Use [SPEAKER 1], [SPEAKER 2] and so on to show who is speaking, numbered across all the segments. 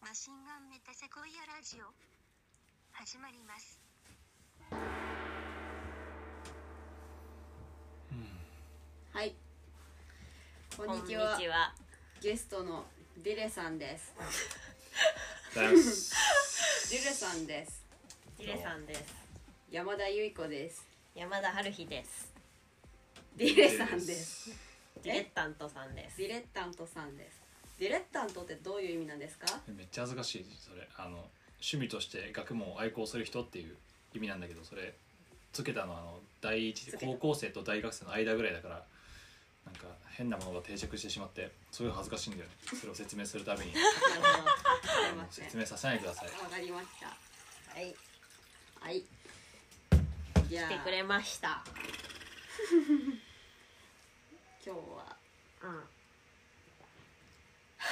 [SPEAKER 1] 発信がメタセコイアラジオ始まります
[SPEAKER 2] はい。こんにちは。ゲストのディレさんです。
[SPEAKER 3] Thanks.
[SPEAKER 2] ディレさんです。
[SPEAKER 4] リレさんです
[SPEAKER 2] 山田由衣子です。
[SPEAKER 4] 山田春日です
[SPEAKER 2] ディレさんです。
[SPEAKER 4] ディレッタントさんです
[SPEAKER 2] ディレッタントさんです。ディレッタントってどういう意味なんですか？
[SPEAKER 3] めっちゃ恥ずかしいそれあの趣味として学問を愛好する人っていう意味なんだけどそれつけたのはあの第一
[SPEAKER 4] つけた
[SPEAKER 3] 高校生と大学生の間ぐらいだからなんか変なものが定着してしまってすごい恥ずかしいんだよねそれを説明するために
[SPEAKER 2] なるほど。わかりまし
[SPEAKER 3] 説明させないでください
[SPEAKER 2] た。わかりました。
[SPEAKER 4] はい
[SPEAKER 2] はい。じゃあ
[SPEAKER 4] 来てくれました
[SPEAKER 2] 今日は
[SPEAKER 4] うん な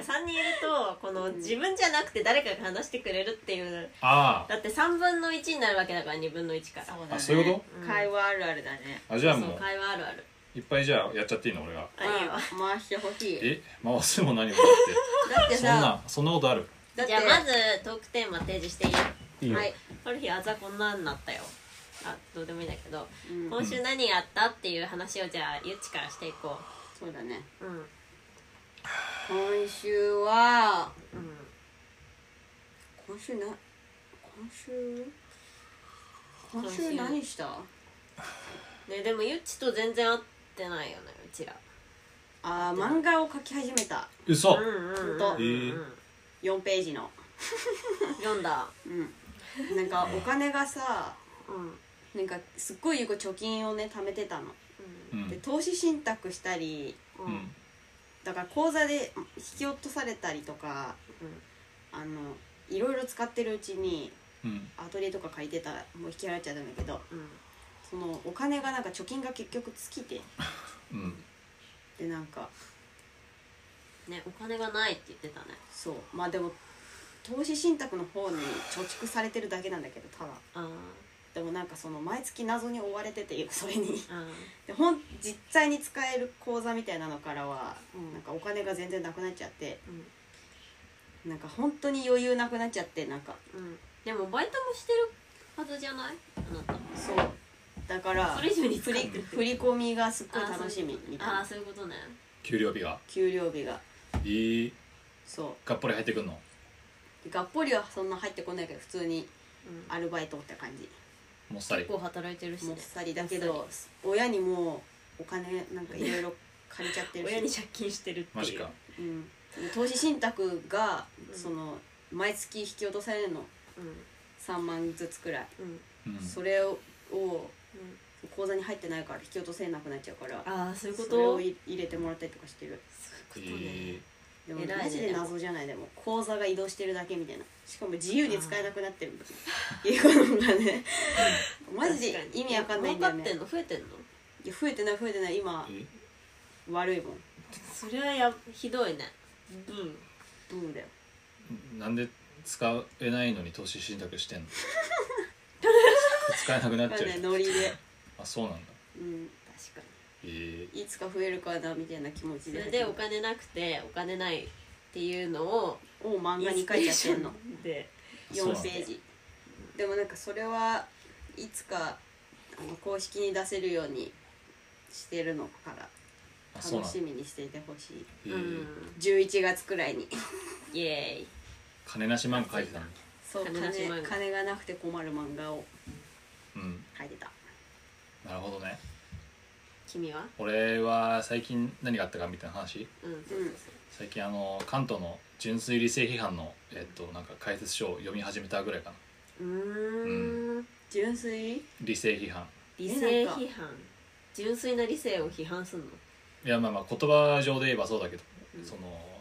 [SPEAKER 4] んか3人いるとこの自分じゃなくて誰かが話してくれるっていう
[SPEAKER 3] あ
[SPEAKER 4] だって3分の1になるわけだから2分の1から
[SPEAKER 3] ああそういうこ
[SPEAKER 4] うん
[SPEAKER 2] 会話あるあるだね。
[SPEAKER 3] とあじゃあ
[SPEAKER 4] そ
[SPEAKER 3] も
[SPEAKER 4] う会話あるある
[SPEAKER 3] ういっぱいじゃあやっちゃっていいの俺が
[SPEAKER 4] あいいよ
[SPEAKER 2] うん回してほしい。
[SPEAKER 3] え回すも何もだ
[SPEAKER 2] だっ
[SPEAKER 3] っててそん
[SPEAKER 2] さ
[SPEAKER 3] な、そんなことある
[SPEAKER 2] だって
[SPEAKER 4] じゃあまずトークテーマ提示していい
[SPEAKER 3] いいよ
[SPEAKER 2] はい。
[SPEAKER 4] 春日あざこんなんなったよあどうでもいいんだけど
[SPEAKER 2] うん、
[SPEAKER 4] 今週何があったっていう話をじゃあゆっちからしていこ
[SPEAKER 2] そうだね。
[SPEAKER 4] ううん
[SPEAKER 2] 今週は
[SPEAKER 4] うん
[SPEAKER 2] 今週な今週今週何した
[SPEAKER 4] ねでもゆっちと全然会ってないよねうちら
[SPEAKER 2] あー漫画を描き始めた
[SPEAKER 3] 嘘、
[SPEAKER 4] うんうんうん、
[SPEAKER 2] ほんと
[SPEAKER 4] うんうん
[SPEAKER 2] 4ページの
[SPEAKER 4] 読んだ
[SPEAKER 2] うんなんかお金がさ
[SPEAKER 4] うんうん
[SPEAKER 2] なんかすっごいこう貯金をね貯めてたの
[SPEAKER 3] うん
[SPEAKER 2] で投資信託したり
[SPEAKER 4] うん
[SPEAKER 3] う
[SPEAKER 4] うんん
[SPEAKER 2] だから口座で引き落とされたりとかあのいろいろ使ってるうちに
[SPEAKER 3] うん
[SPEAKER 2] アトリエとか借りてたらもう引き払っちゃダメだけど
[SPEAKER 4] うん
[SPEAKER 2] そのお金がなんか貯金が結局尽きて
[SPEAKER 3] うん
[SPEAKER 2] でなんか
[SPEAKER 4] ねお金がないって言ってたね
[SPEAKER 2] そうまあでも投資信託の方に貯蓄されてるだけなんだけどただ
[SPEAKER 4] あー
[SPEAKER 2] でもなんかその毎月謎に追われててそれに
[SPEAKER 4] あー
[SPEAKER 2] でほん実際に使える口座みたいなのからは、
[SPEAKER 4] うん
[SPEAKER 2] なんかお金が全然なくなっちゃって
[SPEAKER 4] うん
[SPEAKER 2] なんか本当に余裕なくなっちゃってなんか
[SPEAKER 4] うんでもバイトもしてるはずじゃないあなた
[SPEAKER 2] そうだから
[SPEAKER 4] それ以上に
[SPEAKER 2] 振
[SPEAKER 4] 使
[SPEAKER 2] り
[SPEAKER 4] ってる
[SPEAKER 2] 振り込みがすっごい
[SPEAKER 4] あー
[SPEAKER 2] 楽しみみたい
[SPEAKER 4] ああー
[SPEAKER 2] な
[SPEAKER 4] そういうことね
[SPEAKER 3] 給料日が
[SPEAKER 2] 給料日が
[SPEAKER 3] いい
[SPEAKER 2] そ
[SPEAKER 3] がっぽり入ってくんの
[SPEAKER 2] うがっぽりはそんな入ってこないけど普通に
[SPEAKER 4] うん
[SPEAKER 2] アルバイトって感じ
[SPEAKER 3] もっさり
[SPEAKER 4] 結構働いてるし
[SPEAKER 2] もっ
[SPEAKER 4] ね
[SPEAKER 2] さりだけど親にもうお金なんかいろいろ借りちゃってるし
[SPEAKER 4] 親に借金してるっていう
[SPEAKER 3] マジか
[SPEAKER 2] うん、投資信託が、
[SPEAKER 4] うん
[SPEAKER 2] その毎月引き落とされるの
[SPEAKER 4] うん
[SPEAKER 2] 3万ずつくらい、
[SPEAKER 4] うん
[SPEAKER 3] うん
[SPEAKER 2] それを
[SPEAKER 4] うん
[SPEAKER 2] 口座に入ってないから引き落とせなくなっちゃうから
[SPEAKER 4] ああそういうこ
[SPEAKER 2] それを
[SPEAKER 4] と
[SPEAKER 2] い入れてもらったりとかしてる
[SPEAKER 4] そういうことね
[SPEAKER 3] え
[SPEAKER 2] でも、
[SPEAKER 4] 偉いね
[SPEAKER 2] マジで謎じゃないでも口座が移動してるだけみたいなしかも自由に使えなくなってるっていうことがねマジで意味わかんないんだよね
[SPEAKER 4] 儲かってんの増えてんの
[SPEAKER 2] いや増えてない増えてない今
[SPEAKER 3] ー、え
[SPEAKER 2] 悪いもん
[SPEAKER 4] それはやひどいねうん
[SPEAKER 2] ブーだよ
[SPEAKER 3] なんで使えないのに投資信託してんの使えなくなっ
[SPEAKER 2] だか
[SPEAKER 3] ちゃう
[SPEAKER 2] らね
[SPEAKER 3] じゃん
[SPEAKER 2] ノリで、
[SPEAKER 3] あそうなんだ
[SPEAKER 2] うん、
[SPEAKER 4] 確かに
[SPEAKER 3] え
[SPEAKER 2] いつか増えるかなみたいな気持ち
[SPEAKER 4] そ
[SPEAKER 2] で
[SPEAKER 4] れでお金なくてお金ないっていうのを
[SPEAKER 2] を漫画に書いちゃってんの
[SPEAKER 4] で
[SPEAKER 3] ー、そう
[SPEAKER 2] 4
[SPEAKER 3] なん
[SPEAKER 2] ペ
[SPEAKER 3] だ
[SPEAKER 2] ージでもなんかそれはいつかあの公式に出せるようにしてるのから
[SPEAKER 3] あそう
[SPEAKER 2] 楽
[SPEAKER 3] なんだ
[SPEAKER 2] し、みにしていてほしい
[SPEAKER 3] え
[SPEAKER 4] う
[SPEAKER 3] ー
[SPEAKER 4] ん
[SPEAKER 2] 11月くらいに
[SPEAKER 4] イエーイ
[SPEAKER 3] 金なし漫画書いてたんだ
[SPEAKER 2] そう
[SPEAKER 4] 金
[SPEAKER 2] 金
[SPEAKER 4] 出し漫画
[SPEAKER 2] 金がなくて困る漫画を
[SPEAKER 3] うん
[SPEAKER 2] 書いてた
[SPEAKER 3] なるほどね
[SPEAKER 4] 君は
[SPEAKER 3] 俺は最近何があったかみたいな話
[SPEAKER 4] うん
[SPEAKER 2] う
[SPEAKER 4] そうん
[SPEAKER 3] 最近あの関東の純粋理性批判のえっとなんか解説書を読み始めたぐらいかな
[SPEAKER 4] うーん
[SPEAKER 2] 純粋
[SPEAKER 3] 理性批判
[SPEAKER 4] 理性
[SPEAKER 2] なんか
[SPEAKER 4] 批判純粋な理性を批判すんの
[SPEAKER 3] いやまあまあ言葉上で言えばそうだけど、
[SPEAKER 4] うん
[SPEAKER 3] その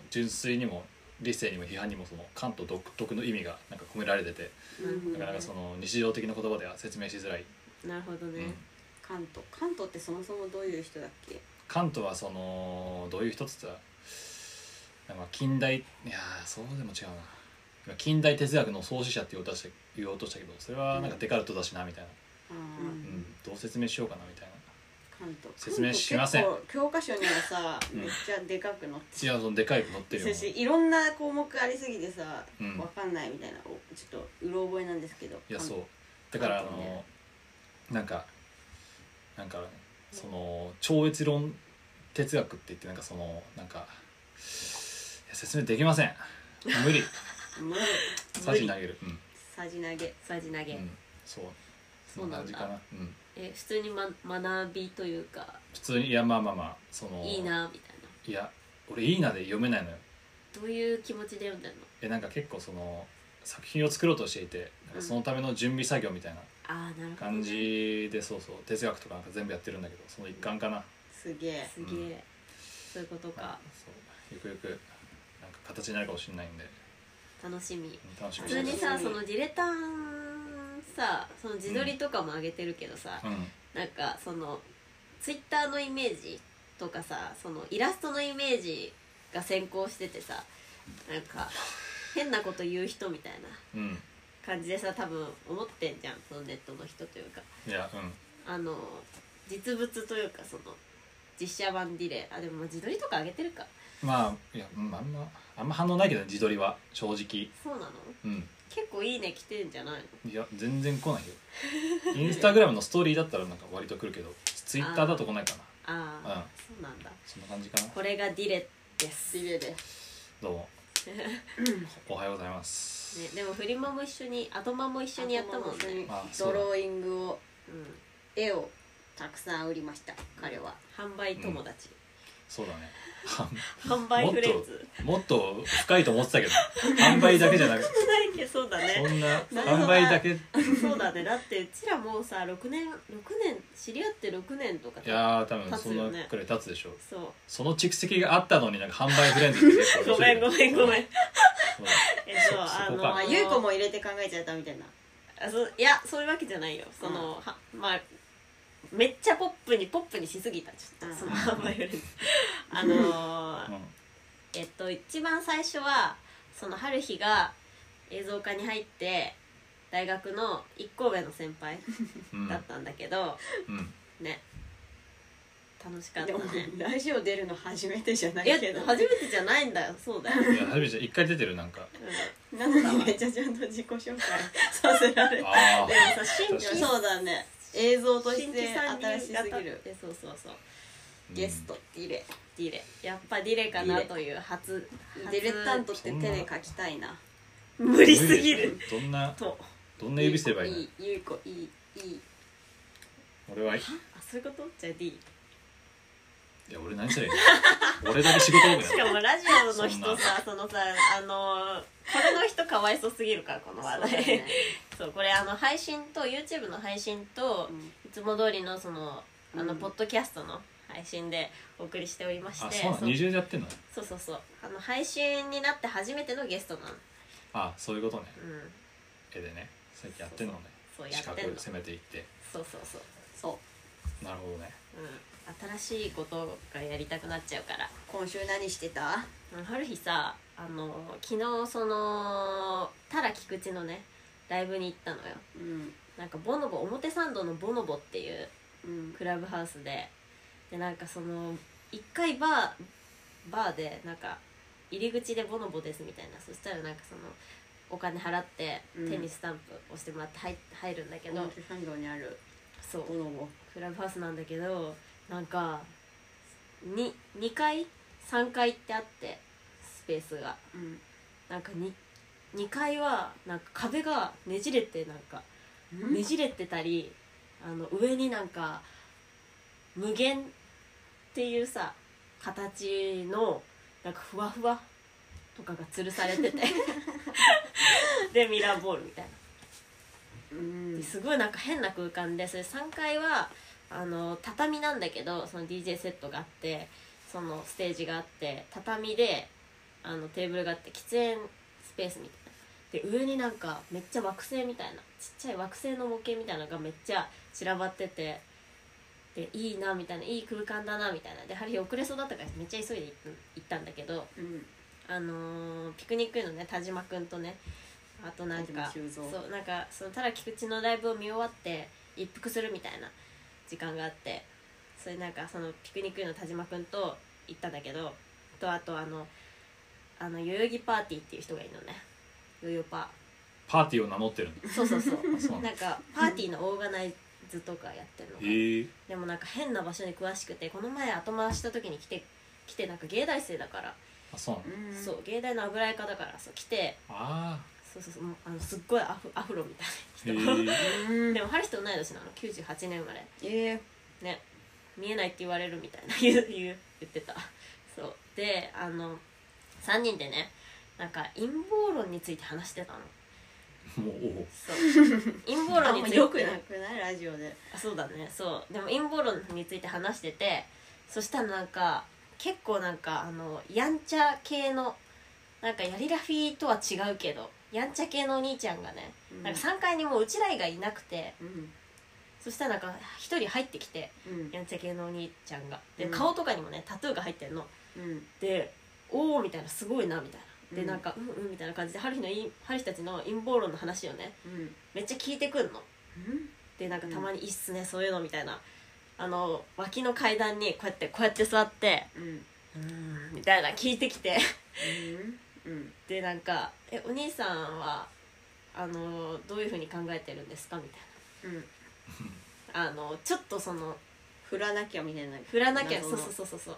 [SPEAKER 3] 純粋にも理性にも批判にもその関東独特の意味がなんか込められてて
[SPEAKER 4] なるほ
[SPEAKER 3] なかなかその日常的な言葉では説明しづらい、
[SPEAKER 4] なるほど
[SPEAKER 3] う
[SPEAKER 4] ね
[SPEAKER 3] ん
[SPEAKER 2] 関東関東ってそもそもどういう人だっけ
[SPEAKER 3] 関東はそのどういう人っつったらまあ近代いやーそうでも違うな今近代哲学の創始者って言おうとした言おうとしたけどそれはなんかデカルトだしなみたいな、
[SPEAKER 2] あー、
[SPEAKER 4] うん
[SPEAKER 3] うんどう説明しようかなみたいな
[SPEAKER 2] 関東
[SPEAKER 3] 説明しません
[SPEAKER 2] 関東結構教科書にはさ
[SPEAKER 3] うん
[SPEAKER 2] めっちゃでかく載って
[SPEAKER 3] いやそのでかいの乗って る
[SPEAKER 2] る
[SPEAKER 3] よ
[SPEAKER 2] し
[SPEAKER 3] い
[SPEAKER 2] いろんな項目ありすぎてさ、
[SPEAKER 3] うん
[SPEAKER 2] わかんないみたいなおちょっとうろ覚えなんですけど
[SPEAKER 3] やそううだからあの、
[SPEAKER 2] 関東ね
[SPEAKER 3] なんかなんかその超越論哲学って言ってなんかそのなんかいや説明できません無 理
[SPEAKER 2] 無理
[SPEAKER 3] サジ投げるうん、
[SPEAKER 2] さじ投げ
[SPEAKER 4] さじ投
[SPEAKER 3] う
[SPEAKER 4] げ、
[SPEAKER 3] ん、そう
[SPEAKER 4] そうなんだ
[SPEAKER 3] そ感じかな、うん、
[SPEAKER 4] え普通に、ま、学びというか
[SPEAKER 3] 普通にいやまあまあまあその
[SPEAKER 4] いいなみたいない
[SPEAKER 3] や俺いいなで読めないのよ
[SPEAKER 4] どういう気持ちで読んでんの
[SPEAKER 3] えなんか結構その作品を作ろうとしていてなんかそのための準備作業みたいな
[SPEAKER 4] ああなるほど、
[SPEAKER 3] 感じでそうそう哲学とかなんか全部やってるんだけどその一環かな
[SPEAKER 2] すげえ
[SPEAKER 4] すげえ、そういうこと
[SPEAKER 3] まあ
[SPEAKER 4] か
[SPEAKER 3] そうゆくゆくなんか形になるかもしれないんで
[SPEAKER 4] 楽しみ
[SPEAKER 3] うん楽しみ
[SPEAKER 4] 普
[SPEAKER 3] にし
[SPEAKER 4] 通
[SPEAKER 3] て
[SPEAKER 4] に
[SPEAKER 3] ま
[SPEAKER 4] さ
[SPEAKER 3] す
[SPEAKER 4] そのディレタンさその自撮りとかも上げてるけどさ、
[SPEAKER 3] うん
[SPEAKER 4] なんかそのツイッターのイメージとかさそのイラストのイメージが先行しててさなんか変なこと言う人みたいな
[SPEAKER 3] うん
[SPEAKER 4] 感じでさ多分思ってんじゃんそのネットの人というか
[SPEAKER 3] いや
[SPEAKER 4] あの実物というかその実写版ディレイあでもまあ自撮りとか上げてるか
[SPEAKER 3] うんまあいや、うん、あんまあんま反応ないけどね自撮りは正直
[SPEAKER 4] そうなの
[SPEAKER 3] うん
[SPEAKER 4] 結構いいね来てんじゃないの
[SPEAKER 3] いや全然来ない よインスタグラムのストーリーだったらなんか割と来るけどツイッターだと来ないかな
[SPEAKER 4] ああ、
[SPEAKER 3] うん
[SPEAKER 4] そうなんだ
[SPEAKER 3] そんな感じかな
[SPEAKER 4] これがディレです、
[SPEAKER 2] ディレで
[SPEAKER 3] どう もおはようございます、
[SPEAKER 4] ね、でもフリマも一緒にアトマも一緒にやったもんね
[SPEAKER 2] ね
[SPEAKER 3] まあそ
[SPEAKER 2] ド
[SPEAKER 3] うだ
[SPEAKER 2] ローイングを
[SPEAKER 4] うん
[SPEAKER 2] 絵をたくさん売りました彼は
[SPEAKER 4] 販売友達、
[SPEAKER 3] そうだね
[SPEAKER 4] 販売フレンズ
[SPEAKER 3] もっと深いと思ってた けど販売だけじゃなくて
[SPEAKER 4] ないけどそうだね
[SPEAKER 3] そんな
[SPEAKER 4] そう
[SPEAKER 3] 販 売だけい
[SPEAKER 4] そうだねだってうちらもうさ6年六年知り合って6年とか
[SPEAKER 3] やー多分
[SPEAKER 4] 経つ
[SPEAKER 3] そ
[SPEAKER 4] よね
[SPEAKER 3] んなくらい経つでしょう
[SPEAKER 4] そ
[SPEAKER 3] その蓄積があったのになんか販売フレンズって結
[SPEAKER 4] う
[SPEAKER 3] 構 面
[SPEAKER 4] ご
[SPEAKER 3] 白
[SPEAKER 4] め
[SPEAKER 3] い
[SPEAKER 4] んごめんごめん
[SPEAKER 3] そう
[SPEAKER 4] えっと
[SPEAKER 3] そそ
[SPEAKER 4] あ
[SPEAKER 3] こ
[SPEAKER 4] の
[SPEAKER 3] か
[SPEAKER 2] あゆうこも入れて考えちゃったみたいな
[SPEAKER 4] あそういやそういうわけじゃないよその、はまあめっちゃポップにポップにしすぎたちょっとその販売フレンズあのー
[SPEAKER 3] うん
[SPEAKER 4] えっと一番最初はその春日が映像科に入って大学の1校目の先輩
[SPEAKER 3] うん
[SPEAKER 4] だったんだけど、
[SPEAKER 3] うん
[SPEAKER 4] ね楽しかった
[SPEAKER 2] で
[SPEAKER 4] ね
[SPEAKER 2] もラジオ出るの初めてじゃない
[SPEAKER 4] いや
[SPEAKER 2] けど
[SPEAKER 4] 初めてじゃないんだよそうだよ、
[SPEAKER 3] いやはじめちゃん一回出てるなんか
[SPEAKER 2] なのにめっちゃちゃんと自己紹介させられた
[SPEAKER 3] あ
[SPEAKER 4] でもさ新規
[SPEAKER 3] 確かに
[SPEAKER 2] そうだね映像とし
[SPEAKER 4] 新規
[SPEAKER 2] て
[SPEAKER 4] 参入
[SPEAKER 2] 新しす
[SPEAKER 4] 型
[SPEAKER 2] ぎる
[SPEAKER 4] えそうそうそう
[SPEAKER 3] ー
[SPEAKER 2] ゲストディレ
[SPEAKER 4] ディレやっぱディレかなという初
[SPEAKER 2] ディレタント
[SPEAKER 4] ト
[SPEAKER 2] って手で書きたいな
[SPEAKER 4] 無理すぎる
[SPEAKER 3] どんな
[SPEAKER 4] と
[SPEAKER 3] どんな指すればいいの
[SPEAKER 2] いいゆうこいいいい
[SPEAKER 3] 俺はい
[SPEAKER 4] あそういうことじゃあ D
[SPEAKER 3] いや俺何すればいいの俺だけ仕事多く
[SPEAKER 4] し
[SPEAKER 3] な
[SPEAKER 4] か
[SPEAKER 3] い
[SPEAKER 4] もラジオの人さそのさあのこれの人かわいそうすぎるからこの話題
[SPEAKER 2] そうだね
[SPEAKER 4] そうこれあの配信と YouTube の配信と
[SPEAKER 2] うん
[SPEAKER 4] いつも通りのそのあの
[SPEAKER 2] うん
[SPEAKER 4] ポッドキャストの配信でお送りしておりまして
[SPEAKER 3] あそうなの二重でやってんの
[SPEAKER 4] そうそうそうあの配信になって初めてのゲストなの
[SPEAKER 3] あそういうことね
[SPEAKER 4] うん
[SPEAKER 3] 絵でね最近やってんのね
[SPEAKER 4] そうや
[SPEAKER 3] 資
[SPEAKER 4] っ
[SPEAKER 3] 格
[SPEAKER 4] てんのそ
[SPEAKER 3] 攻めていって
[SPEAKER 4] うそうそう
[SPEAKER 2] そ
[SPEAKER 3] なるほどね
[SPEAKER 4] うん新しいことがやりたくなっちゃうから
[SPEAKER 2] う今週何してた
[SPEAKER 4] うん春日さあの昨日そのたら菊池のねライブに行ったのよ
[SPEAKER 2] うん
[SPEAKER 4] なんかボノボ表参道のボノボっていう
[SPEAKER 2] うん
[SPEAKER 4] クラブハウスででなんかその一回バーバーでなんか入り口でボノボですみたいなそしたらなんかそのお金払って
[SPEAKER 2] うん
[SPEAKER 4] 手にスタンプ押してもらって入入るんだけど、
[SPEAKER 2] 表参道にある
[SPEAKER 4] そう
[SPEAKER 2] ボノボ
[SPEAKER 4] クラブハウスなんだけどなんか 2, 2階3階ってあってスペースが
[SPEAKER 2] うん
[SPEAKER 4] なんか 2, 2階はなんか壁がねじれてなんかねじれてたりあの上になんか無限っていうさ形のなんかふわふわとかが吊るされててでミラーボールみたいな
[SPEAKER 2] うん
[SPEAKER 4] すごいなんか変な空間でそれ3階はあの畳なんだけどその DJ セットがあってそのステージがあって畳であのテーブルがあって喫煙スペースみたいなで上になんかめっちゃ惑星みたいなちっちゃい惑星の模型みたいなのがめっちゃ散らばっててでいいなみたいないい空間だなみたいなでハリー遅れそうだったからめっちゃ急いで行った行ったんだけど
[SPEAKER 2] うん
[SPEAKER 4] あのーピクニックのね田島くんとねあとなん
[SPEAKER 2] 田
[SPEAKER 4] か
[SPEAKER 2] 島修造
[SPEAKER 4] そうなんかそのただ菊池のライブを見終わって一服するみたいな時間があってそれなんかそのピクニックの田島くんと行ったんだけどとあとあのあの代々木パーティーっていう人がいるのね代々パ
[SPEAKER 3] パーティーを名乗ってるんだ
[SPEAKER 4] そうそうそう
[SPEAKER 3] あそうなんだ
[SPEAKER 4] なんかパーティーのオーガナイズとかやってるのか
[SPEAKER 3] え
[SPEAKER 4] な
[SPEAKER 3] ー、
[SPEAKER 4] でもなんか変な場所に詳しくてこの前後回した時に来て来てなんか芸大生だから、
[SPEAKER 3] あそうなんだ
[SPEAKER 2] うん
[SPEAKER 4] そう芸大の油絵家だからそう来て
[SPEAKER 3] あ
[SPEAKER 4] そうそうそうもうあのすっごいアフアフロみた
[SPEAKER 3] ーへ
[SPEAKER 4] いな人、
[SPEAKER 3] ー
[SPEAKER 2] うん
[SPEAKER 4] でも春人同い年なの98年生まれ
[SPEAKER 2] ええ
[SPEAKER 4] ね見えないって言われるみたいな言う言う言ってたそうであの3人でねなんか陰謀論について話してたの
[SPEAKER 3] もうおう
[SPEAKER 4] そう 陰謀
[SPEAKER 2] あ
[SPEAKER 4] 論
[SPEAKER 2] ん
[SPEAKER 4] に
[SPEAKER 2] ま
[SPEAKER 4] ついて
[SPEAKER 2] よくなくないラジオで
[SPEAKER 4] あそうだねそうでも陰謀論について話しててそしたらなんか結構なんかあのやんちゃ系のなんかやりラフィーとは違うけどやんちゃ系のお兄ちゃんがね、
[SPEAKER 2] うん
[SPEAKER 4] なんか3階にもううちら以外いなくて
[SPEAKER 2] うん
[SPEAKER 4] そしたらなんか1人入ってきて
[SPEAKER 2] うん
[SPEAKER 4] やんちゃ系のお兄ちゃんがで
[SPEAKER 2] うん
[SPEAKER 4] 顔とかにもねタトゥーが入ってんの
[SPEAKER 2] うん
[SPEAKER 4] で「おお」みたいな「すごいな」みたいなで、
[SPEAKER 2] うん
[SPEAKER 4] なんか「うんうん」みたいな感じで春日のい春日たちの陰謀論の話をね
[SPEAKER 2] うん
[SPEAKER 4] めっちゃ聞いてくんの
[SPEAKER 2] うん
[SPEAKER 4] でなんか
[SPEAKER 2] うん
[SPEAKER 4] たまに「いいっすねそういうの」みたいなあの脇の階段にこうやってこうやって座って
[SPEAKER 2] うん
[SPEAKER 4] 「うーん」みたいな聞いてきて
[SPEAKER 2] うん
[SPEAKER 4] でなんか「えお兄さんはあのどういうふうに考えてるんですか?」みたい
[SPEAKER 2] うん
[SPEAKER 4] なあのちょっとその
[SPEAKER 2] 振らなきゃみたいな
[SPEAKER 4] 振らなきゃ
[SPEAKER 2] 謎
[SPEAKER 4] そう
[SPEAKER 2] の
[SPEAKER 4] そうそうそうそう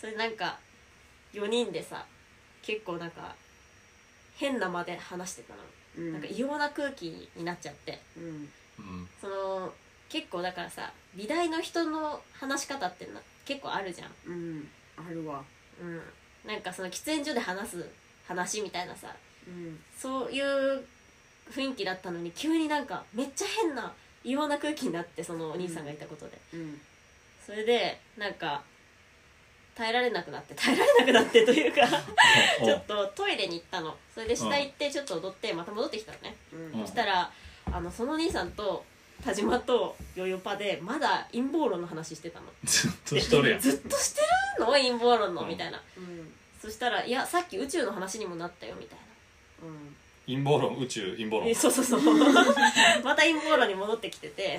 [SPEAKER 4] それなんか4人でさ結構なんか変な間で話してたの、
[SPEAKER 2] うん
[SPEAKER 4] なんか異様な空気になっちゃって
[SPEAKER 2] うん
[SPEAKER 3] うん
[SPEAKER 4] その結構だからさ美大の人の話し方ってな結構あるじゃん
[SPEAKER 2] うんあるわ
[SPEAKER 4] うんなんかその喫煙所で話す話みたいなさ
[SPEAKER 2] うん
[SPEAKER 4] そういう雰囲気だったのに急になんかめっちゃ変な異様な空気になってそのお兄さんがいたことで、
[SPEAKER 2] うん
[SPEAKER 4] それでなんか耐えられなくなって耐えられなくなってという か ちょっとトイレに行ったのそれで下行ってちょっと踊ってまた戻ってきたのね、
[SPEAKER 2] うん
[SPEAKER 3] う
[SPEAKER 4] そ
[SPEAKER 3] ん
[SPEAKER 4] したらあのその兄さんと田島とヨヨパでまだ陰謀論の話してたの
[SPEAKER 3] ずっとしとるやん
[SPEAKER 4] ずっとしてるの陰謀論の
[SPEAKER 3] うん
[SPEAKER 4] みたいな
[SPEAKER 2] うん
[SPEAKER 4] そしたら「いやさっき宇宙の話にもなったよ」みたい
[SPEAKER 2] うん
[SPEAKER 3] 陰謀論宇宙陰謀
[SPEAKER 4] な
[SPEAKER 3] 論
[SPEAKER 4] えそうそうそう また陰謀論に戻ってきてて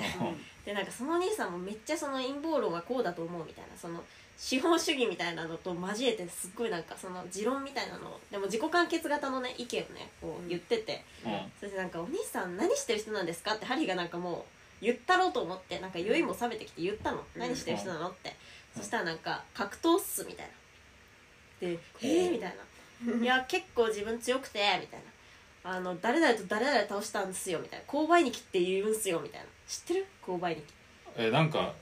[SPEAKER 4] でなんかその兄さんもめっちゃその陰謀論はこうだと思うみたいなその資本主義みたいなのと交えてすっごいなんかその持論みたいなのをでも自己完結型のね意見をねこう言ってて、
[SPEAKER 3] うん
[SPEAKER 4] そしてなんか「お兄さん何してる人なんですか?」ってハリーがなんかもう言ったろうと思ってなんか酔いも覚めてきて言ったの「
[SPEAKER 2] うん
[SPEAKER 4] 何してる人なの?」って、
[SPEAKER 3] うん
[SPEAKER 4] そしたらなんか「格闘っす」みたいなで「えー?」みたいな「いや結構自分強くて」みたいな「あの誰々と誰々倒したんですよ」みたいな「購買に来って言うんすよ」みたいな知ってる購買に
[SPEAKER 3] えなんか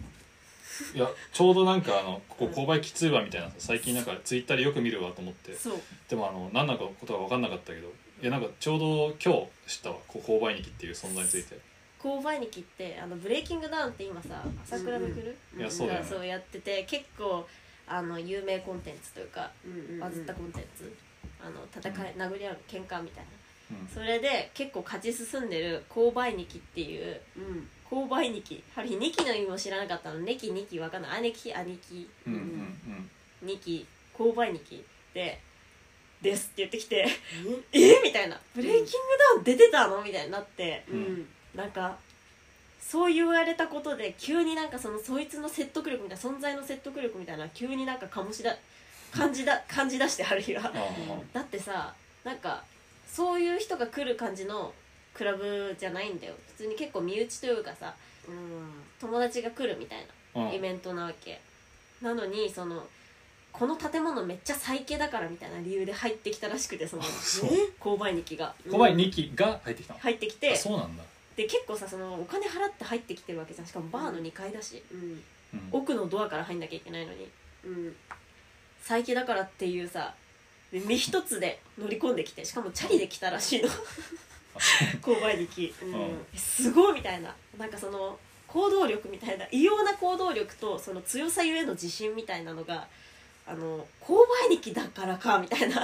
[SPEAKER 3] いやちょうどなんかあのここ購買きついわみたいな最近なんかツイッターでよく見るわと思って
[SPEAKER 4] そう
[SPEAKER 3] でもあの何なのかことは分かんなかったけどいやなんかちょうど今日知ったわこう購買ニキっていう存在について
[SPEAKER 4] 購買に来ってあのブレイキングダウンって今さ朝倉未来
[SPEAKER 3] いやそうだよ
[SPEAKER 4] が
[SPEAKER 3] ね
[SPEAKER 4] そうやってて結構あの有名コンテンツというか
[SPEAKER 2] うんうんうん
[SPEAKER 4] バズったコンテンツあの戦い殴り合う喧嘩みたいな
[SPEAKER 3] うん
[SPEAKER 4] それで結構勝ち進んでる購買ニキっていう
[SPEAKER 2] うん
[SPEAKER 4] 購買ニキハリーニキの意味も知らなかったのネキニキわかんないアネキアニキ
[SPEAKER 3] うんうん
[SPEAKER 4] ニキ購買ニキで「です」って言ってきて「えみたいな「ブレイキングダウン出てたの?」みたいになって
[SPEAKER 2] うんうん
[SPEAKER 4] なんかそう言われたことで急になんかそのそいつの説得力みたいな存在の説得力みたいな急になんか醸し だ感じだ感じ出してハリーは
[SPEAKER 3] うんああ
[SPEAKER 4] だってさなんかそういう人が来る感じのクラブじゃないんだよ普通に結構身内というかさ友達が来るみたい
[SPEAKER 3] うん
[SPEAKER 4] なイベントなわけなのにそのこの建物めっちゃ最系だからみたいな理由で入ってきたらしくてその
[SPEAKER 3] そう
[SPEAKER 4] 購買機が
[SPEAKER 3] 購買ニキが入ってきたの
[SPEAKER 4] 入ってきて
[SPEAKER 3] あそうなんだ
[SPEAKER 4] で結構さそのお金払って入ってきてるわけじゃんしかもバーの2階だし、
[SPEAKER 2] うん
[SPEAKER 3] うん
[SPEAKER 4] 奥のドアから入んなきゃいけないのに
[SPEAKER 2] うん
[SPEAKER 4] 最近だからっていうさで身一つで乗り込んできてしかもチャリで来たら しいの
[SPEAKER 3] あそう
[SPEAKER 4] 購買力
[SPEAKER 2] うん
[SPEAKER 3] うん
[SPEAKER 4] すごいみたいななんかその行動力みたいな異様な行動力とその強さゆえの自信みたいなのがあの購買力だからかみた いな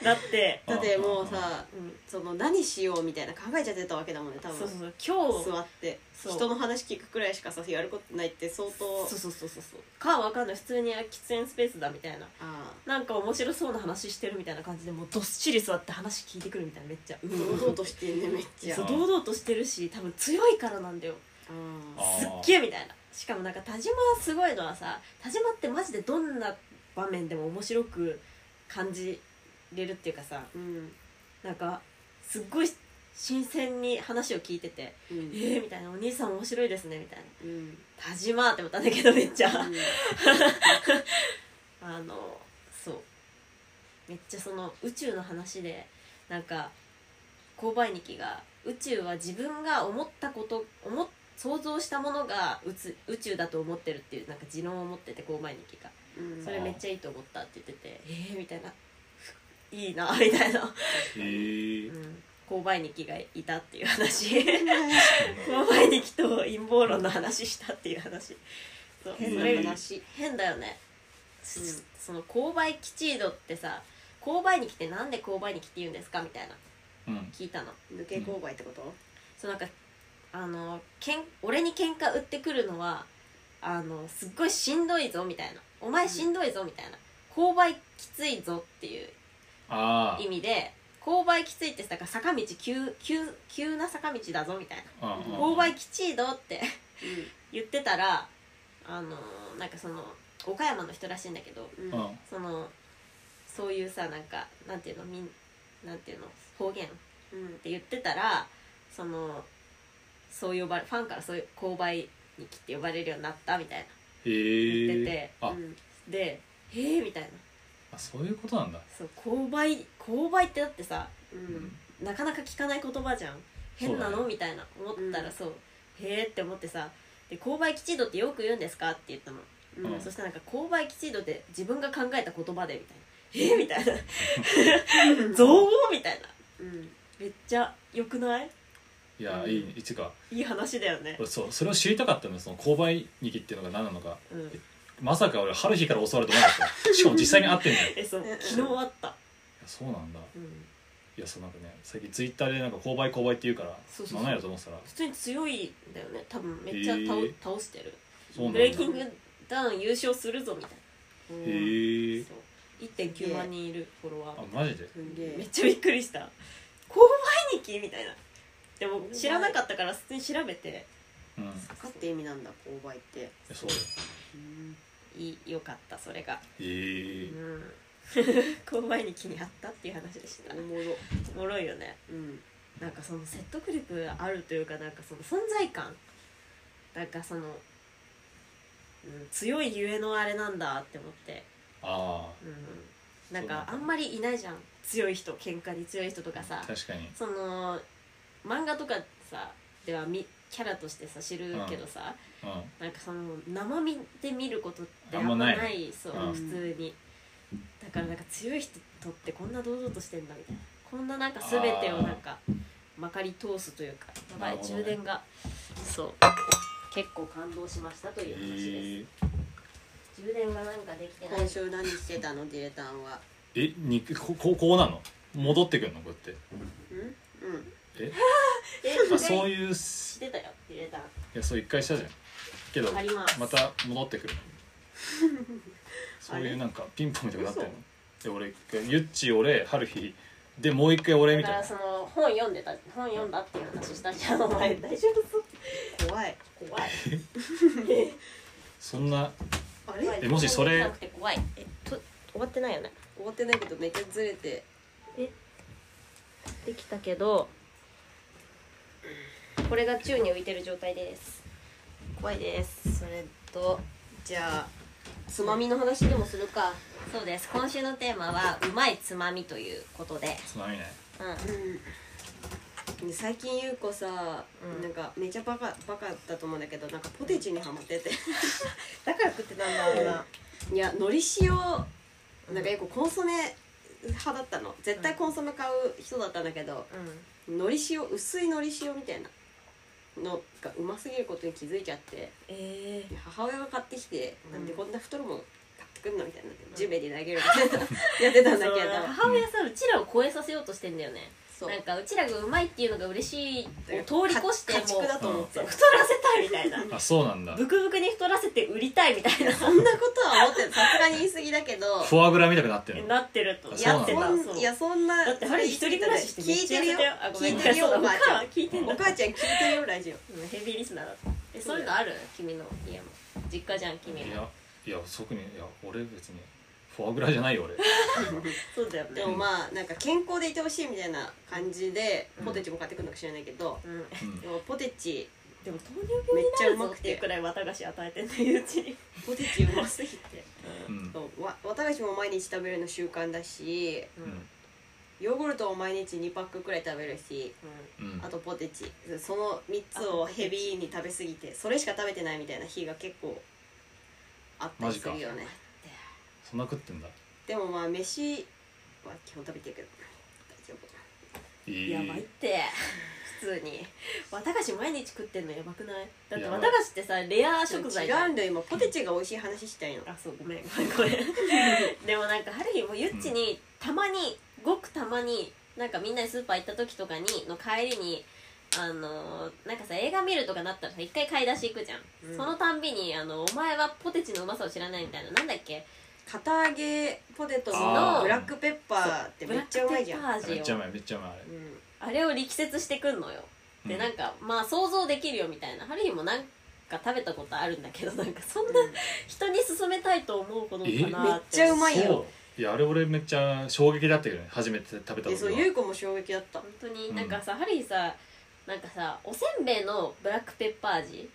[SPEAKER 4] なって、
[SPEAKER 2] だってもうさ
[SPEAKER 4] うん、
[SPEAKER 2] その何しようみたいな考えちゃってたわけだもんね多
[SPEAKER 4] そ
[SPEAKER 2] 分
[SPEAKER 4] うそうそう今日
[SPEAKER 2] 座って
[SPEAKER 4] そう
[SPEAKER 2] 人の話聞くくらいしかさやることないって相当
[SPEAKER 4] そうそうそうそうそうかわかんない普通に喫煙スペースだみたいな
[SPEAKER 2] あ
[SPEAKER 4] なんか面白そうな話してるみたいな感じでもうどっしり座って話聞いてくるみたいなめっちゃう
[SPEAKER 2] あ堂々としてんねめっちゃ
[SPEAKER 4] そう
[SPEAKER 3] あ
[SPEAKER 4] 堂々としてるし多分強いからなんだよ
[SPEAKER 2] あ
[SPEAKER 3] あー
[SPEAKER 4] すっげえみたいなしかもなんか田島すごいのはさ田島ってマジでどんな場面でも面白く感じれるっていうかさ
[SPEAKER 2] うん
[SPEAKER 4] なんかすっごい新鮮に話を聞いてて
[SPEAKER 2] う
[SPEAKER 4] 「え
[SPEAKER 2] ん
[SPEAKER 4] ー」みたいな「お兄さん面白いですね」みたいな
[SPEAKER 2] うん
[SPEAKER 4] 「田島」って思ったんだけどめっちゃ
[SPEAKER 2] うん
[SPEAKER 4] あのそうめっちゃその宇宙の話でなんか購買日記が宇宙は自分が思ったこと思っ想像したものがうつ宇宙だと思ってるっていうなんか持論を持ってて購買日記が
[SPEAKER 2] うん
[SPEAKER 4] それめっちゃいいと思ったって言っててえー、みたいないいなみたいな、
[SPEAKER 3] え
[SPEAKER 4] う
[SPEAKER 3] ー、
[SPEAKER 4] ん、購買日記がいたっていう話 購
[SPEAKER 3] そ
[SPEAKER 4] 買日記と陰謀論の話したっていう話そう
[SPEAKER 2] 変
[SPEAKER 4] そ
[SPEAKER 2] な
[SPEAKER 4] れ
[SPEAKER 2] 話
[SPEAKER 4] 変だよね、その購買基地度ってさ購買に来てなんで購買に来て言うんですかみたいな
[SPEAKER 3] うんうん
[SPEAKER 4] 聞いたの
[SPEAKER 2] 抜け勾配ってこと
[SPEAKER 4] そうなんかあのけん俺に喧嘩売ってくるのはあのすっごいしんどいぞみたいなお前しんどいぞみたいな購買きついぞっていう
[SPEAKER 3] あ
[SPEAKER 4] 意味で購買きついってだから坂道急急急な坂道だぞみたい
[SPEAKER 3] あ
[SPEAKER 4] な
[SPEAKER 3] うん
[SPEAKER 4] 購買きちいどって言ってたらあのなんかその岡山の人らしいんだけど
[SPEAKER 2] うん
[SPEAKER 3] うん
[SPEAKER 4] そのそういうさなんかなんていうのみんなんていうの方言っ
[SPEAKER 2] うん
[SPEAKER 4] て言ってたらそのそう呼ばれファンからそういう購買に来て呼ばれるようになったみたいな
[SPEAKER 3] え
[SPEAKER 4] 言って
[SPEAKER 3] ー、
[SPEAKER 4] て
[SPEAKER 3] あ
[SPEAKER 2] うん
[SPEAKER 4] で「へえ」みたいな
[SPEAKER 3] あそういうことなんだ
[SPEAKER 4] そう購買購買ってだってさ
[SPEAKER 2] う
[SPEAKER 3] うん
[SPEAKER 4] なかなか聞かない言葉じゃん変な
[SPEAKER 3] そうだ
[SPEAKER 4] の、
[SPEAKER 3] ね
[SPEAKER 4] みたいな思った
[SPEAKER 2] う
[SPEAKER 4] ら
[SPEAKER 2] ん
[SPEAKER 4] そう、へえって思ってさで購買吉度ってよく言うんですかって言ったの、
[SPEAKER 2] うん
[SPEAKER 3] うん
[SPEAKER 4] そしたらなんか購買吉度って自分が考えた言葉でみたいなえーみたいな造語みたいな
[SPEAKER 2] うん
[SPEAKER 4] めっちゃよくない
[SPEAKER 3] いや、
[SPEAKER 4] うん
[SPEAKER 3] いい一か
[SPEAKER 4] いい話だよね
[SPEAKER 3] 俺そうそれを知りたかったのよその購買日記っていうのが何なのか
[SPEAKER 4] うん
[SPEAKER 3] まさか俺春日から教わると思わな かったしかも実際に会ってんだよいや
[SPEAKER 4] えそう
[SPEAKER 2] うん
[SPEAKER 4] 昨日あった、
[SPEAKER 3] そうなんだ
[SPEAKER 4] うん、
[SPEAKER 3] いやそうなんかね最近ツイッターでなんか購買購買って言うから
[SPEAKER 4] そうそうそう
[SPEAKER 3] 何やろと思ってたら
[SPEAKER 4] 普通に強いんだよね多分めっちゃ倒,、
[SPEAKER 3] へー
[SPEAKER 4] 倒してる
[SPEAKER 3] そうなん
[SPEAKER 4] ブ
[SPEAKER 3] だ
[SPEAKER 4] レイキングダウン優勝するぞみたい
[SPEAKER 3] へえ
[SPEAKER 4] なそう1.9万人いるフォロワー
[SPEAKER 3] あマジです
[SPEAKER 2] んげ
[SPEAKER 4] めっ
[SPEAKER 2] え
[SPEAKER 4] ちゃびっくりした購買日記みたいなでも知らなかったから普通に調べて
[SPEAKER 3] うんい
[SPEAKER 2] 坂って意味なんだ勾配って
[SPEAKER 3] やそうだよ
[SPEAKER 2] うん
[SPEAKER 4] いいよかったそれが
[SPEAKER 3] へ
[SPEAKER 4] う
[SPEAKER 3] え
[SPEAKER 4] ん購買日記にあったっていう話でした
[SPEAKER 2] おもろ
[SPEAKER 4] おもろいよね
[SPEAKER 2] うん
[SPEAKER 4] なんかその説得力あるというかなんかその存在感なんかその、うん、強いゆえのあれなんだって思って
[SPEAKER 3] あ
[SPEAKER 4] うんなんかあんまりいないじゃん強い人喧嘩に強い人とかさ
[SPEAKER 3] あ確かに
[SPEAKER 4] その漫画とかさではみキャラとしてさ知るけどさ、
[SPEAKER 3] う
[SPEAKER 4] なんかその生身で見ることってあ
[SPEAKER 3] あ
[SPEAKER 4] ん
[SPEAKER 3] んま
[SPEAKER 4] ま
[SPEAKER 3] な
[SPEAKER 4] ないいそう、
[SPEAKER 3] うん
[SPEAKER 4] 普通にだからなんか強い人とってこんな堂々としてんだみたいなこんななんか全てをなんかまかり通すというかやば、
[SPEAKER 3] ないるほどね
[SPEAKER 4] 充電がそう結構感動しましたと
[SPEAKER 3] ん
[SPEAKER 4] いう話です、
[SPEAKER 3] へえ
[SPEAKER 4] 充電がなんかできてない
[SPEAKER 2] 今週何してたのディレタンは
[SPEAKER 3] えにこここうなの戻ってくんのこうやって
[SPEAKER 2] うんうん
[SPEAKER 3] え
[SPEAKER 4] え
[SPEAKER 3] あそう
[SPEAKER 4] う
[SPEAKER 3] いうす
[SPEAKER 4] してたよ入れた
[SPEAKER 3] いやそう一回したじゃんけど
[SPEAKER 4] あります
[SPEAKER 3] また戻ってくるそう
[SPEAKER 2] あ
[SPEAKER 3] い
[SPEAKER 2] れ
[SPEAKER 3] うなんかピンポンみたいになってるので俺一回ゆっち俺春日でもう一回俺
[SPEAKER 4] だ
[SPEAKER 3] み
[SPEAKER 4] か
[SPEAKER 3] たい
[SPEAKER 4] ら
[SPEAKER 3] な
[SPEAKER 4] その本読んでた本読んだっていう話したじゃんお前大丈夫そう
[SPEAKER 2] 怖い
[SPEAKER 4] 怖い
[SPEAKER 3] そんな
[SPEAKER 2] あれ
[SPEAKER 4] 怖い
[SPEAKER 3] えもしそれ
[SPEAKER 4] 怖くて怖いえと終わってないよね
[SPEAKER 2] 終わってないけどめっちゃずれて
[SPEAKER 4] できたけどこれが宙に浮いてる状態です怖いですそれと
[SPEAKER 2] じゃあつまみの話でもするか
[SPEAKER 4] そうです今週のテーマは「うまいつまみ」ということで
[SPEAKER 3] つまみね
[SPEAKER 4] う
[SPEAKER 2] うん最近ゆうこさ、
[SPEAKER 4] うん
[SPEAKER 2] なんかめちゃバカバカだと思うんだけどなんかポテチにハマっててだから食ってたんだろうないやのり塩なんかよくコンソメ派だったの絶対コンソメ買う人だったんだけど
[SPEAKER 4] んうん
[SPEAKER 2] のり塩薄いのり塩みたいなのがうますぎることに気づいちゃって
[SPEAKER 4] え
[SPEAKER 2] 母親が買ってきて、
[SPEAKER 4] うん
[SPEAKER 2] なんでこんな太るもん買ってくんのみたいなジュベに投げるみたい なやってたんだけど
[SPEAKER 4] 母親さうちらを超えさせようとしてんだよね
[SPEAKER 2] そう
[SPEAKER 4] なんかうちらがうまいっていうのが嬉しいを通り越して
[SPEAKER 2] 家
[SPEAKER 4] も
[SPEAKER 2] 畜
[SPEAKER 4] う
[SPEAKER 2] だと思って
[SPEAKER 4] 太
[SPEAKER 2] た
[SPEAKER 4] らせたいみたいな
[SPEAKER 3] あそうなんだ
[SPEAKER 4] ブクブクに太らせて売りたいみ たいな
[SPEAKER 2] そんなことは思ってさすがに言い過ぎだけど
[SPEAKER 3] フォアグラみたくなってるの
[SPEAKER 4] なってると
[SPEAKER 3] あ
[SPEAKER 2] いや
[SPEAKER 4] や
[SPEAKER 3] う
[SPEAKER 4] ってた
[SPEAKER 3] な
[SPEAKER 2] そんいやそんな
[SPEAKER 4] だってハリー一人暮らしして
[SPEAKER 2] 聞いてるよ
[SPEAKER 4] あごめ
[SPEAKER 2] 聞
[SPEAKER 4] ん
[SPEAKER 2] いてるよ
[SPEAKER 4] そうだ
[SPEAKER 2] お
[SPEAKER 4] お
[SPEAKER 2] 母
[SPEAKER 4] 母
[SPEAKER 2] ちゃ
[SPEAKER 4] は聞いてん
[SPEAKER 2] ん
[SPEAKER 4] だ
[SPEAKER 2] お母ちゃん聞いてるよラジオ
[SPEAKER 4] うんヘビーリスナーだったえそういうのある君の家も実家じゃん君
[SPEAKER 3] い
[SPEAKER 4] の
[SPEAKER 3] やいや特にいや俺別にフォアグラじゃないよ俺
[SPEAKER 4] そうだよね
[SPEAKER 2] でもまあなんか健康でいてほしいみたいな感じでポテチも買ってくるのか知らないけど、
[SPEAKER 4] うん
[SPEAKER 3] うん
[SPEAKER 2] でもポテチ
[SPEAKER 4] でも糖尿病になるぞっていうくらい綿菓子与えてんのいうちに
[SPEAKER 2] ポテチうますぎて
[SPEAKER 3] うん
[SPEAKER 2] そうわ私も毎日食べるの習慣だし
[SPEAKER 4] う
[SPEAKER 3] うんん
[SPEAKER 2] ヨーグルトを毎日2パックくらい食べるし
[SPEAKER 3] うん
[SPEAKER 2] あとポテチその3つをヘビーに食べ過ぎてそれしか食べてないみたいな日が結構あったりするよね
[SPEAKER 3] そんな食ってんだ
[SPEAKER 2] でもまあ飯は基本食べてるけど大丈夫
[SPEAKER 3] いい
[SPEAKER 4] やばいって普通に綿菓子毎日食ってんのやばくないだって
[SPEAKER 3] やばい
[SPEAKER 4] 綿菓子ってさレア食材
[SPEAKER 2] 違
[SPEAKER 4] じゃん
[SPEAKER 2] うんだよ今ポテチが美味しい話したいの
[SPEAKER 4] あそうごめんごめんごめんでもなんかある日もうゆっちにたまにごくたまになんかみんなでスーパー行った時とかにの帰りにあのーなんかさ映画見るとかなったらさ一回買い出し行くじゃん、
[SPEAKER 2] うん
[SPEAKER 4] そのたんびにあの「お前はポテチのうまさを知らない」みたいななんだっけ
[SPEAKER 2] 片揚げポテト
[SPEAKER 3] あ
[SPEAKER 2] の
[SPEAKER 3] ー
[SPEAKER 2] ブラックペッパーってめっちゃうまいじゃん
[SPEAKER 4] ブラック
[SPEAKER 3] め
[SPEAKER 4] ペ
[SPEAKER 3] っ
[SPEAKER 4] ッ
[SPEAKER 3] ち
[SPEAKER 4] パー味
[SPEAKER 3] ゃう
[SPEAKER 4] を
[SPEAKER 3] まいめっちゃうまいあれ
[SPEAKER 2] うん
[SPEAKER 4] あれを力説してくんのよで
[SPEAKER 3] うん
[SPEAKER 4] なんかまあ想像できるよみたいなある日もなんか食べたことあるんだけどなんかそんな人に勧めたいと思うほどかなっ
[SPEAKER 2] えめ
[SPEAKER 4] て
[SPEAKER 2] っちゃうまいよ
[SPEAKER 3] そういやあれ俺めっちゃ衝撃だったけどね初めて食べた
[SPEAKER 2] で
[SPEAKER 3] 時
[SPEAKER 2] そう
[SPEAKER 3] は
[SPEAKER 2] ゆう子も衝撃だった
[SPEAKER 4] 本当になんかさ、ハリーさなんかさおせんべいのブラックペッパー味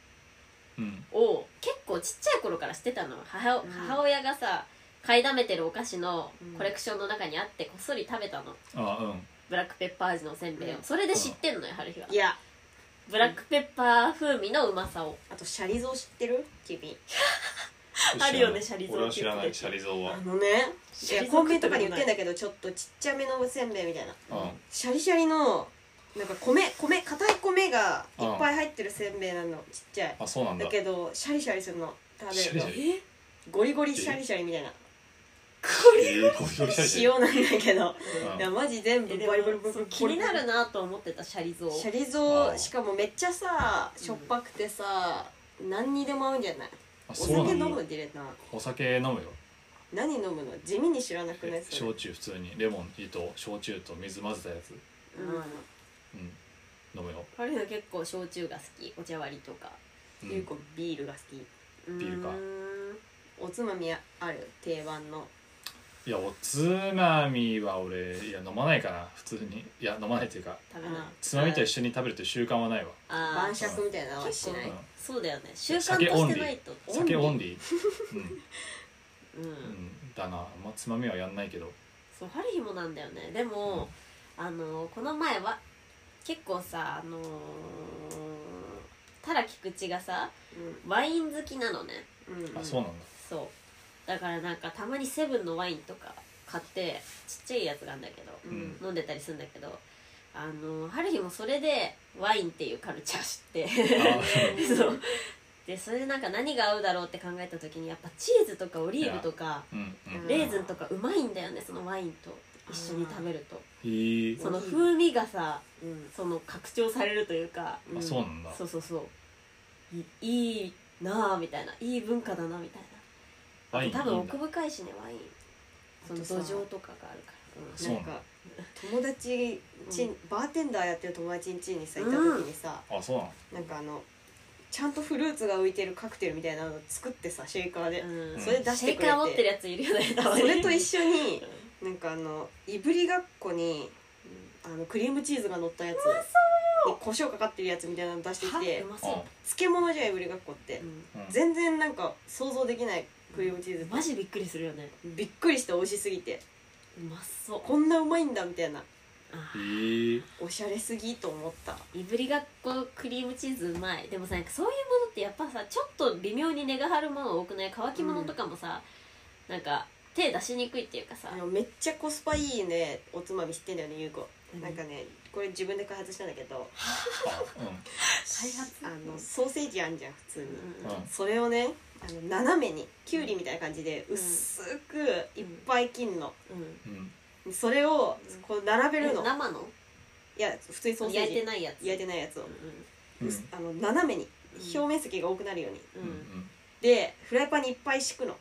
[SPEAKER 3] うん
[SPEAKER 4] を結構ちっちゃい頃からしてたの母,、
[SPEAKER 2] うん
[SPEAKER 4] 母親がさ買いだめてるお菓子の
[SPEAKER 2] うん
[SPEAKER 4] コレクションの中にあってこっそり食べたの
[SPEAKER 3] あうん
[SPEAKER 4] ブラックペッパー味のおせんべいを、
[SPEAKER 2] うん
[SPEAKER 4] それで知ってんのよハリーはい
[SPEAKER 2] や
[SPEAKER 4] ブラックペッパー風味のうまさを
[SPEAKER 2] あとシャリゾウ知ってる君
[SPEAKER 4] あるよねシャリゾウ
[SPEAKER 3] 俺は知らな
[SPEAKER 4] って言っ
[SPEAKER 3] い
[SPEAKER 4] て
[SPEAKER 3] シャリゾウは
[SPEAKER 2] あのねい
[SPEAKER 4] シャ
[SPEAKER 2] や
[SPEAKER 4] リ
[SPEAKER 2] コ
[SPEAKER 4] ゾウ
[SPEAKER 2] ン
[SPEAKER 4] 食
[SPEAKER 2] ビ
[SPEAKER 4] っ
[SPEAKER 2] ニ
[SPEAKER 4] た
[SPEAKER 2] とか
[SPEAKER 4] ことない
[SPEAKER 2] に売ってんだけどちょっとちっちゃめのおせんべいみたいな
[SPEAKER 3] う
[SPEAKER 2] シャリシャリのなんか米米硬い米がいっぱい入ってるせんべいなのちっちゃい
[SPEAKER 3] んあそうなんだ
[SPEAKER 2] だけどシャリシャリするの食べ
[SPEAKER 3] シャ
[SPEAKER 2] る
[SPEAKER 3] リ
[SPEAKER 2] と
[SPEAKER 3] シ
[SPEAKER 4] え
[SPEAKER 2] ゴリゴリシャリシャリみたいな
[SPEAKER 3] えーこういうシャリシャリ
[SPEAKER 2] 塩なんだけど
[SPEAKER 3] うん
[SPEAKER 2] いやマジ全部
[SPEAKER 4] えで
[SPEAKER 2] バリバリ
[SPEAKER 4] も
[SPEAKER 2] バリ
[SPEAKER 4] そ
[SPEAKER 2] バ
[SPEAKER 4] う
[SPEAKER 2] リ
[SPEAKER 4] 気になるなと思ってたシャリゾウ
[SPEAKER 2] シャリゾ
[SPEAKER 3] あー
[SPEAKER 2] ウしかもめっちゃさしょっぱくてさ、何にでも合うんじゃない
[SPEAKER 3] あ
[SPEAKER 2] お
[SPEAKER 3] そう
[SPEAKER 2] 酒
[SPEAKER 3] なんだ
[SPEAKER 2] 飲むディレな
[SPEAKER 3] お酒飲むよ
[SPEAKER 2] 何飲むの地味に知らなくないそれ
[SPEAKER 3] 焼酎普通にレモンと焼酎と水混ぜたやつ
[SPEAKER 2] うん
[SPEAKER 3] うん飲むよ
[SPEAKER 4] ハリーは結構焼酎が好きお茶割りとか
[SPEAKER 3] うん
[SPEAKER 2] ゆうこビールが好き
[SPEAKER 4] ビ
[SPEAKER 3] ールか
[SPEAKER 2] おつまみある定番の
[SPEAKER 3] いやおつまみは俺いや飲まないかな普通にいや飲まないというか
[SPEAKER 4] 食べない
[SPEAKER 3] つまみと一緒に食べるという習慣はないわ
[SPEAKER 4] あ
[SPEAKER 2] 晩
[SPEAKER 4] ー
[SPEAKER 2] 酌みたいなのはしな
[SPEAKER 4] う
[SPEAKER 2] い
[SPEAKER 4] んそうだよね習慣としてないと
[SPEAKER 3] 酒オン
[SPEAKER 4] リ
[SPEAKER 3] リーう
[SPEAKER 4] ー、
[SPEAKER 3] ん
[SPEAKER 4] うん
[SPEAKER 3] うんだなあんまつまみはやんないけど
[SPEAKER 4] そう春日もなんだよねでも、あのこの前は結構さあのー、たら菊池がさワイン好きなのね
[SPEAKER 2] うんうん
[SPEAKER 3] あそうなんだ
[SPEAKER 4] そうだからなんかたまにセブンのワインとか買ってちっちゃいやつがあるんだけど、
[SPEAKER 3] うん
[SPEAKER 4] 飲んでたりするんだけどあの春日もそれでワインっていうカルチャー知って
[SPEAKER 3] あ
[SPEAKER 4] そうでそれでなんか何が合うだろうって考えた時にやっぱチーズとかオリーブとか
[SPEAKER 3] うんうん
[SPEAKER 4] レーズンとかうまいんだよねそのワインと一緒に食べると
[SPEAKER 3] へえ
[SPEAKER 4] その風味がさ
[SPEAKER 2] うん
[SPEAKER 4] その拡張されるというか
[SPEAKER 3] あそうなんだ
[SPEAKER 4] そうそうそういいいなあみたいないい文化だなみたい
[SPEAKER 3] ワインいい
[SPEAKER 4] な多分
[SPEAKER 3] んだ
[SPEAKER 4] 奥深いしねワインその
[SPEAKER 2] あとさ
[SPEAKER 4] 土壌とかがあるか
[SPEAKER 3] そう
[SPEAKER 2] なんか友達ち
[SPEAKER 4] うん
[SPEAKER 2] バーテンダーやってる友達ん家にさ
[SPEAKER 4] う
[SPEAKER 2] 行
[SPEAKER 4] ん
[SPEAKER 2] った時にさ、
[SPEAKER 3] あそうなの
[SPEAKER 2] なんかあのちゃんとフルーツが浮いてるカクテルみたいなの作ってさシェイカーで
[SPEAKER 4] ら、、うんん、それ出してくれてシェイカー持ってるやついるよねたまに
[SPEAKER 2] それと一緒 になんかあのいぶりがっこにあのクリームチーズが乗ったやつで胡椒かかってるやつみたいなの出してき
[SPEAKER 4] は
[SPEAKER 2] て
[SPEAKER 4] うまそう
[SPEAKER 3] あ、
[SPEAKER 2] 漬物じゃんいぶりがっこって、
[SPEAKER 4] う
[SPEAKER 3] うん、
[SPEAKER 2] 全然なんか想像できないクリームチーズ
[SPEAKER 4] んマジびっくりするよね
[SPEAKER 2] びっくりして美味しすぎて
[SPEAKER 4] うまそう
[SPEAKER 2] こんなうまいんだみたいな
[SPEAKER 4] あー
[SPEAKER 3] へえ
[SPEAKER 2] おしゃれすぎと思った
[SPEAKER 4] いぶりがっこクリームチーズうまいでもさなんかそういうものってやっぱさちょっと微妙に値が張るもの多くない乾き物とかもさ、なんか手出しにくいっていうかさ
[SPEAKER 2] あのめっちゃコスパいいねおつまみ知ってんだよねゆうこ
[SPEAKER 4] 何
[SPEAKER 2] なんかねこれ自分で開発したんだけど
[SPEAKER 3] あう
[SPEAKER 4] 開発
[SPEAKER 2] あのソーセージあんじゃん普通に、
[SPEAKER 3] んうん
[SPEAKER 2] それをねあの斜めにきゅうりみたいな感じで
[SPEAKER 4] ん
[SPEAKER 2] 薄くいっぱい切んの、
[SPEAKER 4] うん、
[SPEAKER 3] うん
[SPEAKER 2] それを
[SPEAKER 4] うん
[SPEAKER 2] こう並べるの、
[SPEAKER 4] え生の
[SPEAKER 2] いや普通にソーセー
[SPEAKER 4] 焼い
[SPEAKER 2] ジ
[SPEAKER 4] てないやつ
[SPEAKER 2] 焼いてないやつを、
[SPEAKER 3] うん
[SPEAKER 2] 薄あの斜めに
[SPEAKER 4] う
[SPEAKER 2] 表
[SPEAKER 4] ん
[SPEAKER 2] 面積が多くなるように、
[SPEAKER 4] う、
[SPEAKER 3] うん
[SPEAKER 4] うん
[SPEAKER 3] ん
[SPEAKER 2] でフライパンにいっぱい敷くの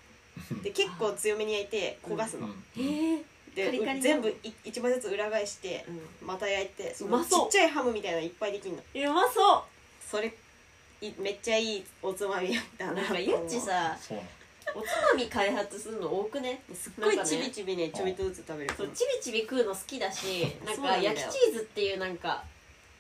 [SPEAKER 3] うん
[SPEAKER 2] で結構強めに焼いて焦がす
[SPEAKER 3] う
[SPEAKER 2] の、
[SPEAKER 3] ん
[SPEAKER 4] へえ
[SPEAKER 2] で
[SPEAKER 4] カリカリなの
[SPEAKER 2] う全部い一枚ずつ裏返してまた焼いての
[SPEAKER 4] うまそう
[SPEAKER 2] ちっちゃいハムみたいなのいっぱいできんの
[SPEAKER 4] うん、うまそう
[SPEAKER 2] それいめっちゃいいおつまみやったな
[SPEAKER 4] なんかゆっちさ
[SPEAKER 3] そうなの
[SPEAKER 4] おつまみ開発するの多くね
[SPEAKER 2] すっごい
[SPEAKER 4] なんか
[SPEAKER 2] ち
[SPEAKER 4] ね
[SPEAKER 2] びちびねちょびっとずつ食べる
[SPEAKER 4] そうちびちび食うの好き だしなん
[SPEAKER 2] そうな
[SPEAKER 4] か
[SPEAKER 2] んだよ
[SPEAKER 4] 焼きチーズっていうなんか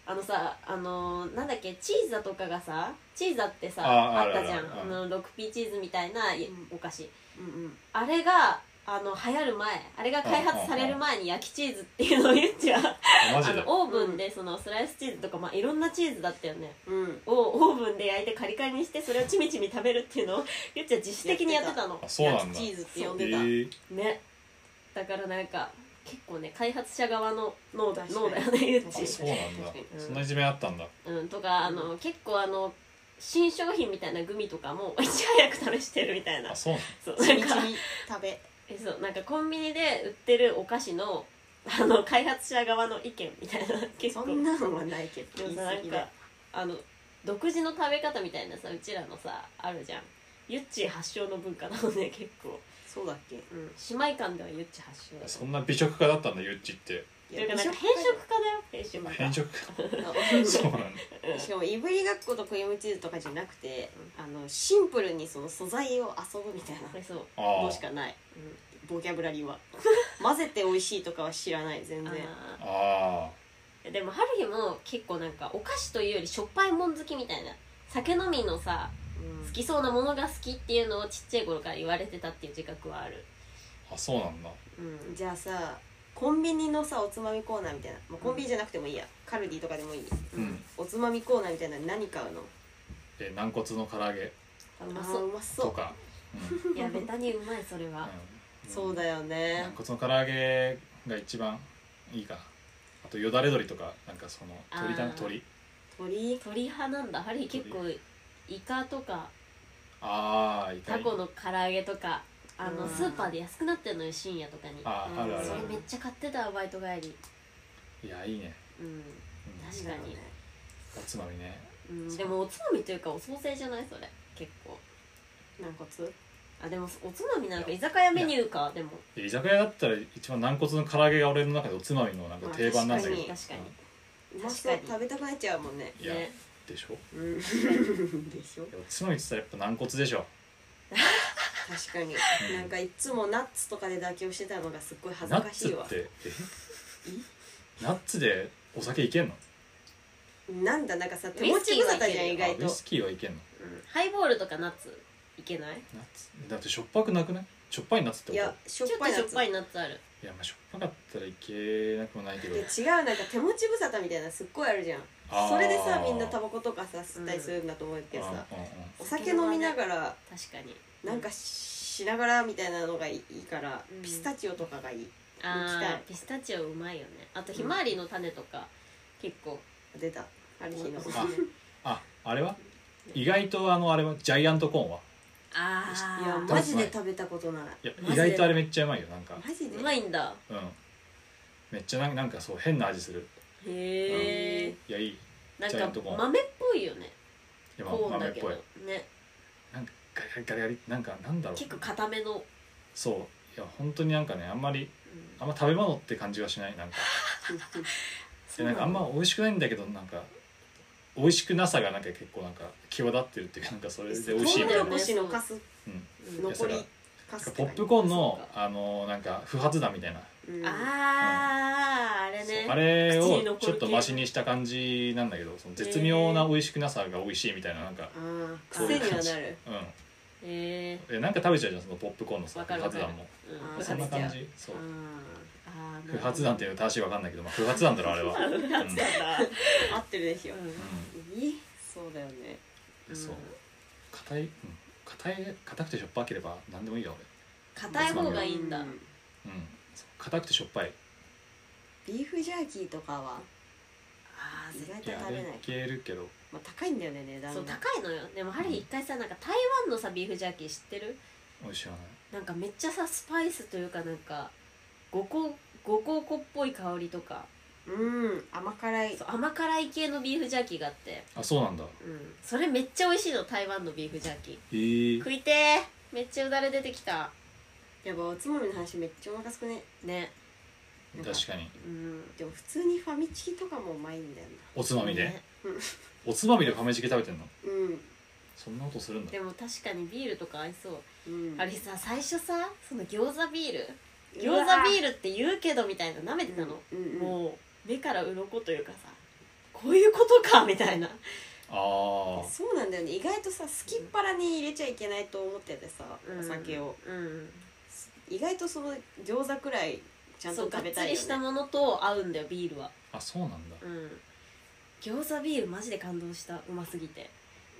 [SPEAKER 4] あのさあのーなんだっけチーズだとかがさチーズだってさ
[SPEAKER 3] あ
[SPEAKER 4] あ
[SPEAKER 3] ある
[SPEAKER 4] ったじゃん
[SPEAKER 3] あるあ
[SPEAKER 4] あ
[SPEAKER 3] る
[SPEAKER 4] の 6P チーズみたいないうお菓子
[SPEAKER 2] うんうん
[SPEAKER 4] あれがあの流行る前あれが開発される前に焼きチーズっていうのをゆっちは
[SPEAKER 3] あ マ
[SPEAKER 4] あ
[SPEAKER 3] ジで
[SPEAKER 4] のオーブンでそのスライスチーズとか、まあ、いろんなチーズだったよね
[SPEAKER 2] うん
[SPEAKER 4] をオーブンで焼いてカリカリにしてそれをちみちみ食べるっていうのをゆっちは自主的にやってたの
[SPEAKER 3] あそうなんだ
[SPEAKER 2] チーズって呼ん
[SPEAKER 3] え
[SPEAKER 2] でた、
[SPEAKER 3] ー
[SPEAKER 4] ねだからなんか結構ね開発者側の脳だ
[SPEAKER 2] 確かに
[SPEAKER 4] 脳だよねゆっ
[SPEAKER 3] あ
[SPEAKER 4] ち、
[SPEAKER 3] そうなんだ
[SPEAKER 2] 確か
[SPEAKER 4] に
[SPEAKER 3] そんないじめあったんだ
[SPEAKER 4] うん、とかあの結構あの新商品みたいなグミと かもいち早く試してるみたいな
[SPEAKER 3] あそうなん
[SPEAKER 4] そう
[SPEAKER 2] ち
[SPEAKER 4] なん
[SPEAKER 2] びち
[SPEAKER 4] か
[SPEAKER 2] び食べ
[SPEAKER 4] えそうなんかコンビニで売ってるお菓子のあの開発者側の意見みたい な結
[SPEAKER 2] そ
[SPEAKER 4] 構
[SPEAKER 2] んなのはないけ
[SPEAKER 4] で
[SPEAKER 2] ど言
[SPEAKER 4] も
[SPEAKER 2] い
[SPEAKER 4] さ
[SPEAKER 2] 過
[SPEAKER 4] なん
[SPEAKER 2] ぎだ
[SPEAKER 4] かあの独自の食べ方みたいなさうちらのさあるじゃんゆっちー発祥の文化なのね結構、
[SPEAKER 2] そうだっけ
[SPEAKER 4] うん、姉妹間ではゆっちー発祥だ
[SPEAKER 3] だそんな美食家だったんだゆっちって
[SPEAKER 4] というかなんか変色家だよ変色家
[SPEAKER 3] 変色
[SPEAKER 2] 変
[SPEAKER 3] そう
[SPEAKER 2] 色
[SPEAKER 3] なんだ
[SPEAKER 2] しかもいぶりがっことクリームチーズとかじゃなくてあのシンプルにその素材を遊ぶみたい
[SPEAKER 4] これそう、
[SPEAKER 3] あ
[SPEAKER 2] な
[SPEAKER 3] ー
[SPEAKER 2] のしかない
[SPEAKER 4] うん
[SPEAKER 2] ボキャブラリーは 混ぜて美味しいとかは知らない全然
[SPEAKER 4] あ
[SPEAKER 3] あ
[SPEAKER 4] ーでも春日も結構なんかお菓子というよりしょっぱいもん好きみたいな酒飲みのさ
[SPEAKER 2] うん
[SPEAKER 4] 好きそうなものが好きっていうのをちっちゃい頃から言われてたっていう自覚はある
[SPEAKER 3] ーあそうなんだ
[SPEAKER 4] うん
[SPEAKER 2] じゃあさコンビニのさおつまみコーナーみたいな、まあ、コンビニじゃなくてもいいや、カルディとかでもいい
[SPEAKER 3] うん
[SPEAKER 2] おつまみコーナーみたいなの何買うの
[SPEAKER 3] え軟骨の唐揚げ
[SPEAKER 4] あう
[SPEAKER 2] う
[SPEAKER 4] ま
[SPEAKER 2] ま
[SPEAKER 4] そ
[SPEAKER 2] そう
[SPEAKER 4] う
[SPEAKER 2] うまそ
[SPEAKER 3] と
[SPEAKER 2] う
[SPEAKER 3] かう ん
[SPEAKER 4] いやベタにうまいそれは、
[SPEAKER 3] うん
[SPEAKER 2] そうだよね
[SPEAKER 3] 軟骨の唐揚げが一番いいかなあとよだれ鶏とかなんかその鳥
[SPEAKER 4] あ
[SPEAKER 3] だ
[SPEAKER 4] ー
[SPEAKER 3] 鶏
[SPEAKER 2] 鶏
[SPEAKER 4] 鳥派なんだ春日結構イカとか
[SPEAKER 3] ああいた
[SPEAKER 4] タ
[SPEAKER 3] い
[SPEAKER 4] コの唐揚げとかあの
[SPEAKER 2] うん
[SPEAKER 4] スーパーで安くなってるのよ深夜とかに
[SPEAKER 3] あーあるある
[SPEAKER 4] そ
[SPEAKER 3] あ
[SPEAKER 4] れ
[SPEAKER 3] る
[SPEAKER 4] めっちゃ買ってたわバイト帰り
[SPEAKER 3] いやいいね、
[SPEAKER 4] うん、
[SPEAKER 3] うん
[SPEAKER 4] 確かに、
[SPEAKER 3] おつまみね
[SPEAKER 4] うん、でもおつまみというかお惣菜じゃないそれ結構
[SPEAKER 2] 軟骨
[SPEAKER 4] あでもおつまみなんか居酒屋メニューかでも
[SPEAKER 3] で居酒屋だったら一番軟骨の唐揚げが俺の中でおつまみのなんか定番なんだけど、
[SPEAKER 2] まあ
[SPEAKER 4] 確かに確
[SPEAKER 2] うまそう
[SPEAKER 4] 確かに
[SPEAKER 2] 食べたくなっちゃうもんね
[SPEAKER 3] いや、
[SPEAKER 4] ね
[SPEAKER 3] でしょ
[SPEAKER 2] うん でしょ
[SPEAKER 3] おつまみって言ったらやっぱ軟骨でしょ
[SPEAKER 2] 確かに
[SPEAKER 3] う ん
[SPEAKER 2] なんかいつもナッツとかで妥協してたのがすっごい恥
[SPEAKER 3] ナ
[SPEAKER 2] ず
[SPEAKER 3] ッ
[SPEAKER 2] か
[SPEAKER 3] ツ
[SPEAKER 2] しいわ
[SPEAKER 3] ってえナッツでお酒いけんの
[SPEAKER 2] なんだなんかさ手持ち無沙汰じゃん
[SPEAKER 4] ウイ
[SPEAKER 2] 意
[SPEAKER 4] スキーは
[SPEAKER 2] 外と
[SPEAKER 3] あウイスキーはいけんの
[SPEAKER 4] うん、ハイボールとかナッツいけない
[SPEAKER 3] ナッツだってしょっぱくなくないしょっぱいナッツって
[SPEAKER 2] い
[SPEAKER 3] こと
[SPEAKER 2] や
[SPEAKER 3] いや
[SPEAKER 2] し
[SPEAKER 4] ちょ
[SPEAKER 2] ょ
[SPEAKER 4] っ
[SPEAKER 2] っ
[SPEAKER 4] と
[SPEAKER 2] ぱい
[SPEAKER 4] し
[SPEAKER 2] や
[SPEAKER 4] ょっ
[SPEAKER 2] つ
[SPEAKER 4] ぱいナッツある
[SPEAKER 3] まあしょっぱかったらいけなくもないけど
[SPEAKER 2] で違うなんか手持ち無沙汰みたいなすっごいあるじゃん
[SPEAKER 3] あー
[SPEAKER 2] それでさみんなタバコとかさ吸ったりするんだと思うけどさ、
[SPEAKER 3] うんうんうん
[SPEAKER 2] お酒飲みながら
[SPEAKER 4] 確かに
[SPEAKER 2] なんかししながらみたいなのがいいから、
[SPEAKER 4] うん
[SPEAKER 2] ピスタチオとかがいい行きた
[SPEAKER 4] あ
[SPEAKER 2] い
[SPEAKER 4] ーピスタチオうまいよねあとひまわりの種とか、結構
[SPEAKER 2] 出たある日の
[SPEAKER 3] あああれは意外とあのあれはジャイアントコーンは
[SPEAKER 4] あ
[SPEAKER 2] いや
[SPEAKER 4] あ
[SPEAKER 2] マジで食べたことない
[SPEAKER 3] いや
[SPEAKER 4] マジで
[SPEAKER 3] 意外とあれめっちゃうまいよなんか
[SPEAKER 2] マジで
[SPEAKER 4] うま いんだ
[SPEAKER 3] うんめっちゃなんなんかそう変な味する
[SPEAKER 4] へえ、
[SPEAKER 3] いやいいい
[SPEAKER 4] なん
[SPEAKER 3] ジャイアン
[SPEAKER 4] か
[SPEAKER 3] トコーン
[SPEAKER 4] 豆っぽいよね
[SPEAKER 3] やま
[SPEAKER 4] コーン
[SPEAKER 3] 豆
[SPEAKER 4] だ
[SPEAKER 3] っ
[SPEAKER 4] けど
[SPEAKER 3] ぽい
[SPEAKER 4] ね
[SPEAKER 3] なんかガリガリガリガリなんかなんだろう
[SPEAKER 4] 結構固めの、
[SPEAKER 3] そういや本当になんかねあんまりあんま食べ物って感じはしないなんかでなんかあんま美味しくないんだけどなんか美味しくなさがなんか結構なんか際立ってるっていうかなんかそれで美味しいみたい
[SPEAKER 2] トウモ
[SPEAKER 3] な、うん、
[SPEAKER 2] ロコシのカス
[SPEAKER 4] うん
[SPEAKER 3] いや
[SPEAKER 2] 残
[SPEAKER 3] それ
[SPEAKER 2] り
[SPEAKER 3] は
[SPEAKER 2] カス
[SPEAKER 3] ポップコーンの
[SPEAKER 4] そう
[SPEAKER 3] あのなんか不発弾みたいな
[SPEAKER 2] うん
[SPEAKER 4] あーあれ
[SPEAKER 3] そう
[SPEAKER 4] ね
[SPEAKER 3] あれ
[SPEAKER 4] 口に
[SPEAKER 3] を
[SPEAKER 4] 残る
[SPEAKER 3] ちょっとマシにした感じなんだけどその絶妙な美味しくなさが美味しいみたいななんか
[SPEAKER 2] あー癖にはなる
[SPEAKER 3] う
[SPEAKER 4] へえ
[SPEAKER 3] んえなんか食べちゃうじゃんそのポップコーンのさ
[SPEAKER 4] わか
[SPEAKER 3] 不
[SPEAKER 4] るわ
[SPEAKER 3] 発
[SPEAKER 4] かる
[SPEAKER 3] 弾も
[SPEAKER 4] う
[SPEAKER 2] あ
[SPEAKER 4] ん
[SPEAKER 2] ー
[SPEAKER 4] わ
[SPEAKER 3] そ
[SPEAKER 4] か
[SPEAKER 3] ん
[SPEAKER 4] る
[SPEAKER 2] わ
[SPEAKER 3] な
[SPEAKER 2] か
[SPEAKER 3] 感
[SPEAKER 2] る
[SPEAKER 3] じそう
[SPEAKER 2] あ
[SPEAKER 4] あー
[SPEAKER 3] 不発弾っていうのは正しいわかんないけど、まあ、不発弾だろあ れは、うん
[SPEAKER 4] 不発弾だ、
[SPEAKER 2] ー合ってるでしょ
[SPEAKER 4] うん
[SPEAKER 2] いいそうだよね
[SPEAKER 3] うんそう
[SPEAKER 4] うん
[SPEAKER 3] 硬いうん硬い硬くてしょっぱければ何でもいいよ
[SPEAKER 4] 硬い方がいいんだ、
[SPEAKER 2] う
[SPEAKER 3] 俺うんそう硬くてしょっぱい
[SPEAKER 2] ビーフジャーキーとかは
[SPEAKER 4] あー
[SPEAKER 2] 意外
[SPEAKER 3] い
[SPEAKER 2] と
[SPEAKER 3] や
[SPEAKER 2] 食
[SPEAKER 3] あ
[SPEAKER 2] べ
[SPEAKER 3] れ
[SPEAKER 2] ない
[SPEAKER 3] いけるけど
[SPEAKER 2] まあ高いんだよね値段が
[SPEAKER 4] そう高いのよでもハリー一回さなんか台湾のさビーフジャーキー知ってる
[SPEAKER 3] 美味しいよね
[SPEAKER 4] なんかめっちゃさスパイスというかなんか五香五香粉っぽい香りとか
[SPEAKER 2] うん甘辛い
[SPEAKER 4] そう甘辛い系のビーフジャーキーがあって、
[SPEAKER 3] あそうなんだ
[SPEAKER 4] うん、それめっちゃ美味しいの台湾のビーフジャーキー
[SPEAKER 3] えー、
[SPEAKER 4] 食いてーめっちゃうだれ出てきた
[SPEAKER 2] やばおつまみの話めっちゃお腹すくね
[SPEAKER 4] ね
[SPEAKER 2] なんか
[SPEAKER 3] 確かに
[SPEAKER 2] うんでも普通にファミチキとかもうまいんだよな
[SPEAKER 3] おつまみで、
[SPEAKER 4] ね
[SPEAKER 3] おつまみでファミチキ食べてんの
[SPEAKER 2] うん
[SPEAKER 3] そんなことするんだ
[SPEAKER 4] でも確かにビールとか合いそう、
[SPEAKER 2] うん
[SPEAKER 4] あれさ最初さその餃子ビール餃
[SPEAKER 2] うわ
[SPEAKER 4] 子ビールって言うけどみたいな舐めてたの、
[SPEAKER 2] うんうん
[SPEAKER 4] もう目から鱗というかさこういうことかみたいな
[SPEAKER 3] あ
[SPEAKER 2] そうなんだよね意外とさすきっ腹に入れちゃいけないと思っててさ、
[SPEAKER 4] うん
[SPEAKER 2] お酒を
[SPEAKER 4] うん
[SPEAKER 2] 意外とその餃子くらいちゃんと
[SPEAKER 4] そうが
[SPEAKER 2] 食
[SPEAKER 4] っ
[SPEAKER 2] べ
[SPEAKER 4] つ
[SPEAKER 2] たい
[SPEAKER 4] り
[SPEAKER 2] よ、
[SPEAKER 4] した
[SPEAKER 2] ね、
[SPEAKER 4] ものと合うんだよビールは
[SPEAKER 3] ああそうなんだ
[SPEAKER 4] うん餃子ビールマジで感動したうますぎて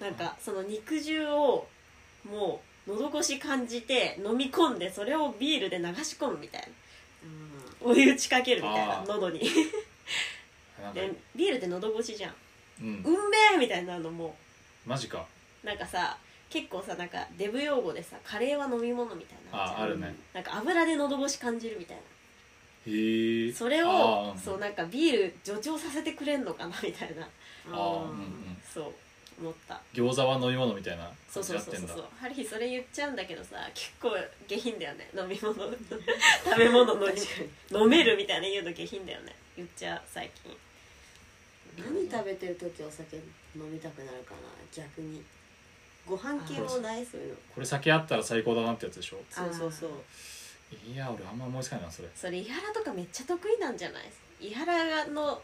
[SPEAKER 4] なんかその肉汁をもう喉越し感じて飲み込んでそれをビールで流し込むみたいな追い打ちかけるみたい
[SPEAKER 3] あ
[SPEAKER 4] な
[SPEAKER 3] ー
[SPEAKER 4] 喉に
[SPEAKER 3] なんか
[SPEAKER 4] でビールって喉越しじゃん
[SPEAKER 3] うん
[SPEAKER 4] うんめえみたいになるのも
[SPEAKER 3] マジか
[SPEAKER 4] なんかさ結構さなんかデブ用語でさカレーは飲み物みたいなのるじゃん
[SPEAKER 3] ああるね
[SPEAKER 4] なんか油で喉越し感じるみたい
[SPEAKER 3] へえ
[SPEAKER 4] なそれ
[SPEAKER 3] あ
[SPEAKER 4] を
[SPEAKER 3] ー
[SPEAKER 4] そうなんかビール助長させてくれんのかなみたいな
[SPEAKER 2] うん
[SPEAKER 3] あー
[SPEAKER 2] う
[SPEAKER 3] うんんうん
[SPEAKER 4] そう思った
[SPEAKER 3] 餃子は飲み物みたいな
[SPEAKER 4] そ
[SPEAKER 3] 感
[SPEAKER 4] う
[SPEAKER 3] じ
[SPEAKER 4] そ
[SPEAKER 3] や
[SPEAKER 4] うそうそ
[SPEAKER 3] ってん
[SPEAKER 4] う
[SPEAKER 3] だ
[SPEAKER 4] そうハリヒそれ言っちゃうんだけどさ結構下品だよね飲み物 食べ物の
[SPEAKER 2] 確か
[SPEAKER 4] 飲めるみたいな言うの下品だよね言っちゃう最近
[SPEAKER 2] に何食べてる時お酒飲みたくなるかな逆にご飯系もないそういうの
[SPEAKER 3] これ酒あったら最高だなってやつでしょ
[SPEAKER 4] あ
[SPEAKER 2] そ
[SPEAKER 4] ー
[SPEAKER 2] うそうそう
[SPEAKER 3] いや俺あんま思いつかないなそれ
[SPEAKER 4] それ伊原とかめっちゃ得意なんじゃない伊原の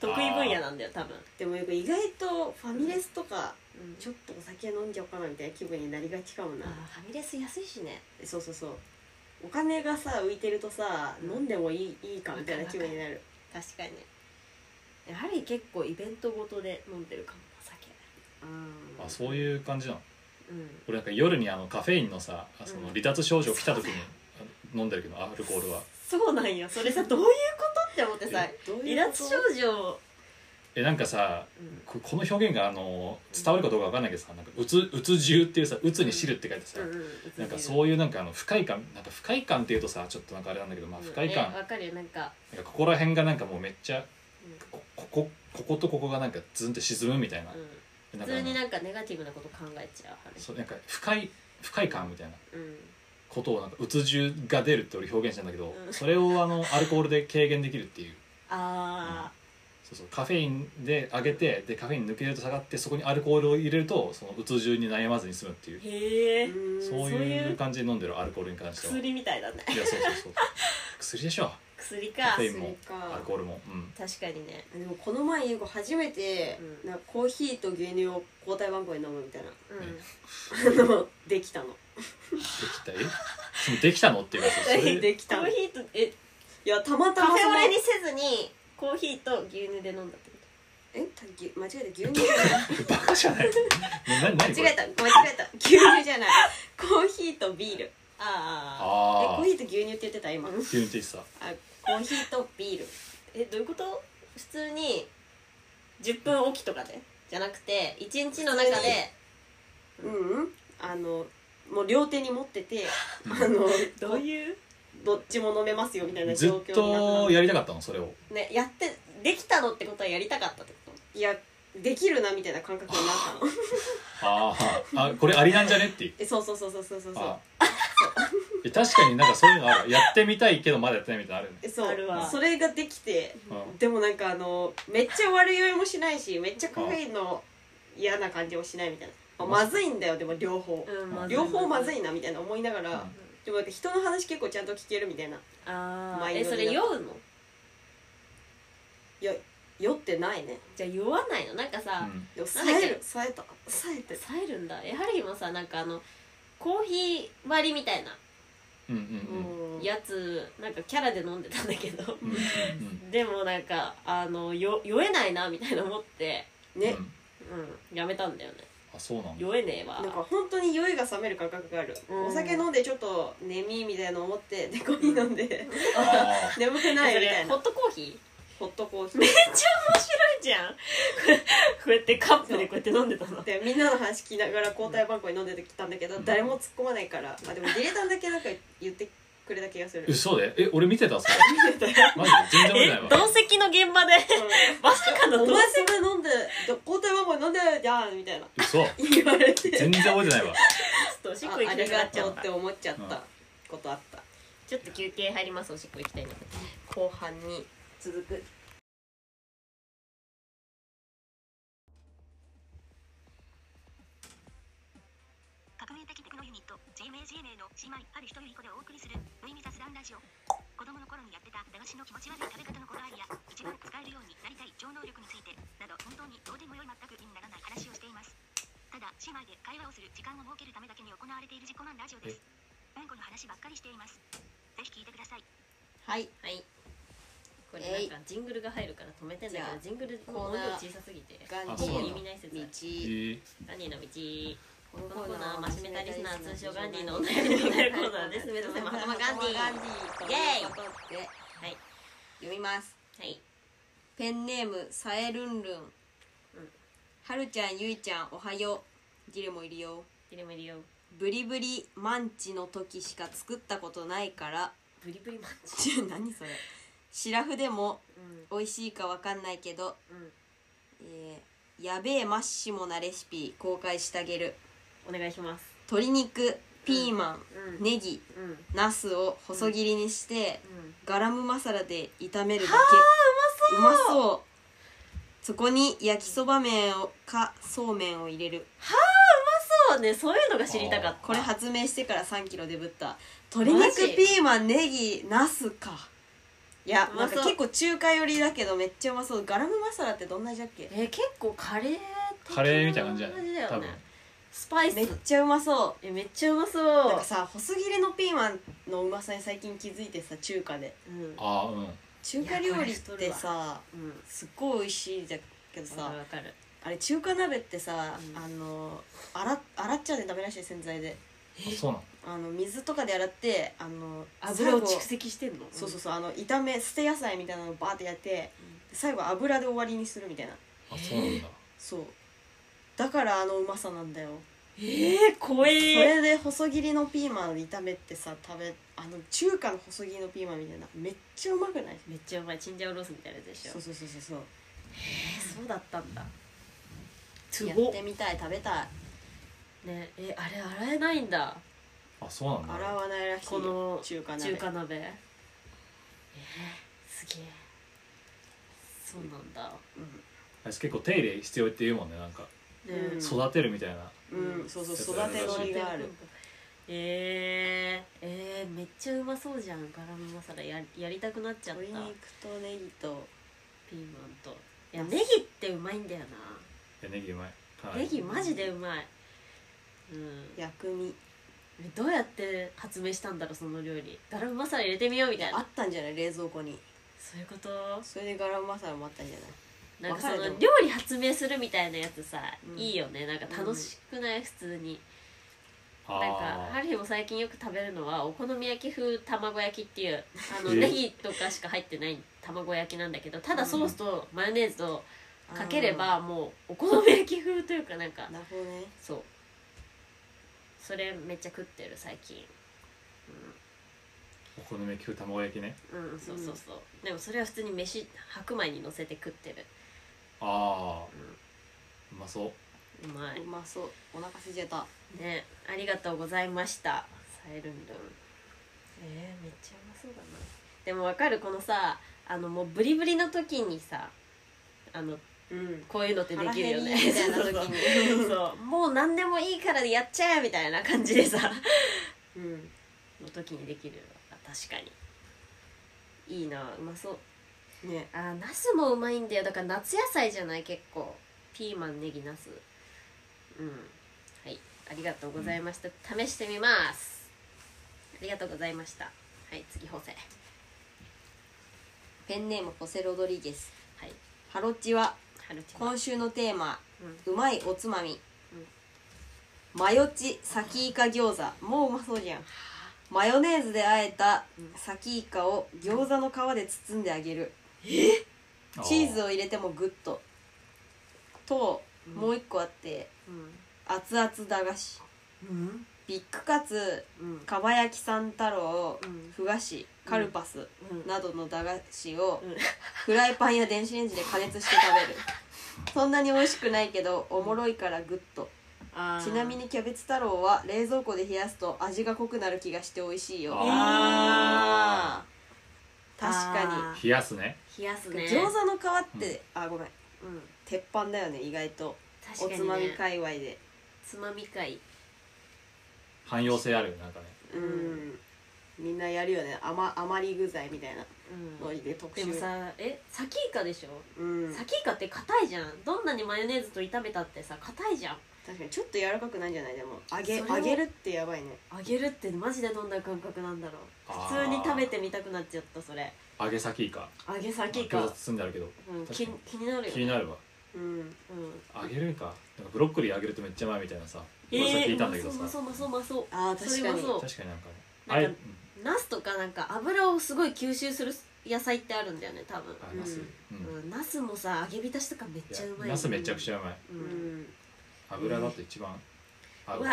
[SPEAKER 4] 得意分野なんだよ多分、
[SPEAKER 2] でもよく意外とファミレスとか
[SPEAKER 4] うん
[SPEAKER 2] ちょっとお酒飲んじゃおうかなみたいな気分になりがちかも
[SPEAKER 4] あ
[SPEAKER 2] な
[SPEAKER 4] ーファミレス安いしね
[SPEAKER 2] そうそうそうお金がさ浮いてるとさ
[SPEAKER 4] うん
[SPEAKER 2] 飲んでもいいいいかみたいな気分になる
[SPEAKER 4] 確かにやはり結構イベントごとで飲んでるかもな酒
[SPEAKER 3] あそういう感じなの
[SPEAKER 4] うん
[SPEAKER 3] 俺なんか夜にあのカフェインのさあその離脱症状来た時にあ飲んでるけどアルコールは
[SPEAKER 4] そうなんよそれさどういうことって思ってさ
[SPEAKER 2] どう
[SPEAKER 4] 離
[SPEAKER 2] いうこ
[SPEAKER 4] 脱
[SPEAKER 2] と
[SPEAKER 4] 症状、
[SPEAKER 3] えなんかさ
[SPEAKER 4] うん
[SPEAKER 3] ここの表現があの伝わるかどうかわかんないけどさ「なんかうつうつ汁」っていうさ「うつに汁」って書いてさ、
[SPEAKER 4] うんうん、
[SPEAKER 3] なんか
[SPEAKER 4] う
[SPEAKER 3] そういうなんかあの不快感なんか不快感っていうとさちょっとなんかあれなんだけど、まあ、不快感、
[SPEAKER 4] わかるよなんか、
[SPEAKER 3] なんかここら辺がなんかもうめっちゃ
[SPEAKER 4] うん
[SPEAKER 3] ここここことここがなんかズンって沈むみたいな,、
[SPEAKER 4] うん
[SPEAKER 3] な
[SPEAKER 4] 普
[SPEAKER 3] んかあ
[SPEAKER 4] 通
[SPEAKER 3] の
[SPEAKER 4] になんかネガティブなこと考えちゃう春
[SPEAKER 3] そうなんか不快不快感みたいな
[SPEAKER 4] うん
[SPEAKER 3] ことをなんかうつ汁が出るって俺表現したんだけど、
[SPEAKER 4] うん
[SPEAKER 3] それをあのアルコールで軽減できるっていう
[SPEAKER 4] あ
[SPEAKER 3] そうそうカフェインで上げてでカフェイン抜けると下がってそこにアルコールを入れるとそのうつ汁に悩まずに済むっていう
[SPEAKER 4] ー、へえ
[SPEAKER 2] うん
[SPEAKER 3] そう
[SPEAKER 4] そう
[SPEAKER 3] い
[SPEAKER 4] いうう
[SPEAKER 3] 感じで飲んでるアルコールに関しては。い
[SPEAKER 4] 薬みたいだね
[SPEAKER 3] やそうそうそう薬でしょ
[SPEAKER 4] 薬
[SPEAKER 3] カ
[SPEAKER 4] か
[SPEAKER 3] フェインも
[SPEAKER 2] 薬か
[SPEAKER 3] アルコールも、うん、
[SPEAKER 4] 確かにね、
[SPEAKER 2] でもこの前ゆう子初めて、
[SPEAKER 4] うん
[SPEAKER 2] なんかコーヒーと牛乳を交代番号に飲むみたいな
[SPEAKER 4] うん
[SPEAKER 3] ね
[SPEAKER 2] あのできたの
[SPEAKER 3] できたえそのできたのっていうかそ れ
[SPEAKER 2] でき
[SPEAKER 4] コ
[SPEAKER 2] たの
[SPEAKER 4] ー
[SPEAKER 2] い
[SPEAKER 4] ヒーとえ
[SPEAKER 2] やたまた
[SPEAKER 4] カ
[SPEAKER 2] ま
[SPEAKER 4] フェ
[SPEAKER 2] そ
[SPEAKER 4] オ
[SPEAKER 2] の
[SPEAKER 4] レにせずにコーヒーと牛乳で飲んだってこ
[SPEAKER 2] えたぎ間違えた牛乳
[SPEAKER 3] バカじゃないな何 こ
[SPEAKER 2] 間違え
[SPEAKER 3] れ
[SPEAKER 2] た間違えた牛乳じゃない コーヒーとビール
[SPEAKER 4] とああ
[SPEAKER 2] え
[SPEAKER 3] あ
[SPEAKER 2] コー
[SPEAKER 3] あ
[SPEAKER 2] ヒーと牛乳って言ってた今
[SPEAKER 3] 急に言ってさ
[SPEAKER 2] あコーヒーとビール
[SPEAKER 4] えどういうこと普通に10分おきとかでじゃなくて一日の中で
[SPEAKER 2] うんうんあのもう両手に持ってて
[SPEAKER 3] うん
[SPEAKER 2] あの
[SPEAKER 4] どういう
[SPEAKER 2] どっちも飲めますよみたいな
[SPEAKER 3] ず
[SPEAKER 2] 状
[SPEAKER 3] っ
[SPEAKER 2] 況にな
[SPEAKER 3] と
[SPEAKER 2] った
[SPEAKER 3] やりたかったのそれを
[SPEAKER 4] ねやってできたのってことはやりたかったってこ
[SPEAKER 2] いやできるなみたいな感覚にな ったの
[SPEAKER 3] あーあこれありなんじゃねっていう
[SPEAKER 2] えそうそうそうそうそうそうそう
[SPEAKER 3] あ え確かになんかそういうのあるやってみたいけどまだやってないみたいなのあるよね
[SPEAKER 2] えそう
[SPEAKER 4] あるわ
[SPEAKER 2] それができて
[SPEAKER 3] うん
[SPEAKER 2] でもなんかあのめっちゃ悪酔いもしないしめっちゃカフェインの嫌な感じもしないみたいな、まあまずいんだよでも両方
[SPEAKER 4] と、、うん
[SPEAKER 3] まず
[SPEAKER 2] 両方まず
[SPEAKER 4] い
[SPEAKER 2] いなみたいな思いながら、
[SPEAKER 3] うん
[SPEAKER 2] でもなんか人の話結構ちゃんと聞けるみたいな
[SPEAKER 4] ああ
[SPEAKER 2] マイ
[SPEAKER 4] え
[SPEAKER 2] ルド
[SPEAKER 4] そ
[SPEAKER 2] にな
[SPEAKER 4] れ酔うの
[SPEAKER 2] いや酔ってないね
[SPEAKER 4] じゃあ酔わないのなんか
[SPEAKER 3] う
[SPEAKER 4] さ、
[SPEAKER 3] ん
[SPEAKER 2] でも
[SPEAKER 4] なんだっ
[SPEAKER 2] 冴
[SPEAKER 4] け
[SPEAKER 2] える冴えた冴えて
[SPEAKER 4] 冴えるんだやはりもさなんかあのコーヒー割りみたいな
[SPEAKER 3] うん
[SPEAKER 2] うん
[SPEAKER 4] やつなんかキャラで飲んでたんだけど
[SPEAKER 3] うんうんうんうん
[SPEAKER 4] でもなんかあのよ酔えないなみたいな思って
[SPEAKER 3] う
[SPEAKER 2] ね、
[SPEAKER 3] ん
[SPEAKER 4] うんやめたんだよね
[SPEAKER 3] あそうなんだ
[SPEAKER 4] 酔えねえわ
[SPEAKER 2] なんか本当に酔いが覚める感覚がある、
[SPEAKER 4] うん
[SPEAKER 2] お酒飲んでちょっと眠いみたいなの思ってでコーヒー飲んで、
[SPEAKER 3] あー
[SPEAKER 2] 眠く
[SPEAKER 4] え
[SPEAKER 2] ない
[SPEAKER 4] そ
[SPEAKER 2] みた
[SPEAKER 4] れ
[SPEAKER 2] いな
[SPEAKER 4] ホットコーヒー
[SPEAKER 2] ホットコーヒ
[SPEAKER 4] めっ
[SPEAKER 2] ー
[SPEAKER 4] ちゃ面白いじゃんこ れこうやってカップでこうやって飲んでたの
[SPEAKER 2] でみんなの話聞きながら交代番号に飲んできたんだけど、
[SPEAKER 3] うん
[SPEAKER 2] 誰も突っ込まないからあでもディレタンだけなんか言ってくれた気がする
[SPEAKER 3] 嘘でえ俺見てたそれマジで全然覚え
[SPEAKER 4] え
[SPEAKER 3] てないわ
[SPEAKER 4] 同席の現 場でまさか
[SPEAKER 2] うん
[SPEAKER 4] の
[SPEAKER 2] お
[SPEAKER 4] 同
[SPEAKER 2] 前それ飲んで交代番号飲んでるじゃんみたいな
[SPEAKER 3] 嘘
[SPEAKER 2] 言われて
[SPEAKER 3] 全然覚えてないわ
[SPEAKER 4] 席とおしっ
[SPEAKER 2] あ
[SPEAKER 4] こ行
[SPEAKER 2] あ
[SPEAKER 4] きた
[SPEAKER 2] り
[SPEAKER 4] くな
[SPEAKER 2] が
[SPEAKER 4] っちゃ
[SPEAKER 2] とう
[SPEAKER 4] っ
[SPEAKER 2] ったて思っちゃった
[SPEAKER 3] うん
[SPEAKER 2] ことあった
[SPEAKER 4] ちょっと休憩入りますおしっこ行きたいので
[SPEAKER 2] 後半に続く
[SPEAKER 1] 革命的テクノユニット JMAGMA の姉妹ある一人いい子でお送りする無意味雑談ラジオ子供の頃にやってた駄菓子の気持ち悪い食べ方のこだわりや一番使えるようになりたい超能力についてなど本当にどうでもよい全く意味ならない話をしていますただ姉妹で会話をする時間を設けるためだけに行われている自己満ラジオですうんこの話ばっかりしていますぜひ聞いてください
[SPEAKER 2] はい
[SPEAKER 4] はいこれなんかジングルが入るから止めてん
[SPEAKER 2] じ
[SPEAKER 4] だけ
[SPEAKER 2] ゃあ
[SPEAKER 4] どジングルの音量小さすぎて
[SPEAKER 2] ガン
[SPEAKER 3] あ
[SPEAKER 2] ジ
[SPEAKER 3] そうな
[SPEAKER 4] も
[SPEAKER 3] ん
[SPEAKER 4] う
[SPEAKER 3] だ
[SPEAKER 2] ー
[SPEAKER 4] 意味ない説
[SPEAKER 2] の
[SPEAKER 4] あ
[SPEAKER 2] 道
[SPEAKER 4] るガン
[SPEAKER 3] えー、
[SPEAKER 4] ディの道
[SPEAKER 2] この
[SPEAKER 4] このコーナーは真面目なリスナー通称ガンディの
[SPEAKER 2] お
[SPEAKER 4] お便りになるコーナーです目指せマハマガンディ
[SPEAKER 2] ガン
[SPEAKER 4] は
[SPEAKER 2] ディということで
[SPEAKER 4] い
[SPEAKER 2] 読みます
[SPEAKER 4] はい
[SPEAKER 2] ペンネームさえるんるんはるちゃんゆいちゃんおはようギレもいるよ
[SPEAKER 4] 入れもいるよ
[SPEAKER 2] ブリブリマンチの時しか作ったことないから
[SPEAKER 4] ブリブリマンチ
[SPEAKER 2] ちゅ何それシラフでも
[SPEAKER 4] うん
[SPEAKER 2] 美味しいかわかんないけど、
[SPEAKER 4] うん
[SPEAKER 2] えーやべえマッシモなレシピ公開してあげる
[SPEAKER 4] お願いします
[SPEAKER 2] 鶏肉ピーマン、
[SPEAKER 4] うん
[SPEAKER 2] ネギ
[SPEAKER 4] うんうん
[SPEAKER 2] ナスを細切りにして、ガラムマサラで炒めるだけうまそうそこに焼きそば麺をかそうめんを入れる
[SPEAKER 4] そうねそういうのが知りたかっ
[SPEAKER 2] こ
[SPEAKER 4] た
[SPEAKER 2] れ発明してから3キロでぶった鶏肉ピーマンネギナスかいや
[SPEAKER 4] う
[SPEAKER 2] な
[SPEAKER 4] ま
[SPEAKER 2] ん
[SPEAKER 4] そう
[SPEAKER 2] か結構中華寄りだけどめっちゃうまそうガラムマサラってどんな味だっけ
[SPEAKER 4] え結構カレー的
[SPEAKER 3] カレーみたいな感じじゃない、
[SPEAKER 4] だ
[SPEAKER 3] 多
[SPEAKER 4] よ
[SPEAKER 3] 分
[SPEAKER 4] ねスパイ
[SPEAKER 2] めっ
[SPEAKER 4] ス
[SPEAKER 2] ちゃうまそ
[SPEAKER 4] えめっちゃうまそう
[SPEAKER 2] なん
[SPEAKER 4] う
[SPEAKER 2] かさ細切れのピーマンのうまさに最近気づいてさ中華で
[SPEAKER 4] うん
[SPEAKER 3] ああうん
[SPEAKER 2] 中華料理ってさ
[SPEAKER 4] うん
[SPEAKER 2] すっごい美味しいじゃんけど
[SPEAKER 4] わ
[SPEAKER 2] さ
[SPEAKER 4] かるわかる
[SPEAKER 2] あれ中華鍋ってさ、
[SPEAKER 4] うん
[SPEAKER 2] あの洗洗っちゃうねダメらしい洗剤で
[SPEAKER 3] あそうなの
[SPEAKER 2] あの水とかで洗ってあの
[SPEAKER 4] 油を
[SPEAKER 2] 最
[SPEAKER 4] 蓄
[SPEAKER 2] 後
[SPEAKER 4] 積してんの
[SPEAKER 2] そうそうそうあの炒め捨て野菜みたいなのバーってやって
[SPEAKER 4] うん
[SPEAKER 2] 最後油で終わりにするみたいな
[SPEAKER 3] あそうなんだ、
[SPEAKER 2] そうだからあのうまさなんだよ
[SPEAKER 4] ええ怖
[SPEAKER 2] そ
[SPEAKER 4] え
[SPEAKER 2] れで細切りのピーマンを炒めてさ食べあの中華の細切りのピーマンみたいなめっちゃうまくない
[SPEAKER 4] めっちゃうまいチンジャオロースみたいなやつでしょ
[SPEAKER 2] そうそうそうそうそう
[SPEAKER 4] えそうだったんだす
[SPEAKER 2] や
[SPEAKER 4] ご
[SPEAKER 2] っ
[SPEAKER 4] って
[SPEAKER 2] みたい食べたい
[SPEAKER 4] ねえあれ洗えないんだ
[SPEAKER 3] あそうなんだ
[SPEAKER 2] 洗わないらしい
[SPEAKER 4] この
[SPEAKER 2] 中華鍋
[SPEAKER 4] 中華鍋えーすげえそうなんだ
[SPEAKER 3] 私結構手入れ必要って言うもんねなんか
[SPEAKER 4] ね
[SPEAKER 2] うん
[SPEAKER 3] 育てるみたいな、
[SPEAKER 2] うん、うん、そうそう育てのりがある
[SPEAKER 4] えー、えー、めっちゃうまそうじゃんガラムマサラややりたくなっちゃった
[SPEAKER 2] 鶏肉とネギと
[SPEAKER 4] ピーマンといやネギってうまいんだよ
[SPEAKER 3] いやネギうまいか
[SPEAKER 4] な
[SPEAKER 3] なり
[SPEAKER 4] ネギマジでうまいうん
[SPEAKER 2] 薬味
[SPEAKER 4] えどうやって発明したんだろうその料理ガラムマサラ入れてみようみた
[SPEAKER 2] あ
[SPEAKER 4] いな
[SPEAKER 2] ったんじゃない冷蔵庫に
[SPEAKER 4] そういうこと
[SPEAKER 2] それでガラムマサラもあったんじゃない
[SPEAKER 4] なんかそ
[SPEAKER 2] わかる
[SPEAKER 4] の
[SPEAKER 2] でも
[SPEAKER 4] 料理発明するみたいなやつさ、
[SPEAKER 2] うん
[SPEAKER 4] いいよねなんか楽しくない、普通に
[SPEAKER 3] あ
[SPEAKER 4] なんかハ
[SPEAKER 3] あ
[SPEAKER 4] リーも最近よく食べるのはお好み焼き風卵焼きっていうあの
[SPEAKER 3] え
[SPEAKER 4] ネギとかしか入ってない卵焼きなんだけどただソースとマヨネーズとかければもうお好み焼き風というかなんか
[SPEAKER 2] あーなるほどね
[SPEAKER 4] そうそれめっちゃ食ってる最近
[SPEAKER 3] お好み焼き卵焼きね
[SPEAKER 4] うん、うん、そうそうそう、でもそれは普通に飯白米にのせて食ってる
[SPEAKER 3] ああ、うまそう
[SPEAKER 4] うまいう
[SPEAKER 2] まそうお腹空いちゃった
[SPEAKER 4] ねありがとうございましたさえるんるんえー、めっちゃうまそうだなでもわかるこのさあのもうブリブリの時にさあの
[SPEAKER 2] うん
[SPEAKER 4] こういうのってできるよね
[SPEAKER 2] 腹減りみたいな時に
[SPEAKER 4] そうそうもう何でもいいからやっちゃえみたいな感じでさ
[SPEAKER 2] うん
[SPEAKER 4] の時にできるのが確かにいいなうまそう
[SPEAKER 2] ね
[SPEAKER 4] あーナスもうまいんだよだから夏野菜じゃない結構ピーマンネギナスうんはいありがとうございました、試してみますありがとうございましたはい次補正
[SPEAKER 2] ペンネームホセ・ロドリゲス
[SPEAKER 4] はい
[SPEAKER 2] ハロチは
[SPEAKER 4] 春ちゃん
[SPEAKER 2] 今週のテーマ
[SPEAKER 4] うん
[SPEAKER 2] うまいおつまみ
[SPEAKER 4] うん
[SPEAKER 2] マヨチサキイカ餃子もううまそうじゃんマヨネーズで和えたサキイカを餃子の皮で包んであげる
[SPEAKER 3] あ
[SPEAKER 2] チーズ
[SPEAKER 3] を
[SPEAKER 2] を入れてもグッとと
[SPEAKER 4] うん
[SPEAKER 2] もう一個あって
[SPEAKER 4] う
[SPEAKER 2] 熱々駄菓子
[SPEAKER 4] ん
[SPEAKER 2] ビッグカツ
[SPEAKER 4] うん
[SPEAKER 2] かば焼き三太郎
[SPEAKER 4] うん
[SPEAKER 2] ふ菓子カルパス
[SPEAKER 4] うん
[SPEAKER 2] などの駄菓子を
[SPEAKER 4] うん
[SPEAKER 2] フライパンや電子レンジで加熱して食べるそんなに美味しくないけどおもろいからグッと
[SPEAKER 4] あー
[SPEAKER 2] ちなみにキャベツ太郎は冷蔵庫で冷やすと味が濃くなる気がして美味しいよ
[SPEAKER 3] あー
[SPEAKER 4] あ
[SPEAKER 2] 確か
[SPEAKER 4] あ
[SPEAKER 3] 冷やすね
[SPEAKER 4] ー冷やす
[SPEAKER 2] に、
[SPEAKER 4] ね
[SPEAKER 2] 餃子の皮って、あごめん
[SPEAKER 4] うん
[SPEAKER 2] 鉄板だよね意外と、お
[SPEAKER 4] 確か
[SPEAKER 2] つ
[SPEAKER 4] に
[SPEAKER 2] まみ
[SPEAKER 4] ね
[SPEAKER 2] 界隈で
[SPEAKER 4] つまみ会
[SPEAKER 3] 汎用性あるよなんかね
[SPEAKER 2] うん、
[SPEAKER 4] ん
[SPEAKER 2] みんなやるよね余余り具材みたいな
[SPEAKER 4] うん
[SPEAKER 2] ノリで特
[SPEAKER 4] で
[SPEAKER 2] 集
[SPEAKER 4] もさえサキイカでしょ
[SPEAKER 2] うん、
[SPEAKER 4] サキイカって硬いじゃんどんなにマヨネーズと炒めたってさ硬いじゃん
[SPEAKER 2] 確かにちょっと柔らかくないんじゃないでも揚げ
[SPEAKER 4] それを
[SPEAKER 2] 揚げるってやばいね
[SPEAKER 4] 揚げるってマジでどんな感覚なんだろう
[SPEAKER 3] あ
[SPEAKER 4] 普
[SPEAKER 3] ー
[SPEAKER 4] 通に食べてみたくなっちゃったそれ
[SPEAKER 3] 揚げ先イカ
[SPEAKER 4] 揚げサキイ
[SPEAKER 3] 餃子
[SPEAKER 4] カ、
[SPEAKER 3] 包んであるけど
[SPEAKER 4] うん、
[SPEAKER 3] 確
[SPEAKER 4] 気
[SPEAKER 3] かに
[SPEAKER 4] 気になるよ
[SPEAKER 3] 気になるわ
[SPEAKER 2] うん
[SPEAKER 4] うん
[SPEAKER 3] 揚げるんかなんかブロッコリー揚げるとめっちゃうまいみたいなさ
[SPEAKER 4] え
[SPEAKER 3] 噂聞
[SPEAKER 4] ー
[SPEAKER 3] いたんだけど
[SPEAKER 4] うまそ
[SPEAKER 3] さ
[SPEAKER 4] うまそうまそうまそう
[SPEAKER 2] あー確かに
[SPEAKER 4] それもそ
[SPEAKER 3] 確かになんかね
[SPEAKER 4] なんか
[SPEAKER 3] あれ
[SPEAKER 4] うナスとかなんか油をすごい吸収する野菜ってあるんだよね多分
[SPEAKER 3] ありますうん
[SPEAKER 4] うんナスもさ揚げ浸しとかめっちゃうまいよね
[SPEAKER 3] ナスめちゃくちゃうまいう
[SPEAKER 2] うんん
[SPEAKER 3] 油だと一番合
[SPEAKER 4] うわ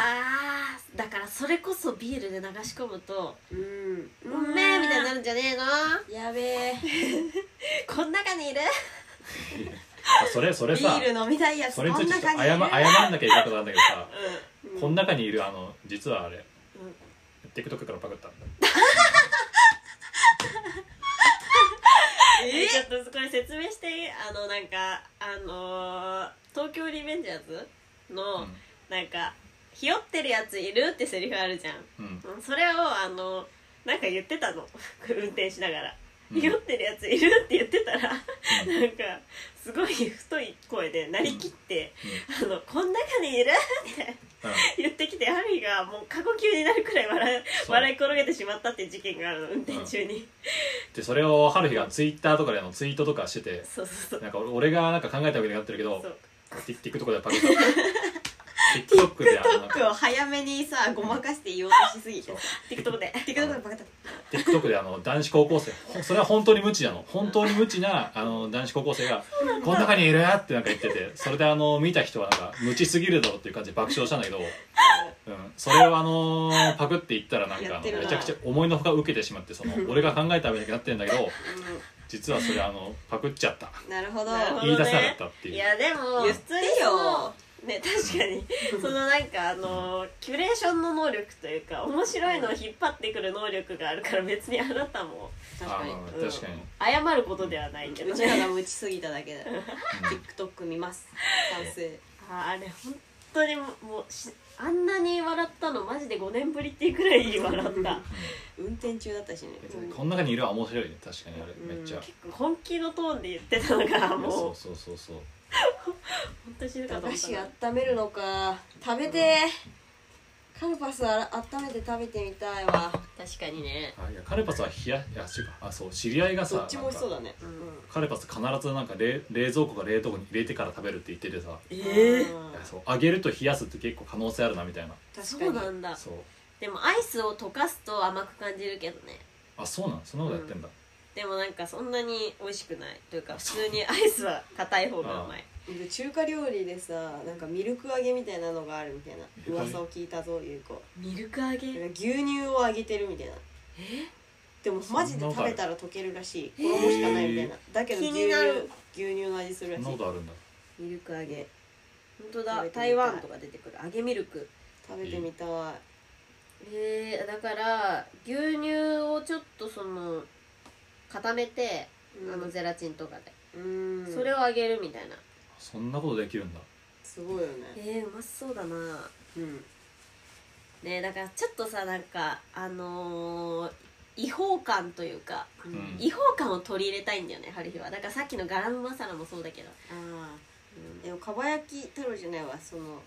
[SPEAKER 4] ーだからそれこそビールで流し込むと
[SPEAKER 2] うん
[SPEAKER 4] 「うめえ!」みたいにな
[SPEAKER 2] る
[SPEAKER 4] るんじゃねえの
[SPEAKER 2] やべえ
[SPEAKER 4] こん中にいる
[SPEAKER 3] あそれそれ
[SPEAKER 2] ビ
[SPEAKER 3] さ
[SPEAKER 2] ール飲みたいやつ
[SPEAKER 3] そ
[SPEAKER 2] こ
[SPEAKER 3] れ
[SPEAKER 2] ん
[SPEAKER 3] に
[SPEAKER 2] な
[SPEAKER 3] ついてちょっと
[SPEAKER 2] 感じ
[SPEAKER 3] 謝謝んなきゃいけないことなんだけどさ
[SPEAKER 2] うん
[SPEAKER 3] この中にいるあの実はあれ
[SPEAKER 4] うん
[SPEAKER 3] TikTok からパクったんだ
[SPEAKER 4] えちょっとこれ説明してあのなんかあのー東京リベンジャーズ」の、なんか「ひよってるやついる?」ってセリフあるじゃん
[SPEAKER 3] うんうん
[SPEAKER 4] うんそれをあのなんか言ってたの 運転しながら「
[SPEAKER 3] うん
[SPEAKER 4] 酔ってるやついる?」って言ってたら、なんかすごい太い声でなりきって「あのこん中にいる?」 って
[SPEAKER 3] うん
[SPEAKER 4] 言ってきてハリーがもう過呼吸になるくらい笑い
[SPEAKER 3] そう
[SPEAKER 4] 笑い転げてしまったっていう事件があるの運転中に、
[SPEAKER 3] でそれを春日がツイッターとかであのツイートとかしてて
[SPEAKER 4] そうそうそう
[SPEAKER 3] なんか俺俺がなんか考えたわけになってるけど
[SPEAKER 4] そう
[SPEAKER 3] TikTok でパクった TikTok であのなん
[SPEAKER 2] TikTok を
[SPEAKER 3] か
[SPEAKER 2] 早めにさごまかして言おうとしすぎ
[SPEAKER 3] そ
[SPEAKER 2] て
[SPEAKER 3] う
[SPEAKER 4] TikTok で
[SPEAKER 2] TikTok でバカだ
[SPEAKER 3] TikTok であの男子高校生ほそれは本当に無知なの本当に無知なあの男子高校生が「この中にいる!」ってなんか言っててそれであの見た人はなんか無知すぎるだろうっていう感じで爆笑したん だけど、うん、それをあのパクって言ったらなんか
[SPEAKER 2] や
[SPEAKER 3] あ
[SPEAKER 2] っ
[SPEAKER 3] の
[SPEAKER 2] てるな
[SPEAKER 3] めちゃくちゃ思いのほか受けてしまってそ の俺が考えたみたいになってるんだけど実はそれあのパクっちゃった
[SPEAKER 2] うんなるほど
[SPEAKER 4] なるほど
[SPEAKER 3] 言い出さなかったっていう
[SPEAKER 4] いやでも
[SPEAKER 2] 言っ
[SPEAKER 4] 普
[SPEAKER 2] て
[SPEAKER 4] 通に
[SPEAKER 2] よ
[SPEAKER 4] そのね確かにそのなんかあのキュレーションの能力というか面白いのを引っ張ってくる能力があるから別にあなたも、
[SPEAKER 2] 確
[SPEAKER 3] あ
[SPEAKER 2] かに
[SPEAKER 3] まあまあ
[SPEAKER 4] うん
[SPEAKER 3] 確かに、
[SPEAKER 4] 謝ることではないけ
[SPEAKER 2] う
[SPEAKER 4] ど
[SPEAKER 2] ちら
[SPEAKER 4] ね
[SPEAKER 2] が無知すぎただけだ TikTok 見ます完成
[SPEAKER 4] ああれ本当にもうしあんなに笑ったのマジで5年ぶりっていうくらい笑った
[SPEAKER 2] 運転中だったしね
[SPEAKER 3] うんこの中にいるは面白いね確かにあれ、めっちゃ
[SPEAKER 4] 結構本気のトーンで言ってたのがもう
[SPEAKER 3] そ
[SPEAKER 4] 本
[SPEAKER 3] うそうそうそう
[SPEAKER 4] 当に静かだ
[SPEAKER 2] 駄
[SPEAKER 4] った
[SPEAKER 2] 菓
[SPEAKER 4] な
[SPEAKER 2] 子温めるのか食べてカルパスあら温めて食べてみたいわ
[SPEAKER 4] 確かにね
[SPEAKER 3] あいやカルパスは冷やいや違うかあそう知り合いがさ
[SPEAKER 2] どっちも美味しそうだね
[SPEAKER 4] うん
[SPEAKER 3] カルパス必ずなんか冷冷蔵庫か冷凍庫に入れてから食べるって言っててさ、
[SPEAKER 4] え
[SPEAKER 3] いやそう揚げると冷やすって結構可能性あるなみたいな
[SPEAKER 2] 確
[SPEAKER 4] そうな
[SPEAKER 2] かに
[SPEAKER 4] んだ
[SPEAKER 3] そう
[SPEAKER 4] でもアイスを溶かすと甘く感じるけどね
[SPEAKER 3] あそうなんそんなことやってんだ、
[SPEAKER 4] でもなんかそんなに美味しくないというか普通にアイスは硬い方がうまい
[SPEAKER 2] で中華料理でさなんかミルク揚げみたいなのがあるみたいな
[SPEAKER 3] ルク揚げ
[SPEAKER 2] 噂を聞いたぞゆう子
[SPEAKER 4] ミルク揚
[SPEAKER 2] なん
[SPEAKER 4] げ
[SPEAKER 2] か牛乳を揚げてるみたいなでもマジで食べたら溶けるらしい衣しかないみたいなだけど
[SPEAKER 4] 気
[SPEAKER 2] 牛乳
[SPEAKER 4] になる
[SPEAKER 2] 牛乳の味するらしい
[SPEAKER 3] そんなことあるんだ
[SPEAKER 2] ミルク揚げ
[SPEAKER 4] 本当
[SPEAKER 2] 食
[SPEAKER 4] だ
[SPEAKER 2] べてみたい
[SPEAKER 4] 台湾とか出てくる揚げミルク
[SPEAKER 2] 食べてみたい
[SPEAKER 4] えー、だから牛乳をちょっとその固めて、
[SPEAKER 2] うん
[SPEAKER 4] あのゼラチンとかで、
[SPEAKER 2] うん
[SPEAKER 4] それを揚げるみたいな
[SPEAKER 3] そんなことできるんだ
[SPEAKER 2] すごいよね
[SPEAKER 4] えー、うまそうだな
[SPEAKER 2] うん
[SPEAKER 4] ねえだからちょっとさなんかあのー違法感というか、
[SPEAKER 3] ん
[SPEAKER 4] 違法感を取り入れたいんだよね春日はだからさっきのガラムマサラもそうだけど、
[SPEAKER 2] ああ
[SPEAKER 4] うん
[SPEAKER 2] でもかば焼き太郎じゃないわその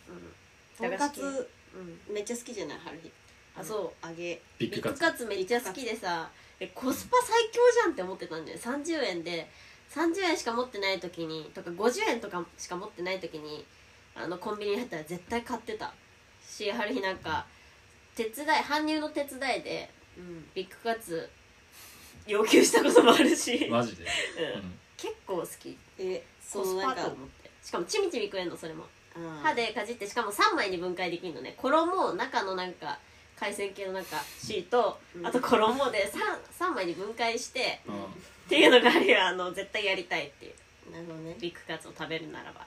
[SPEAKER 2] とんかつ
[SPEAKER 4] うん、
[SPEAKER 2] めっちゃ好きじゃない春日
[SPEAKER 4] あそう
[SPEAKER 2] 揚げ
[SPEAKER 3] ビ
[SPEAKER 4] ビ
[SPEAKER 3] ッグ
[SPEAKER 4] ッ
[SPEAKER 3] カ
[SPEAKER 4] グ
[SPEAKER 3] ツ
[SPEAKER 4] カツめっちゃ好きでさえコスパ最強じゃんって思ってたんだよね30円で30円しか持ってない時にとか50円とかしか持ってない時にあのコンビニに入ったら絶対買ってたし春日なんか手伝い搬入の手伝いで
[SPEAKER 2] うん
[SPEAKER 4] ビッグカツ要求したこともあるし、
[SPEAKER 3] マジで、
[SPEAKER 4] うん結構好き
[SPEAKER 2] えそ
[SPEAKER 4] コ
[SPEAKER 2] の
[SPEAKER 4] ス
[SPEAKER 2] な
[SPEAKER 4] パ
[SPEAKER 2] ん
[SPEAKER 4] と
[SPEAKER 2] か
[SPEAKER 4] 思ってしかもちみちみ食えんのそれも
[SPEAKER 2] うん
[SPEAKER 4] 歯でかじってしかも3枚に分解できるのね衣中のなんか海鮮系のなんかシート、
[SPEAKER 2] うん
[SPEAKER 4] あと衣で 3, 3枚に分解して
[SPEAKER 3] うん
[SPEAKER 4] っていうのがあるよあの絶対やりたいっていう
[SPEAKER 2] なるほどね
[SPEAKER 4] ビッグカツを食べるならば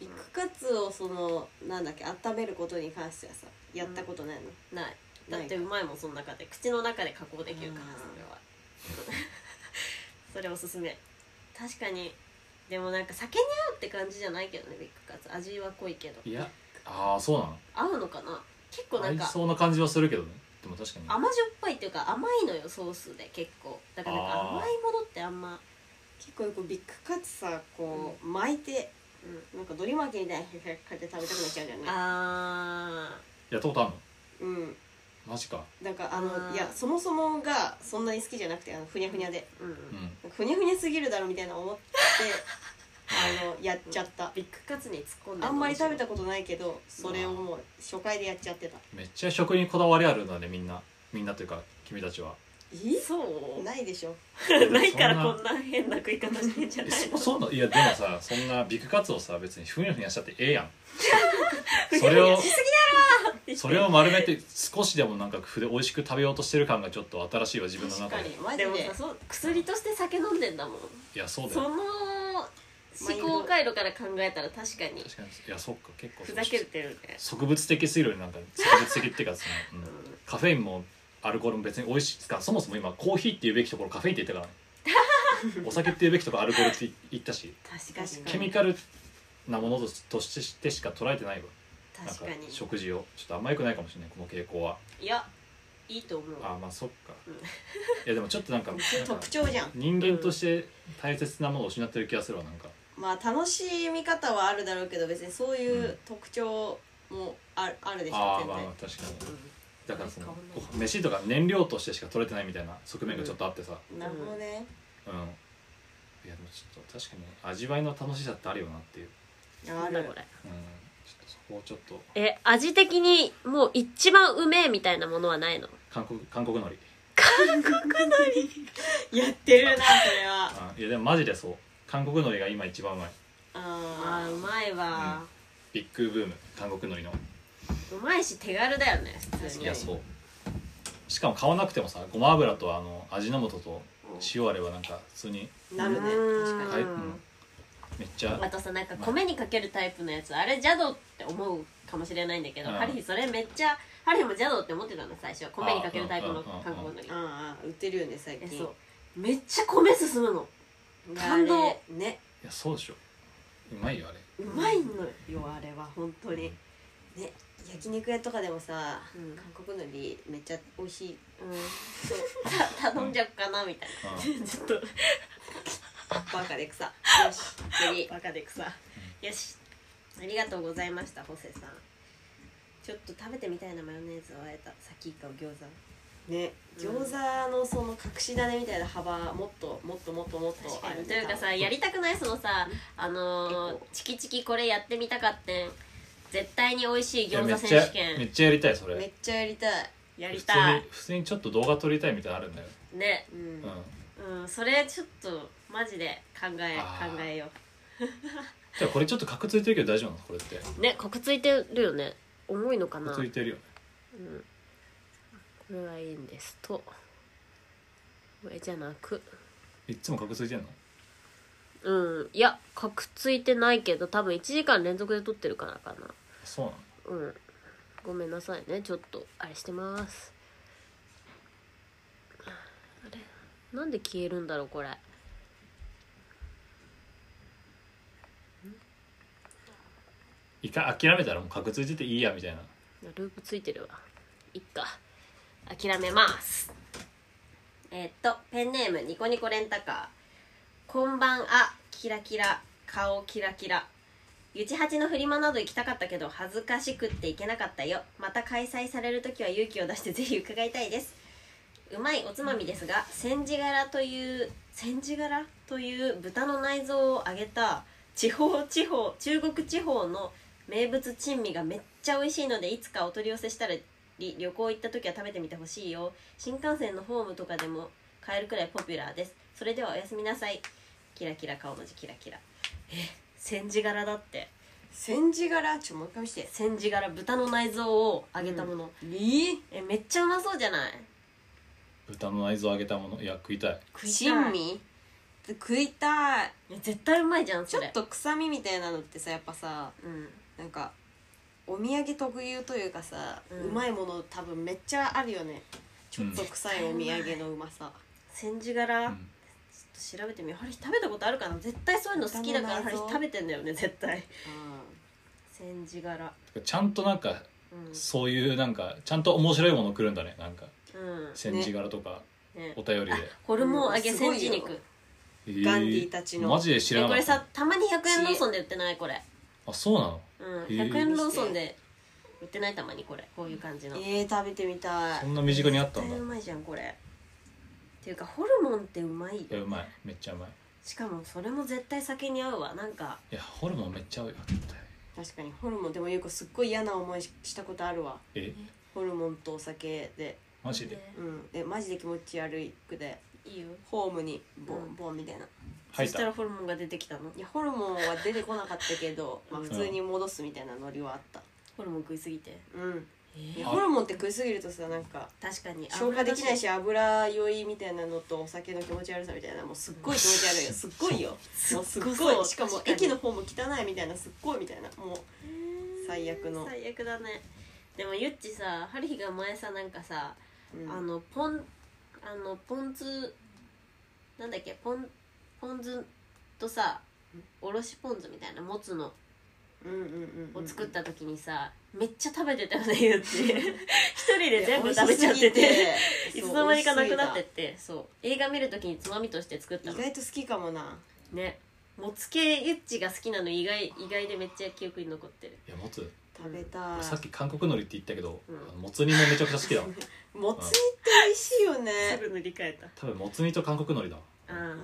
[SPEAKER 2] 肉カツをそのなんだっけ温めることに関してはさやったことないの、
[SPEAKER 4] ないだってうまいもんその中で口の中で加工できるからそれは それおすすめ確かにでもなんか酒に合うって感じじゃないけどねビッグカツ味は濃いけど
[SPEAKER 3] いやああそうなの
[SPEAKER 4] 合うのかな結構な
[SPEAKER 3] 合
[SPEAKER 4] ん
[SPEAKER 3] い
[SPEAKER 4] か
[SPEAKER 3] そうな感じはするけどねでも確かに
[SPEAKER 4] 甘じょっぱいっていうか甘いのよソースで結構だからなんか
[SPEAKER 3] あー
[SPEAKER 4] 甘いものってあんま
[SPEAKER 2] 結構こうビッグカツさこう、巻いてなんかドリマーキみたいなヘヘヘって食べたくなっちゃうじゃんね
[SPEAKER 4] あ
[SPEAKER 3] やったことある
[SPEAKER 2] うん
[SPEAKER 3] のマジか
[SPEAKER 2] なんかあの
[SPEAKER 4] あー
[SPEAKER 2] いやそもそもがそんなに好きじゃなくてあのふにゃふにゃで
[SPEAKER 4] ーうん
[SPEAKER 3] うん
[SPEAKER 2] なんかふにゃふにゃすぎるだろみたいな思って あのやっちゃった
[SPEAKER 4] ビッグカツに突っ込んで
[SPEAKER 2] あんまり食べたことないけどそれをもう初回でやっちゃってた
[SPEAKER 3] めっちゃ食にこだわりあるんだねみんなみんなというか君たちは
[SPEAKER 2] え
[SPEAKER 4] そう
[SPEAKER 2] ないでしょ
[SPEAKER 4] ないから
[SPEAKER 3] そんな
[SPEAKER 4] こんな変な食い方してんじゃ
[SPEAKER 3] え
[SPEAKER 4] ない
[SPEAKER 3] そ
[SPEAKER 4] の
[SPEAKER 3] そうなのいやでもさそんなビッグカツをさ別にふにゃふにゃしちゃってええやんそれをそれを丸めて少しでもなんか工夫で美味しく食べようとしてる感がちょっと新しいわ自分の
[SPEAKER 2] 確
[SPEAKER 3] 中
[SPEAKER 2] か
[SPEAKER 3] で
[SPEAKER 2] にマジ
[SPEAKER 4] で
[SPEAKER 2] で
[SPEAKER 4] もさそう薬として酒飲んでんだもん
[SPEAKER 3] いやそうだ
[SPEAKER 4] そ
[SPEAKER 3] よ
[SPEAKER 4] の思考回路から考えたら確かに
[SPEAKER 3] 確かにいやそっか結構
[SPEAKER 4] ふざけてるね
[SPEAKER 3] 植物的すぎるよねなんか植物的っていうかそ の、うん
[SPEAKER 4] うん
[SPEAKER 3] カフェインもアルコールも別に美味しいですからそもそも今コーヒーっていうべきところカフェインって 言ったからねお酒っていうべきところアルコールって言ったし
[SPEAKER 4] 確
[SPEAKER 2] かに
[SPEAKER 3] ケミカルなものととしてしか捉えてないわなん
[SPEAKER 4] 確
[SPEAKER 3] か
[SPEAKER 4] かに
[SPEAKER 3] 食事をちょっとあんま良くないかもしれないこの傾向はい
[SPEAKER 4] やいいと思う
[SPEAKER 3] ああまあそっか
[SPEAKER 4] うん
[SPEAKER 3] いやでもちょっとなんかなんか
[SPEAKER 2] 特徴じゃん
[SPEAKER 3] 人間として大切なものを失ってる気がするわなんか
[SPEAKER 2] まあ楽しみ方はあるだろうけど別にそういううん特徴もあるあるでしょ
[SPEAKER 3] ああ
[SPEAKER 2] 絶
[SPEAKER 3] まあまあ
[SPEAKER 2] 対
[SPEAKER 3] 確かに
[SPEAKER 4] う
[SPEAKER 3] だからその
[SPEAKER 4] 変わんない
[SPEAKER 3] 飯とか燃料としてしか取れてないみたいな側面がちょっとあってさ、
[SPEAKER 2] なるほどね
[SPEAKER 3] うんいやでもちょっと確かに味わいの楽しさってあるよなっていう、
[SPEAKER 2] あ
[SPEAKER 4] んな
[SPEAKER 2] る
[SPEAKER 4] これ
[SPEAKER 3] うん、ちょっとそこをちょっと
[SPEAKER 4] え味的にもう一番うめえみたいなものはないの
[SPEAKER 3] 韓国韓国のり
[SPEAKER 2] やってるなそれは
[SPEAKER 3] うんいやでもマジでそう韓国のりが今一番うまい
[SPEAKER 2] あ
[SPEAKER 4] あーう
[SPEAKER 2] ー
[SPEAKER 4] まいわ、
[SPEAKER 3] ビッグブーム韓国のりの
[SPEAKER 4] うまいし手軽だよね普通
[SPEAKER 2] 確
[SPEAKER 4] に
[SPEAKER 3] い
[SPEAKER 2] か
[SPEAKER 3] や
[SPEAKER 2] に
[SPEAKER 3] そうしかも買わなくてもさごま油とあの味の素と塩あればなんか普通に、
[SPEAKER 2] なるね
[SPEAKER 4] うん
[SPEAKER 2] 確か
[SPEAKER 3] か
[SPEAKER 2] に
[SPEAKER 3] いうんめっちゃ
[SPEAKER 4] あとさなんか米にかけるタイプのやつあれ邪道って思うかもしれないんだけど、
[SPEAKER 3] うん
[SPEAKER 4] ハリーそれめっちゃハリーも邪道って思ってたの最初米にかけるタイプの韓国のり
[SPEAKER 2] ああ売ってるよね最
[SPEAKER 4] え
[SPEAKER 2] 近
[SPEAKER 4] そうめっちゃ米進むの感動
[SPEAKER 2] あれね
[SPEAKER 3] いやそうでしょうまいよあれ
[SPEAKER 4] うまいのよあれは本当に
[SPEAKER 2] ね焼肉屋とかでもさ
[SPEAKER 4] うん
[SPEAKER 2] 韓国のりめっちゃ美味しい
[SPEAKER 4] うんそうた頼んじゃおうかなみたい
[SPEAKER 3] うん
[SPEAKER 4] な ちょっと
[SPEAKER 2] バカで草よし次
[SPEAKER 4] バカでくさよしありがとうございましたホセさんちょっと食べてみたいなマヨネーズをあえたさきいかを餃子
[SPEAKER 2] ね餃子のその隠し種みたいな幅もっともっともっともっと
[SPEAKER 4] 確か
[SPEAKER 2] ある
[SPEAKER 4] に
[SPEAKER 2] ね
[SPEAKER 4] というかさやりたくないそのさあのー
[SPEAKER 2] 結構
[SPEAKER 4] チキチキこれやってみたかってん絶対に美味しい
[SPEAKER 3] いや
[SPEAKER 4] 餃
[SPEAKER 3] め
[SPEAKER 4] 子
[SPEAKER 3] っちゃ
[SPEAKER 4] 選手権
[SPEAKER 3] めっちゃやりたいそ
[SPEAKER 2] 多分め
[SPEAKER 3] れ
[SPEAKER 2] っちゃやりたい
[SPEAKER 4] やり
[SPEAKER 3] 普通
[SPEAKER 4] た
[SPEAKER 3] に
[SPEAKER 4] い
[SPEAKER 3] 普通にちょっと動画撮りたいみたいなのあるんだよ、
[SPEAKER 4] ね
[SPEAKER 2] うん
[SPEAKER 3] うん
[SPEAKER 4] うんそれちょっとマジで考え
[SPEAKER 3] あー
[SPEAKER 4] 考えよ
[SPEAKER 3] じゃあこれちょっとカクついてるけど大丈夫なのこれって
[SPEAKER 4] うねこくついてるよね重いのか
[SPEAKER 3] カクついてるよね
[SPEAKER 4] うん、これはいいんですとこれじゃなく
[SPEAKER 3] いっつもカクついてんの
[SPEAKER 4] うんいやかくついてないけど多分1時間連続で撮ってるからかな
[SPEAKER 3] そうなの
[SPEAKER 4] うんごめんなさいねちょっとあれしてますあれなんで消えるんだろうこれん
[SPEAKER 3] 一回諦めたらもうカクついてていいやみたいな
[SPEAKER 4] ループついてるわいっか諦めますえーっとペンネームニコニコレンタカーこんばんあキラキラ顔キラキラゆちはちのフリマなど行きたかったけど恥ずかしくって行けなかったよまた開催される時は勇気を出して ぜひ伺いたいですうまいおつまみですが千字柄という千字柄という豚の内臓を揚げた地方地方中国地方の名物珍味がめっちゃ美味しいのでいつかお取り寄せしたり旅行行った時は食べてみてほしいよ新幹線のホームとかでも買えるくらいポピュラーですそれではおやすみなさいキラキラ顔文字キラキラえ千字柄だって
[SPEAKER 2] 千字柄ちょもう一回見して
[SPEAKER 4] 千字柄豚の内臓を揚げたもの、
[SPEAKER 2] り
[SPEAKER 4] えめっちゃうまそうじゃない
[SPEAKER 3] 豚の内臓を揚げたものいや食いたい
[SPEAKER 4] 食いたい
[SPEAKER 2] 珍味食いたい
[SPEAKER 4] いや絶対うまいじゃん
[SPEAKER 2] ち
[SPEAKER 4] そ
[SPEAKER 2] ょ
[SPEAKER 4] れ
[SPEAKER 2] っと臭みみたいなのってさやっぱさ
[SPEAKER 4] うん
[SPEAKER 2] なんかお土産特有というかさ、
[SPEAKER 4] う
[SPEAKER 2] うんまいもの多分めっちゃあるよねちょっと臭いお土産のうまさ、
[SPEAKER 4] 千字柄、
[SPEAKER 3] うん
[SPEAKER 4] ちょっと調べてみようハリ食べたことあるかな絶対そういうの好きだから
[SPEAKER 2] 食
[SPEAKER 4] ハ
[SPEAKER 2] べ
[SPEAKER 4] リ
[SPEAKER 2] たことないぞ
[SPEAKER 4] 食べてんだよね絶対
[SPEAKER 2] う
[SPEAKER 4] 千字柄
[SPEAKER 3] ちゃんとなんか
[SPEAKER 4] う
[SPEAKER 3] そういうなんかちゃんと面白いもの来るんだねなんか
[SPEAKER 4] ん、うん
[SPEAKER 3] 戦時柄とか
[SPEAKER 4] ね
[SPEAKER 3] お、便りで、
[SPEAKER 4] ホルモン揚げ
[SPEAKER 2] うんすご
[SPEAKER 4] 千
[SPEAKER 2] い
[SPEAKER 4] 字
[SPEAKER 2] よ
[SPEAKER 4] 肉、
[SPEAKER 3] えー
[SPEAKER 2] ガンディーたちの
[SPEAKER 3] マジで知ら
[SPEAKER 4] え
[SPEAKER 3] な
[SPEAKER 4] こ
[SPEAKER 3] か
[SPEAKER 4] れ
[SPEAKER 3] った
[SPEAKER 4] さたまに100円ローソンで売ってないこれ、
[SPEAKER 3] あそうなの
[SPEAKER 4] うん、
[SPEAKER 3] へえ
[SPEAKER 4] 100円ローソンで売ってないたまにこれこういう感じの
[SPEAKER 2] ん、えー、食べてみたい
[SPEAKER 3] そんな身近にあったん
[SPEAKER 4] 絶
[SPEAKER 3] だ
[SPEAKER 4] 対う
[SPEAKER 3] い
[SPEAKER 4] まいじゃんこれっていうかホルモンってうまいよ
[SPEAKER 3] やうまいめっちゃうまい
[SPEAKER 4] しかもそれも絶対酒に合うわなんか
[SPEAKER 3] いやホルモンめっちゃ合うよ絶対
[SPEAKER 2] 確かにホルモンでもゆうこすっごい嫌な思いししたことあるわ
[SPEAKER 3] え
[SPEAKER 2] ホルモンとお酒で
[SPEAKER 3] マジで、
[SPEAKER 4] ね
[SPEAKER 2] うんでマジで気持ち悪いくで
[SPEAKER 4] いいよ
[SPEAKER 2] ホームにボ
[SPEAKER 4] うん
[SPEAKER 2] ンボンみたいな、
[SPEAKER 3] 入
[SPEAKER 4] そし
[SPEAKER 3] っ
[SPEAKER 4] たら
[SPEAKER 3] た
[SPEAKER 4] ホルモンが出てきたの
[SPEAKER 2] いやホルモンは出てこなかったけ どまあ
[SPEAKER 4] うん
[SPEAKER 2] 普通に戻すみたいなノリはあった
[SPEAKER 4] ホルモン食いすぎて
[SPEAKER 2] うんいや
[SPEAKER 3] あ
[SPEAKER 2] ホルモンって食いすぎるとさなんか
[SPEAKER 4] 確かに
[SPEAKER 2] 消化できないし油酔いみたいなのとお酒の気持ち悪さみたいなもうすっごい気持ち 悪いよすっごいよもうすっ
[SPEAKER 4] そう
[SPEAKER 2] ごいしかも
[SPEAKER 4] 確かに
[SPEAKER 2] 駅の方も汚いみたいなすっごいみたいなもう最悪の
[SPEAKER 4] 最悪だねでもゆっちさハリヒが前さなんかさ、
[SPEAKER 2] うん
[SPEAKER 4] あのポンあのポン酢なんだっけポンポン酢とさおろしポン酢みたいなもつの
[SPEAKER 2] うんうんうんうん
[SPEAKER 4] を作った時にさ、めっちゃ食べてたよねゆっち一人で全部
[SPEAKER 2] いや
[SPEAKER 4] 食べちゃって
[SPEAKER 2] 美
[SPEAKER 4] て
[SPEAKER 2] 味しすぎて
[SPEAKER 4] いつの間にかなくなってっ
[SPEAKER 2] そ
[SPEAKER 4] てそう映画見る時につまみとして作った
[SPEAKER 2] う美味しすぎた
[SPEAKER 4] の
[SPEAKER 2] 意外と好きかもな
[SPEAKER 4] ねもつ系ゆっちが好きなの意外意外でめっちゃ記憶に残ってる
[SPEAKER 3] いやもつ
[SPEAKER 2] 食べたい
[SPEAKER 3] さっき韓国のりって言ったけど、
[SPEAKER 4] うん
[SPEAKER 3] あのもつ煮もめちゃくちゃ好きだわ
[SPEAKER 2] もつ煮って美味しいよ
[SPEAKER 4] す
[SPEAKER 2] ね
[SPEAKER 4] ぐ塗り替えた
[SPEAKER 3] 多分もつ煮と韓国のりだわ
[SPEAKER 4] あー
[SPEAKER 2] う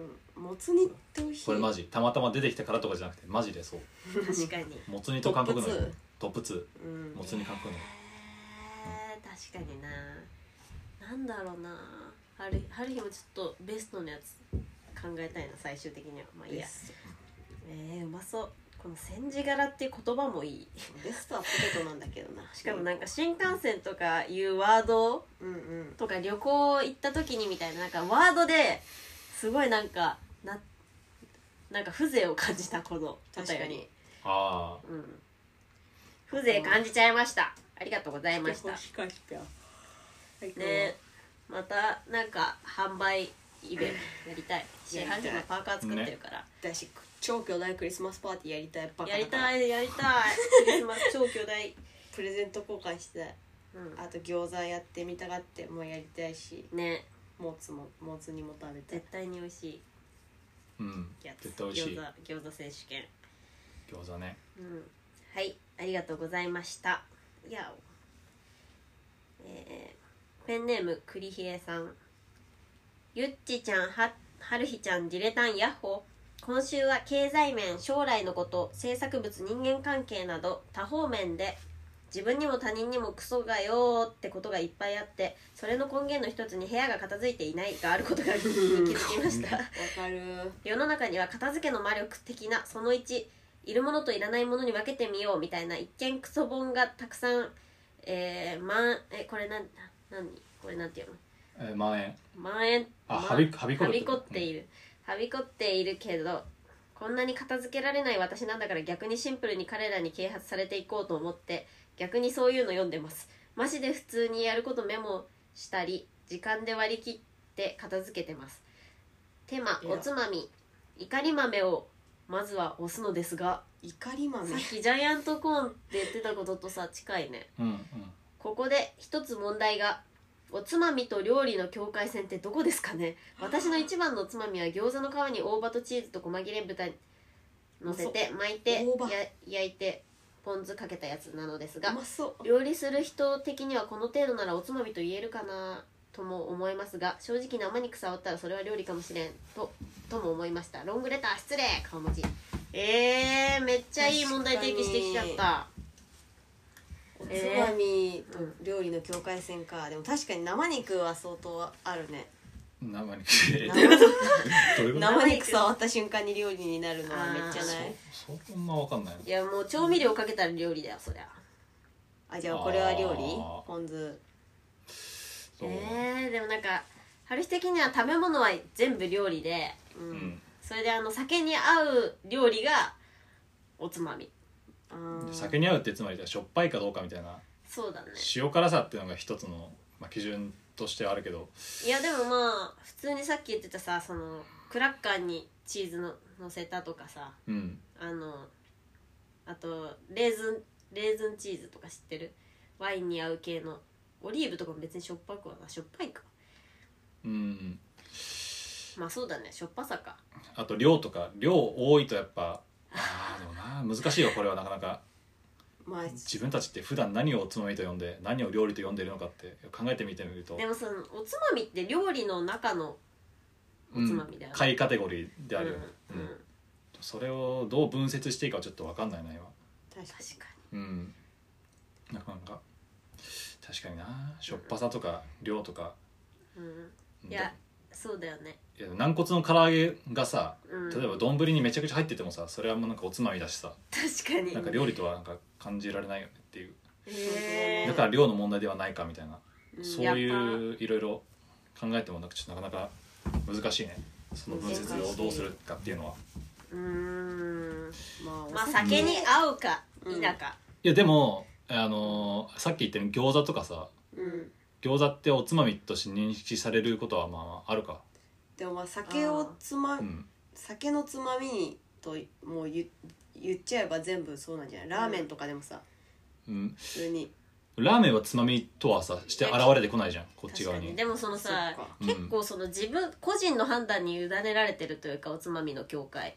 [SPEAKER 2] んもつ煮って美味しい
[SPEAKER 3] これマジたまたま出てきたからとかじゃなくてマジでそう
[SPEAKER 4] 確かに
[SPEAKER 3] もつ煮と韓国の
[SPEAKER 2] ト
[SPEAKER 3] り
[SPEAKER 2] ップ
[SPEAKER 3] トップ2
[SPEAKER 2] うん
[SPEAKER 3] もつ煮韓国のり
[SPEAKER 4] えー確かにななんだろうなはるはるひもちょっとベストのやつ考えたいな最終的にはまあいいや
[SPEAKER 2] ベス
[SPEAKER 4] えー、うまそうこの戦時柄っていう言葉もいい
[SPEAKER 2] トベストはポテトなんだけどな
[SPEAKER 4] しかもなんか新幹線とかいうワード
[SPEAKER 2] うんうん
[SPEAKER 4] とか旅行行った時にみたいななんかワードですごいなんかななんか風情を感じたこの
[SPEAKER 2] 確か
[SPEAKER 4] お
[SPEAKER 2] に
[SPEAKER 4] 便り
[SPEAKER 3] ああ
[SPEAKER 4] うん、風情感じちゃいましたありがとうございました
[SPEAKER 2] しかしか
[SPEAKER 4] ねまたなんか販売イベントやりたいし
[SPEAKER 2] やりた
[SPEAKER 4] ハ
[SPEAKER 2] い
[SPEAKER 4] ンジのパーカー作ってるから、
[SPEAKER 2] 私超巨大クリスマスパーティーやりたいバカ
[SPEAKER 4] やりた
[SPEAKER 2] い
[SPEAKER 4] いやりたいクリスマス超巨大、
[SPEAKER 2] プレゼント交換したいあと餃子やってみたがってもうやりたいし
[SPEAKER 4] うん、ね
[SPEAKER 2] もつももつ煮も食べたい
[SPEAKER 4] 絶対に美味しい
[SPEAKER 3] うん
[SPEAKER 4] やつ
[SPEAKER 3] 絶対美味しい
[SPEAKER 4] 餃子餃子選手権
[SPEAKER 3] 餃子ね
[SPEAKER 4] うん、はいありがとうございましたやお、えーペンネームくりひえさんゆっちちゃんははるひちゃんディレタンヤッホー今週は経済面将来のこと制作物人間関係など多方面で自分にも他人にもクソがよーってことがいっぱいあってそれの根源の一つに部屋が片付いていないがあることが気づきました
[SPEAKER 2] わかる
[SPEAKER 4] 世の中には片付けの魔力的なその1いるものといらないものに分けてみようみたいな一見クソ本がたくさんえー、まんえこれなん何これなんていうの
[SPEAKER 3] えー、万円
[SPEAKER 4] 蔓延
[SPEAKER 3] あ
[SPEAKER 4] ま
[SPEAKER 3] はびはびこるってこと
[SPEAKER 4] っている、はびこっているけどこんなに片付けられない私なんだから逆にシンプルに彼らに啓発されていこうと思って逆にそういうの読んでますマジで普通にやることメモしたり時間で割り切って片付けてます手間
[SPEAKER 2] いや
[SPEAKER 4] おつまみ怒り豆をまずは押すのですが
[SPEAKER 2] 怒り豆
[SPEAKER 4] さっきジャイアントコーンって言ってたこととさ近いね
[SPEAKER 3] うんうん
[SPEAKER 4] ここで一つ問題がおつまみと料理の境界線ってどこですかね私の一番のおつまみは餃子の皮に大葉とチーズと細切れ豚乗せて巻いてや
[SPEAKER 2] 大葉
[SPEAKER 4] 焼いてポン酢かけたやつなのです
[SPEAKER 2] う
[SPEAKER 4] が
[SPEAKER 2] まそう
[SPEAKER 4] 料理する人的にはこの程度ならおつまみと言えるかなとも思いますが正直生肉触ったらそれは料理かもしれんととも思いましたロングレター失礼顔文字えー、めっちゃいい問題提起してきちゃった
[SPEAKER 2] おつまみと料理の境界線か、でも確かに生肉は相当あるね
[SPEAKER 3] 生肉え
[SPEAKER 2] 生肉
[SPEAKER 3] どういうこと
[SPEAKER 2] 生肉触った瞬間に料理になるのはめっちゃない
[SPEAKER 3] そうそんなわかんない
[SPEAKER 4] いやもう調味料かけたら料理だよそりゃ
[SPEAKER 2] あじゃあこれは料理
[SPEAKER 3] あー
[SPEAKER 2] ポン酢
[SPEAKER 3] そう、
[SPEAKER 4] えー、でもなんか春日的には食べ物は全部料理で、うん
[SPEAKER 3] うん
[SPEAKER 4] それであの酒に合う料理がおつまみあー
[SPEAKER 3] 酒に合うってつまりじゃあしょっぱいかどうかみたいな
[SPEAKER 4] そうだね
[SPEAKER 3] 塩辛さっていうのが一つの、まあ、基準としてはあるけど
[SPEAKER 4] いやでもまあ普通にさっき言ってたさそのクラッカーにチーズの乗せたとかさ
[SPEAKER 3] うん
[SPEAKER 4] あのあとレーズンレーズンチーズとか知ってるワインに合う系のオリーブとかも別にしょっぱくはなしょっぱいか
[SPEAKER 3] うん
[SPEAKER 4] まあそうだねしょっぱさか
[SPEAKER 3] あと量とか量多いとやっぱあーでもな難しいよこれはなかなか
[SPEAKER 2] まあ
[SPEAKER 3] 自分たちって普段何をおつまみと呼んで何を料理と呼んでいるのかって考えてみてみると
[SPEAKER 4] でもそのおつまみって料理の中のおつまみだよね
[SPEAKER 3] 買いカテゴリーであるよね、
[SPEAKER 4] うん
[SPEAKER 3] うん
[SPEAKER 4] うん、
[SPEAKER 3] それをどう分節していいかはちょっと分かんないな今
[SPEAKER 2] 確か
[SPEAKER 4] 確か
[SPEAKER 3] うんなかなか確かになしょっぱさとか量とか
[SPEAKER 4] に、うん、
[SPEAKER 3] うん
[SPEAKER 4] いやそうだよね、
[SPEAKER 3] いや軟骨の唐揚げがさ
[SPEAKER 4] うん、
[SPEAKER 3] 例えば丼にめちゃくちゃ入っててもさそれはもうなんかおつまみだしさ
[SPEAKER 4] 確かに
[SPEAKER 3] なんか料理とはなんか感じられないよねっていう
[SPEAKER 4] へー
[SPEAKER 3] だから量の問題ではないかみたいな
[SPEAKER 4] うん
[SPEAKER 3] そう
[SPEAKER 4] やっ
[SPEAKER 3] いういろいろ考えてもなくちょっとなかなか難しいねその分節をどうするかっていうのは
[SPEAKER 4] ぱうーん
[SPEAKER 2] にまあ、
[SPEAKER 4] まあ
[SPEAKER 2] お酒
[SPEAKER 4] 酒に合うか
[SPEAKER 2] うん
[SPEAKER 4] 否か、
[SPEAKER 3] いやでもあのーさっき言ったように餃子とかさ
[SPEAKER 2] うん
[SPEAKER 3] 餃子っておつまみとして認識されることはまああるか
[SPEAKER 2] でもまあ酒をつま
[SPEAKER 3] うん
[SPEAKER 2] 酒のつまみにともう言言っちゃえば全部そうなんじゃないラーメンとかでもさ
[SPEAKER 3] うん
[SPEAKER 2] 普通に
[SPEAKER 3] ラーメンはつまみとはさして現れてこないじゃんこっち側に
[SPEAKER 4] でもそのさ
[SPEAKER 2] そっか
[SPEAKER 4] 結構その自分個人の判断に委ねられてるというかおつまみの境界、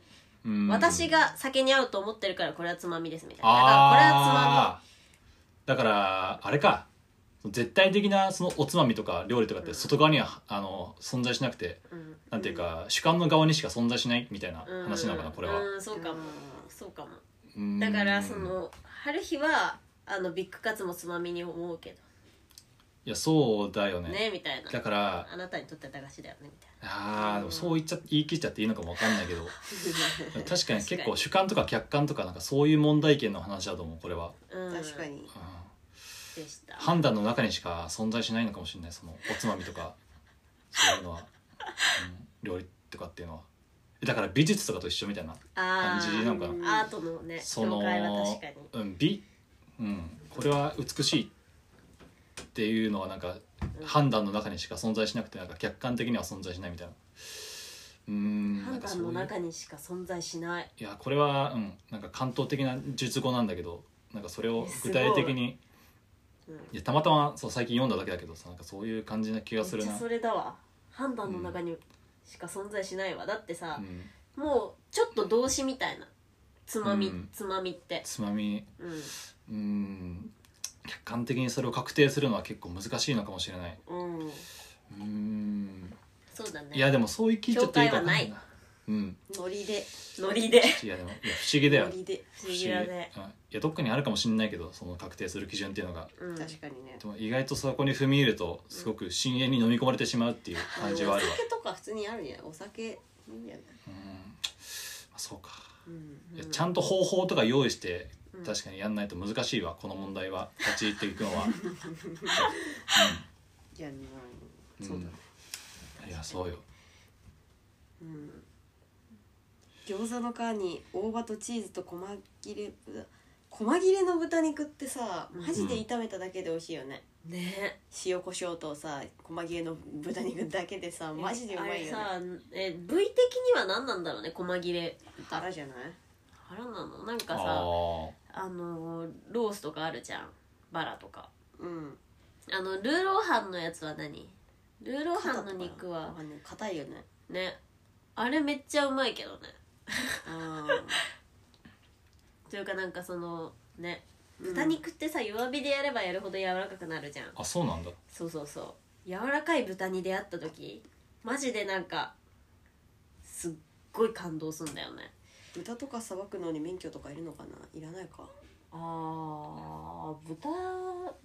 [SPEAKER 3] うん
[SPEAKER 4] 私が酒に合うと思ってるからこれはつまみですみたいなだからこれは
[SPEAKER 3] ああだからあれか絶対的なそのおつまみとか料理とかって外側には、あの存在しなくて
[SPEAKER 4] つまみ、うん
[SPEAKER 3] なんていうか、主観の側にしか存在しないみたいな
[SPEAKER 4] うん
[SPEAKER 3] 話なのかなこれは、
[SPEAKER 4] うんそうかも
[SPEAKER 2] うん
[SPEAKER 4] そうかも
[SPEAKER 3] うん
[SPEAKER 4] だからその春日はあのビッグカツもつまみに思うけ
[SPEAKER 3] いやそうだ
[SPEAKER 4] ど
[SPEAKER 3] よね
[SPEAKER 4] ねみたいな
[SPEAKER 3] だから
[SPEAKER 4] あなたにとっては駄菓子だよねみたい
[SPEAKER 3] あーでもそう言っちゃ言い切っちゃっていいのかもわかんないけど確かに結構主観とか客観とかなんかそういう問題意見の話だと思うこれは、
[SPEAKER 4] な、うん、
[SPEAKER 2] 確かに
[SPEAKER 3] うん
[SPEAKER 4] でした
[SPEAKER 3] 判断の中にしか存在しないのかもしれないそのおつまみと かそういうのは、うん料理とかっていうのはだから美術とかと一緒みたいな
[SPEAKER 4] あ
[SPEAKER 3] 感じなの
[SPEAKER 4] ー
[SPEAKER 3] かな
[SPEAKER 4] アートのね
[SPEAKER 3] その
[SPEAKER 4] 境界は確かに
[SPEAKER 3] うん、美、うん、これは美しいっていうのはなんか判断の中にしか存在しなくてなんか客観的には存在しないみたいなうんなん
[SPEAKER 4] 判
[SPEAKER 3] かそ
[SPEAKER 4] 断
[SPEAKER 3] うい
[SPEAKER 4] の
[SPEAKER 3] う
[SPEAKER 4] 中にしか存在しない
[SPEAKER 3] いやこれは、うん、なんか関東的な術語なんだけどなんかそれを具体的に
[SPEAKER 4] すごいうん
[SPEAKER 3] いやたまたまそう最近読んだだけだけどさなんかそういう感じな気
[SPEAKER 4] め
[SPEAKER 3] が
[SPEAKER 4] っ
[SPEAKER 3] する
[SPEAKER 4] ち
[SPEAKER 3] な
[SPEAKER 4] ゃ。それだわ判断の中にしか存在しないわだってさ
[SPEAKER 3] う、ん
[SPEAKER 4] もうちょっと動詞みたいなつまみ、
[SPEAKER 3] うん
[SPEAKER 4] つまみって
[SPEAKER 3] つまみ
[SPEAKER 4] うん
[SPEAKER 3] うん客観的にそれを確定するのは結構難しいのかもしれない
[SPEAKER 4] うん
[SPEAKER 3] うん
[SPEAKER 4] そうだね
[SPEAKER 3] いやでもそう言い切っちゃっていいか
[SPEAKER 4] 境界はない
[SPEAKER 3] うん
[SPEAKER 2] ノリで
[SPEAKER 4] ノリで
[SPEAKER 3] いやでもいや不思議だよ
[SPEAKER 2] ノリで
[SPEAKER 4] 不思議だね
[SPEAKER 3] うんいやどっかにあるかもしれないけどその確定する基準っていうのが
[SPEAKER 4] うん
[SPEAKER 2] 確かにね
[SPEAKER 3] でも意外とそこに踏み入るとすごく深淵に飲み込まれてしまうっていう感じはあるわ
[SPEAKER 2] お酒とか普通にあるんじゃないお酒いいんじゃない
[SPEAKER 3] うんあそうか
[SPEAKER 2] うん
[SPEAKER 3] いやちゃんと方法とか用意して
[SPEAKER 4] うん
[SPEAKER 3] 確かにやんないと難しいわこの問題は立ち入っていくのは
[SPEAKER 2] じゃあ
[SPEAKER 3] うん
[SPEAKER 2] そうだね
[SPEAKER 3] うんいやそうよ
[SPEAKER 2] うん餃子の皮に大葉とチーズと細切れぶ細切れの豚肉ってさマジで炒めただけで美味しいよね、
[SPEAKER 4] ね
[SPEAKER 2] 塩コショウとさ細切れの豚肉だけでさマジでうまいよね
[SPEAKER 4] あれさえ部位的には何なんだろうね細切れ
[SPEAKER 2] あらじゃない
[SPEAKER 4] 腹なのなん
[SPEAKER 3] あ
[SPEAKER 4] か
[SPEAKER 3] あ
[SPEAKER 4] さ
[SPEAKER 3] ー
[SPEAKER 4] あのーロースとかあるじゃんバラとか
[SPEAKER 2] うん
[SPEAKER 4] あのルーローハンのやつは何ルーローハンの肉
[SPEAKER 2] わ
[SPEAKER 4] は
[SPEAKER 2] かんない硬いよね
[SPEAKER 4] ねあれめっちゃうまいけどね
[SPEAKER 2] あ
[SPEAKER 4] というかなんかそのね
[SPEAKER 2] ー
[SPEAKER 4] 豚肉ってさ弱火でやればやるほど柔らかくなるじゃん
[SPEAKER 3] あそうなんだ
[SPEAKER 4] そうそうそう柔らかい豚に出会った時マジでなんかすっごい感動すんだよね
[SPEAKER 2] 豚とかさばくのに免許とかいるのかないらないか
[SPEAKER 4] あー豚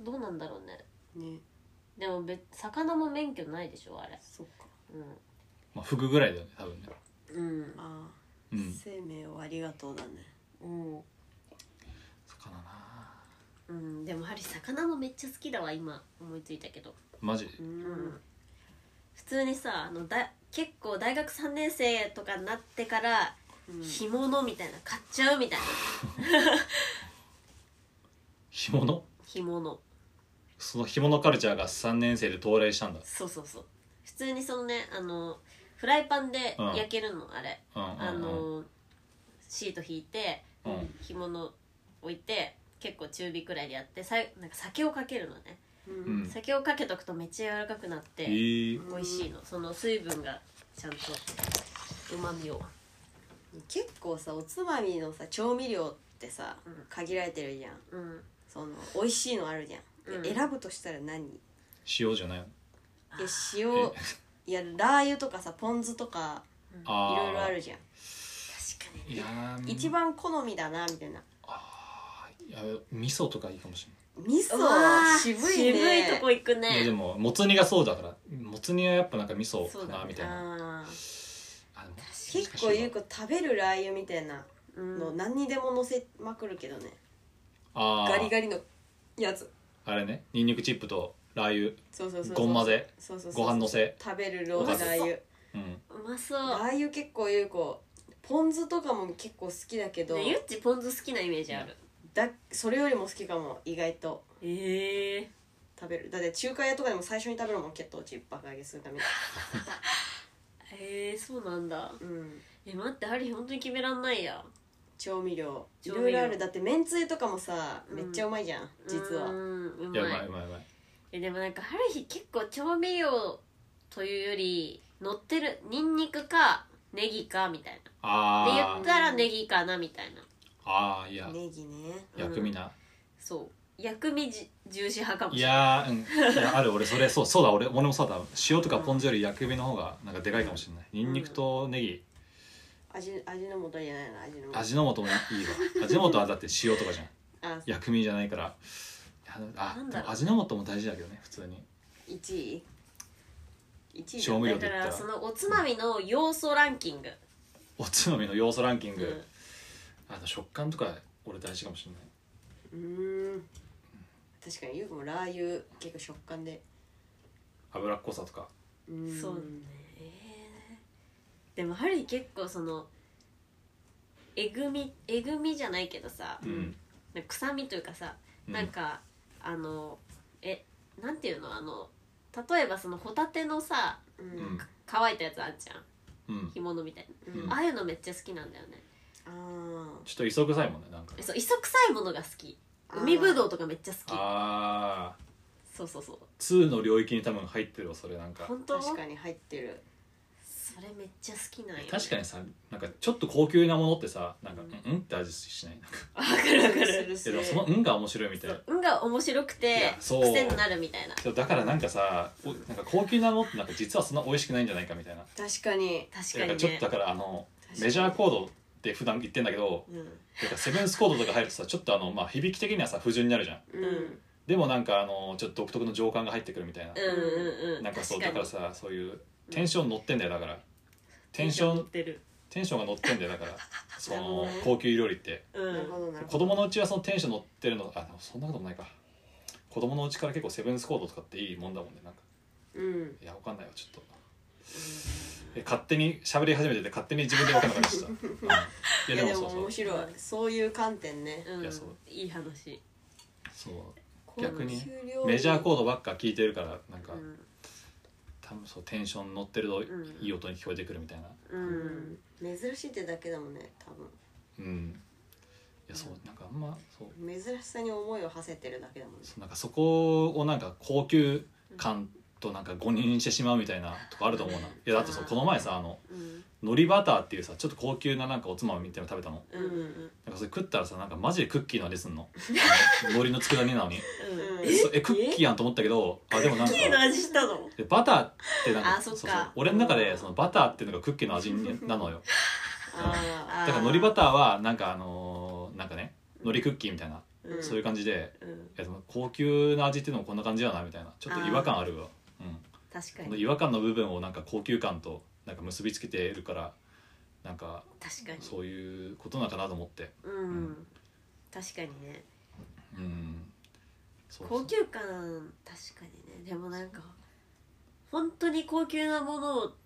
[SPEAKER 4] どうなんだろうね
[SPEAKER 2] ね
[SPEAKER 4] でも別魚も免許ないでしょあれ
[SPEAKER 2] そっか
[SPEAKER 3] まあフグぐらいだよね多分ね
[SPEAKER 4] うんうん
[SPEAKER 2] あ
[SPEAKER 3] う
[SPEAKER 2] ー、
[SPEAKER 3] ん
[SPEAKER 2] 生命をありがとうだね
[SPEAKER 4] うん
[SPEAKER 3] 魚な
[SPEAKER 4] うん、でもハリー魚もめっちゃ好きだわ今思いついたけど
[SPEAKER 3] マジ
[SPEAKER 2] う
[SPEAKER 4] うん
[SPEAKER 2] ん
[SPEAKER 4] 普普通にさあのだ結構大学3年生とかになってから
[SPEAKER 2] うん
[SPEAKER 4] 干物みたいな買っちゃうみたいな
[SPEAKER 3] 干物
[SPEAKER 4] 干物
[SPEAKER 3] その干物カルチャーが3年生で到来したんだ
[SPEAKER 4] そうそうそう普通にそのねあのフライパンで
[SPEAKER 3] うん
[SPEAKER 4] 焼けるの、あれ
[SPEAKER 3] うんうんうん
[SPEAKER 4] あのシート引いて
[SPEAKER 3] うん
[SPEAKER 4] 干物置いて結構中火くらいでやってさいなんか酒をかけるのね、
[SPEAKER 3] うん
[SPEAKER 4] 酒をかけとくとめっちゃ柔らかくなって、
[SPEAKER 3] えー、
[SPEAKER 4] 美味しいのその水分がちゃんとうまみを
[SPEAKER 2] 結構さおつまみのさ調味料ってさ、
[SPEAKER 4] うん
[SPEAKER 2] 限られてるじゃん
[SPEAKER 4] うん
[SPEAKER 2] その美味しいのあるじゃん、
[SPEAKER 4] うん
[SPEAKER 2] で選ぶとしたら何い
[SPEAKER 3] 塩じゃない
[SPEAKER 2] や
[SPEAKER 3] の
[SPEAKER 2] 塩いやラー油とかさポン酢とかい
[SPEAKER 3] あー
[SPEAKER 2] ろいろあるじゃん
[SPEAKER 4] 確か
[SPEAKER 3] いやー
[SPEAKER 2] 一番好みだなみたいな
[SPEAKER 3] あーいや味噌とかいいかもしれ
[SPEAKER 2] 味噌
[SPEAKER 4] うわー
[SPEAKER 2] 渋いね
[SPEAKER 4] 渋いとこ行く
[SPEAKER 3] ないいやで
[SPEAKER 4] ね
[SPEAKER 3] ももつ煮がそうだからもつ煮はやっぱなんか味噌
[SPEAKER 4] そう
[SPEAKER 3] か
[SPEAKER 4] だ
[SPEAKER 3] な
[SPEAKER 4] ね
[SPEAKER 3] みたいな
[SPEAKER 4] あー
[SPEAKER 3] あでも
[SPEAKER 2] 結構ゆうこ食べるラー油みたいな
[SPEAKER 4] うん
[SPEAKER 2] の何にでものせまくるけどね、
[SPEAKER 3] あ
[SPEAKER 2] ガリ
[SPEAKER 3] ー
[SPEAKER 2] ガリのやつ
[SPEAKER 3] あれねにんにくチップとラー
[SPEAKER 2] そうそうそうそう
[SPEAKER 3] 油ごん混ぜ
[SPEAKER 2] そうそうそう
[SPEAKER 3] ご飯のせ
[SPEAKER 2] 食べるローラー油
[SPEAKER 3] うん
[SPEAKER 4] うまそう
[SPEAKER 2] ラー油結構ゆうこポン酢とかも結構好きだけど、
[SPEAKER 4] ねゆっちポン酢好きなイメージある
[SPEAKER 2] だそれよりも好きかも意外と
[SPEAKER 4] ええ
[SPEAKER 2] 食べるだって中華屋とかでも最初に食べるもん血糖値爆上げするために
[SPEAKER 4] ええそうなんだ
[SPEAKER 2] うん
[SPEAKER 4] え待ってハリー本当に決めらんないや
[SPEAKER 2] 調味料い
[SPEAKER 4] 調味料
[SPEAKER 2] ろいろあるだってめんつゆとかもさ、
[SPEAKER 4] うん
[SPEAKER 2] めっちゃうまいじゃん実は、
[SPEAKER 4] うんうま
[SPEAKER 3] や
[SPEAKER 4] い
[SPEAKER 3] ばいうまいうまい
[SPEAKER 4] えでもなんかハリー結構調味料というより乗ってるニンニクかネギかみたいなで言
[SPEAKER 3] あ
[SPEAKER 4] っ
[SPEAKER 3] ー
[SPEAKER 4] たらネギかなみたいな
[SPEAKER 3] あーいや
[SPEAKER 2] ネギね
[SPEAKER 4] うん
[SPEAKER 3] 薬味な
[SPEAKER 4] そう薬味じ重視派かも
[SPEAKER 3] い
[SPEAKER 4] しれない
[SPEAKER 3] やーうんいやある俺それそうそうだ俺俺もそうだ塩とかポン酢より薬味の方がなんかでかいかもしれないにんにくとネギ
[SPEAKER 2] 味味の素じゃないの味の素
[SPEAKER 3] 味の素もいいわ味の素はだって塩とかじゃん
[SPEAKER 2] あ
[SPEAKER 3] 薬味じゃないからいやあ
[SPEAKER 4] なん
[SPEAKER 3] で
[SPEAKER 4] だろう
[SPEAKER 3] も味の素も大事だけどね普通に
[SPEAKER 2] 1位1位
[SPEAKER 3] 調味料で
[SPEAKER 4] だか
[SPEAKER 3] 言
[SPEAKER 4] ら
[SPEAKER 3] ったら
[SPEAKER 4] そのおつまみの要素ランキング、
[SPEAKER 3] おつまみの要素ランキン
[SPEAKER 4] う
[SPEAKER 3] グ、
[SPEAKER 4] ん
[SPEAKER 3] あと食感とか俺大事かもしれないう
[SPEAKER 2] ーん確かにゆうこもラー油結構食感で
[SPEAKER 3] 脂っこさとか
[SPEAKER 2] うん
[SPEAKER 4] そうねえーでもハリー結構そのえぐみえぐみじゃないけどさ
[SPEAKER 3] う、ん、
[SPEAKER 4] なんか臭みというかさ、
[SPEAKER 3] うん、
[SPEAKER 4] なんかあのえなんていうのあの例えばそのホタテのさ
[SPEAKER 2] う
[SPEAKER 3] うんん
[SPEAKER 4] 乾いたやつあんじゃん
[SPEAKER 3] うん
[SPEAKER 4] 干物みたい
[SPEAKER 2] うん、
[SPEAKER 3] うん
[SPEAKER 4] なああいうのめっちゃ好きなんだよね
[SPEAKER 2] あ
[SPEAKER 3] ちょっと磯臭いもんねなんか
[SPEAKER 4] えそう磯臭いものが好き
[SPEAKER 2] あー
[SPEAKER 4] 海ぶどうとかめっちゃ好き
[SPEAKER 3] あー
[SPEAKER 4] そうそうそう
[SPEAKER 3] 2の領域に多分入ってるわそれなんか
[SPEAKER 4] 本当
[SPEAKER 2] 確かに入ってる
[SPEAKER 4] それめっちゃ好きなんよ、ね、
[SPEAKER 3] 確かにさなんかちょっと高級なものってさなんか
[SPEAKER 4] うん
[SPEAKER 3] 「うん?」って味しないなんか
[SPEAKER 4] わかるわか
[SPEAKER 2] す
[SPEAKER 4] る
[SPEAKER 2] る
[SPEAKER 3] いや
[SPEAKER 2] す
[SPEAKER 3] で
[SPEAKER 2] る
[SPEAKER 3] もその「うん」が面白いみたい
[SPEAKER 4] そ
[SPEAKER 3] な
[SPEAKER 4] う運が面白く
[SPEAKER 3] い
[SPEAKER 4] て
[SPEAKER 3] やそう
[SPEAKER 4] 癖になるみたいな
[SPEAKER 3] そうだからなんかさおなんか高級なものってなんか実はそんな美味しくないんじゃないかみたいな
[SPEAKER 2] 確かに
[SPEAKER 4] 確
[SPEAKER 3] な
[SPEAKER 4] か
[SPEAKER 3] んか
[SPEAKER 4] に
[SPEAKER 3] ちょっ
[SPEAKER 4] ね
[SPEAKER 3] とだからあの
[SPEAKER 2] 確かに
[SPEAKER 3] メジャーコードって普段言ってんだけど
[SPEAKER 2] うん
[SPEAKER 3] なんかセブンスコードとか入るとさちょっとあの、まあ、響き的にはさ不純になるじゃん
[SPEAKER 2] うん、
[SPEAKER 3] でもなんかあのちょっと独特の情感が入ってくるみたいな、
[SPEAKER 4] うんうんうん
[SPEAKER 3] なんかそうだ
[SPEAKER 4] 確
[SPEAKER 3] から
[SPEAKER 4] に
[SPEAKER 3] さそういうテンション乗ってんだよだからテンショ
[SPEAKER 4] 乗っ
[SPEAKER 3] ン
[SPEAKER 4] てる
[SPEAKER 3] テンションが乗ってんだよだからそ
[SPEAKER 2] なるほ
[SPEAKER 3] の
[SPEAKER 2] どね
[SPEAKER 3] 高級料理って
[SPEAKER 4] う
[SPEAKER 2] なるほ
[SPEAKER 4] ん
[SPEAKER 2] どなるほ
[SPEAKER 3] 子
[SPEAKER 2] ど
[SPEAKER 3] 供のうちはそのテンション乗ってるのあでもそんなこともないか子供のうちから結構セブンスコードとかっていいもんだもんねなんか
[SPEAKER 2] うん
[SPEAKER 3] いやわかんないわちょっとえ勝手に喋り始めてて勝手に自分でわかんなくなっちゃった、うん
[SPEAKER 2] い
[SPEAKER 3] い
[SPEAKER 2] や
[SPEAKER 3] や
[SPEAKER 2] で
[SPEAKER 3] でもそ
[SPEAKER 2] も
[SPEAKER 3] うそう
[SPEAKER 2] 面白いそういう観点ね
[SPEAKER 4] うん
[SPEAKER 3] いやそう
[SPEAKER 4] いい話
[SPEAKER 3] そう
[SPEAKER 4] 逆
[SPEAKER 3] に
[SPEAKER 2] 高級料理
[SPEAKER 3] メジャーコードばっか聞いてるからなんか、
[SPEAKER 4] うん
[SPEAKER 3] 多分そうテンション乗ってると
[SPEAKER 4] ん
[SPEAKER 3] いい音に聞こえてくるみたいな
[SPEAKER 4] う
[SPEAKER 2] うんん珍しいってだけだもんね多分
[SPEAKER 3] うんいやそうなんかあんまそう
[SPEAKER 2] 珍しさに思いを馳せてるだけだもんね
[SPEAKER 3] そうなんかそこをなんか高級感となんか誤認してしまうみたいなとこあると思うないやだってそうこの前さあの
[SPEAKER 4] うん
[SPEAKER 3] 海苔バターっていうさちょっと高級ななんかおつまみみたいなの食べたの
[SPEAKER 4] うんうん
[SPEAKER 3] なんかそれ食ったらさなんかマジでクッキーの味すんのあの海苔の佃煮なの に
[SPEAKER 4] うん
[SPEAKER 2] うん
[SPEAKER 3] そうえクッキーやんと思ったけどあでもなんか
[SPEAKER 4] いいの味したの
[SPEAKER 3] でバターってなんか
[SPEAKER 4] あそっか
[SPEAKER 3] 俺の中でそのバターっていうのがクッキーの味になのよ
[SPEAKER 2] あ
[SPEAKER 3] だから海苔バターはなんかあのーなんかね海苔クッキーみたいな、
[SPEAKER 2] うん
[SPEAKER 3] そういう感じで
[SPEAKER 4] うん
[SPEAKER 3] いやでも高級な味っていうのもこんな感じやなみたいなちょっと違和感あるわうん、
[SPEAKER 4] 確か
[SPEAKER 3] この
[SPEAKER 4] に
[SPEAKER 3] 違和感の部分をなんか高級感となんか結びつけているからなんか
[SPEAKER 4] 確かに
[SPEAKER 3] そういうことなのかなと思って
[SPEAKER 4] うん確かにね
[SPEAKER 3] うんそうそう
[SPEAKER 4] 高級感確かにねでもなんか本当に高級なものを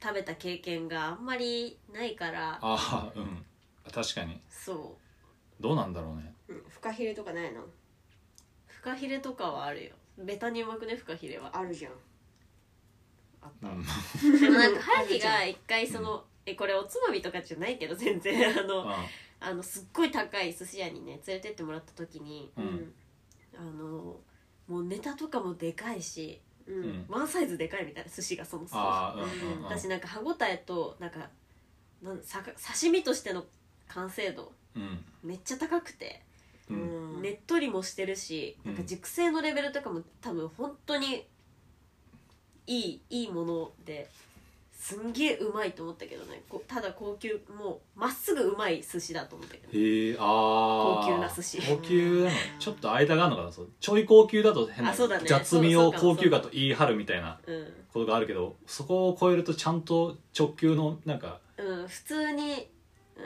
[SPEAKER 4] 食べた経験があんまりないから
[SPEAKER 3] ああうん確かに
[SPEAKER 4] そ
[SPEAKER 3] どうなんだろうね
[SPEAKER 2] うん、フカヒレとかないの
[SPEAKER 4] うフカヒレとかはあるよベタにうまくねフカヒレは
[SPEAKER 2] あるじゃん
[SPEAKER 4] あっ
[SPEAKER 3] う
[SPEAKER 4] た
[SPEAKER 3] ん
[SPEAKER 4] でもなんかハリ
[SPEAKER 2] あ
[SPEAKER 4] が一回そのえこれおつまみとかじゃないけど全然 あの
[SPEAKER 3] あ
[SPEAKER 4] あのすっごい高い寿司屋にね連れてってもらった時に
[SPEAKER 3] う
[SPEAKER 2] うんん
[SPEAKER 4] あのもうネタとかもでかいし
[SPEAKER 2] う
[SPEAKER 3] うんん
[SPEAKER 4] ワンサイズでかいみたいな寿司がそもそも
[SPEAKER 3] ああうんうんうん
[SPEAKER 4] 私なんか歯ごたえとなんかなんさか刺身としての完成度
[SPEAKER 3] うん
[SPEAKER 4] めっちゃ高くて、
[SPEAKER 3] う
[SPEAKER 2] うんん
[SPEAKER 4] ねっとりもしてるし
[SPEAKER 3] うん
[SPEAKER 4] なんか熟成のレベルとかも多分本当にいいいいものですんげえうまいと思ったけどねこただ高級もうまっすぐうまい寿司だと思ったけど
[SPEAKER 3] へえああ
[SPEAKER 4] 高級な寿司
[SPEAKER 3] 高級なのちょっと間があるのかなそうちょい高級だと変な
[SPEAKER 4] あそうだね
[SPEAKER 3] 雑味を
[SPEAKER 4] そうそうかも
[SPEAKER 3] 高級かと言い張るみたいな
[SPEAKER 4] う
[SPEAKER 3] ことがあるけどそこを超えるとちゃんと直球のなんか
[SPEAKER 4] ん、うん、普通に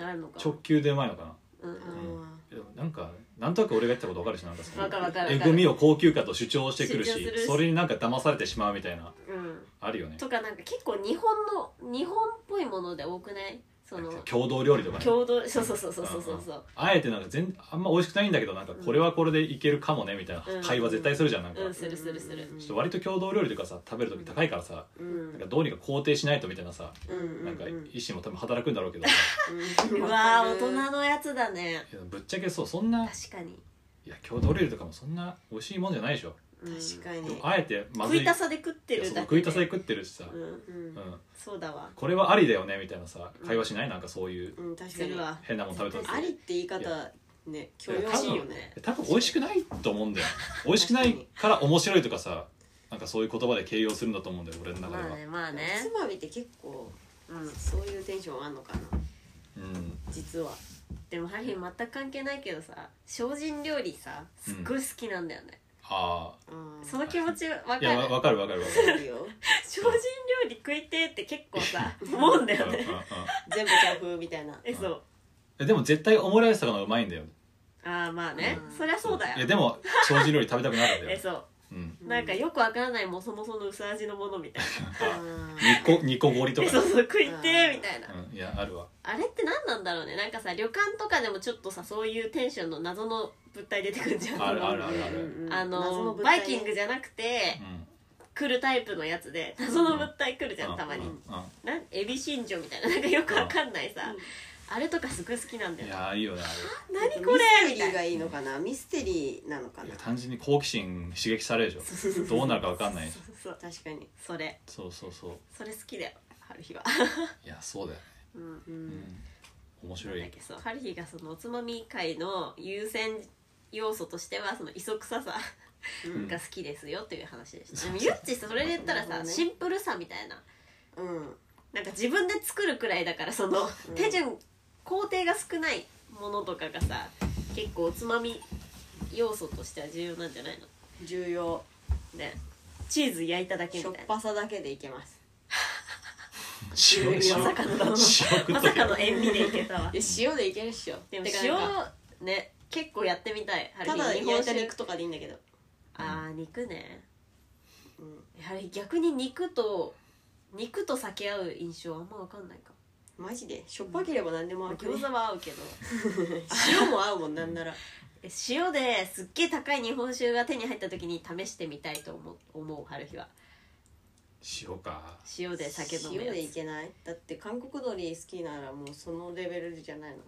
[SPEAKER 4] あるのか
[SPEAKER 3] 直球でうまいのかな
[SPEAKER 4] うんうん
[SPEAKER 2] あ
[SPEAKER 3] でもなんかなんとなく俺が言ったこと分かるしなんかその
[SPEAKER 4] わかるわかる
[SPEAKER 3] え
[SPEAKER 4] わか
[SPEAKER 3] ぐみ
[SPEAKER 4] る
[SPEAKER 3] を高級化と主張してくるし
[SPEAKER 4] 主張するし
[SPEAKER 3] それになんか騙されてしまうみたいな
[SPEAKER 4] うん
[SPEAKER 3] あるよね
[SPEAKER 4] とかなんか結構日本の日本っぽいもので多くないその
[SPEAKER 3] 共同料理とかね
[SPEAKER 4] 共同そうそうそうそうそうそうそう
[SPEAKER 3] あえてなんか全あんま美味しくないんだけどなんかこれはこれでいけるかもねみたいな
[SPEAKER 4] うん
[SPEAKER 3] 会話絶対するじゃんなんか、
[SPEAKER 4] うん
[SPEAKER 3] ち
[SPEAKER 4] するするする
[SPEAKER 2] うん
[SPEAKER 3] ょっと割と共同料理とかさ食べる時高いからさ、
[SPEAKER 2] うん
[SPEAKER 3] なんかどうにか肯定しないとみたいなさ、
[SPEAKER 2] うん
[SPEAKER 3] なんか
[SPEAKER 2] うん
[SPEAKER 3] 意思も多分働くんだろうけど、
[SPEAKER 4] う
[SPEAKER 2] うん
[SPEAKER 4] わー大人のやつだね
[SPEAKER 3] いやぶっちゃけそうそんな
[SPEAKER 4] 確かに、
[SPEAKER 3] いや共同料理とかもそんな美味しいもんじゃないでしょ、
[SPEAKER 4] うん
[SPEAKER 2] 確か
[SPEAKER 3] で
[SPEAKER 2] に
[SPEAKER 3] もあえてま
[SPEAKER 4] 食
[SPEAKER 3] ずい
[SPEAKER 4] いたさで食って
[SPEAKER 3] いや
[SPEAKER 4] る
[SPEAKER 3] そう
[SPEAKER 4] だけ
[SPEAKER 3] 食いたさで食ってるしさ、
[SPEAKER 4] うん
[SPEAKER 2] うん
[SPEAKER 3] うん
[SPEAKER 4] そうだわ
[SPEAKER 3] これはありだよねみたいなさ会話しないなんかそういう
[SPEAKER 2] うん確
[SPEAKER 4] す
[SPEAKER 2] かに
[SPEAKER 4] るわ
[SPEAKER 3] 変なもん食べたりする
[SPEAKER 2] ありって言い方ね許容
[SPEAKER 3] 多
[SPEAKER 2] し
[SPEAKER 3] 分
[SPEAKER 2] いよね
[SPEAKER 3] 多分美味しくないと思 うんだよ美味しくないから面白いとかさなんかそういう言葉で形容するんだと思うんだよ俺の中では、
[SPEAKER 4] まあねまあね
[SPEAKER 2] おつまみって結構
[SPEAKER 4] うん
[SPEAKER 2] そういうテンションあんのかな
[SPEAKER 3] うん
[SPEAKER 2] 実は
[SPEAKER 4] でもハリー全く関係ないけどさ精進料理さすっごい好きなんだよね、
[SPEAKER 3] あ
[SPEAKER 4] その気持ちわか
[SPEAKER 3] あい
[SPEAKER 4] る
[SPEAKER 3] やわわかるわかるわか
[SPEAKER 2] あ
[SPEAKER 3] る
[SPEAKER 2] るよ
[SPEAKER 4] 精進料理食いてえって結構 さ思うんだよ
[SPEAKER 3] うんうん
[SPEAKER 4] ね
[SPEAKER 3] うん
[SPEAKER 2] 全部キャフみたいな
[SPEAKER 4] えそう
[SPEAKER 3] えでも絶対オムライスとかのうまいんだよ
[SPEAKER 4] ああまあね、
[SPEAKER 2] うん
[SPEAKER 4] そりゃそうだ
[SPEAKER 3] いや
[SPEAKER 4] よ
[SPEAKER 3] でも精進料理食べたくなるん だ
[SPEAKER 4] え
[SPEAKER 3] よ、
[SPEAKER 4] そ
[SPEAKER 3] うん、
[SPEAKER 4] う なんかよくわからないもそもその薄味のものみたい
[SPEAKER 2] うん
[SPEAKER 3] 2個二個ご りと
[SPEAKER 4] なえ
[SPEAKER 3] か
[SPEAKER 4] そうそう食いてえみたいな
[SPEAKER 3] うん、いやあるわ
[SPEAKER 4] あれって何なんだろうねなんかさ旅館とかでもちょっとさそういうテンションの謎の物体出てくるじゃん
[SPEAKER 3] あるあるあるあ
[SPEAKER 2] う
[SPEAKER 3] る
[SPEAKER 2] んうん
[SPEAKER 4] あ
[SPEAKER 2] 謎
[SPEAKER 4] の
[SPEAKER 2] 物
[SPEAKER 4] バ
[SPEAKER 2] 体
[SPEAKER 4] イキングじゃなくて
[SPEAKER 3] うん
[SPEAKER 4] 来るタイプのやつで謎の物体来るじゃん、
[SPEAKER 3] うん
[SPEAKER 4] たまに、
[SPEAKER 3] うんう
[SPEAKER 4] なんエビ新庄みたいななんかよくわかんないさ、
[SPEAKER 2] うん
[SPEAKER 4] あれとかすごい好きなんだ
[SPEAKER 3] んい
[SPEAKER 4] よ
[SPEAKER 3] やいいよねあ
[SPEAKER 4] 何これ
[SPEAKER 2] ミステ
[SPEAKER 4] み
[SPEAKER 2] リ
[SPEAKER 4] た
[SPEAKER 2] ーが
[SPEAKER 4] い
[SPEAKER 2] いいのかなミステリーなのか
[SPEAKER 3] れい
[SPEAKER 2] な
[SPEAKER 3] や単純に好奇心刺激されるでし ょどうなるかわかんない
[SPEAKER 4] な
[SPEAKER 3] し
[SPEAKER 4] そうそう
[SPEAKER 2] 確かに
[SPEAKER 4] それ
[SPEAKER 3] そうそうそう
[SPEAKER 4] それ好きだよハルヒは、
[SPEAKER 3] いやそうだよね、
[SPEAKER 4] うん
[SPEAKER 2] う
[SPEAKER 3] うんん、面
[SPEAKER 4] な
[SPEAKER 3] 白
[SPEAKER 4] ん
[SPEAKER 3] い
[SPEAKER 4] だっけそうハルヒがそのおつまみ界の優先要素としてはその磯臭さ
[SPEAKER 3] うん
[SPEAKER 4] が好きですよっていう話でした、でもゆっちさそれで言った
[SPEAKER 2] な
[SPEAKER 4] ら
[SPEAKER 2] る
[SPEAKER 4] さ
[SPEAKER 2] ほどね
[SPEAKER 4] シンプルさみたいな
[SPEAKER 2] うん
[SPEAKER 4] なんか自分で作るくらいだからその、
[SPEAKER 2] うん
[SPEAKER 4] 手順工程が少ないものとかがさ結構おつまみ要素としては重要なんじゃないの
[SPEAKER 2] 重要
[SPEAKER 4] ねチーズ焼いただけ
[SPEAKER 2] し
[SPEAKER 4] み
[SPEAKER 2] たょっ
[SPEAKER 4] いな
[SPEAKER 2] ぱさだけでいけます
[SPEAKER 3] 塩
[SPEAKER 4] まさかの
[SPEAKER 3] 塩食
[SPEAKER 4] ま
[SPEAKER 3] っと
[SPEAKER 4] さ
[SPEAKER 3] け
[SPEAKER 4] か
[SPEAKER 3] よ
[SPEAKER 4] の塩味でいけたわ
[SPEAKER 2] いや塩でいけるっしょ
[SPEAKER 4] でも
[SPEAKER 2] てかなんか
[SPEAKER 4] 塩ね結構やってみたいハル
[SPEAKER 2] ただ
[SPEAKER 4] ヒ
[SPEAKER 2] 焼いた
[SPEAKER 4] 酒
[SPEAKER 2] 肉とかでいいんだけど
[SPEAKER 4] あー肉ね
[SPEAKER 2] うん
[SPEAKER 4] やはり逆に肉と肉と酒合う印象あんま分かんないか
[SPEAKER 2] マジでしょっぱければ何でも合うけど
[SPEAKER 4] 餃子は合うけど
[SPEAKER 2] 塩も合うもんなんなら
[SPEAKER 4] え塩ですっげえ高い日本酒が手に入った時に試してみたいと思う思う春日は
[SPEAKER 3] 塩か
[SPEAKER 4] 塩で酒飲む
[SPEAKER 2] 塩
[SPEAKER 4] や
[SPEAKER 2] でい
[SPEAKER 4] つ
[SPEAKER 2] けないだって韓国鶏好きならもうそのレベルじゃないの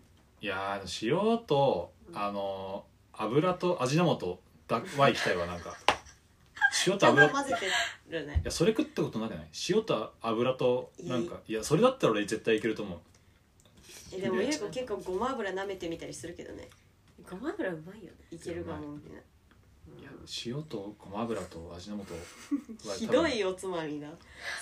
[SPEAKER 3] いやー塩とあのー油と味の素だは行きたいわなんか塩と
[SPEAKER 2] た
[SPEAKER 3] 油
[SPEAKER 2] だ
[SPEAKER 3] い
[SPEAKER 2] 混ぜて るね
[SPEAKER 3] やそれ食ったことなくない塩と油となんかいやそれだったら俺絶対いけると思う
[SPEAKER 2] えでも優子結構ごま油舐めてみたりするけどね
[SPEAKER 4] ごま油うまいよね
[SPEAKER 2] いけるかもみたいない
[SPEAKER 3] や塩とごま油と味の素 は
[SPEAKER 2] ひどいおつまみだ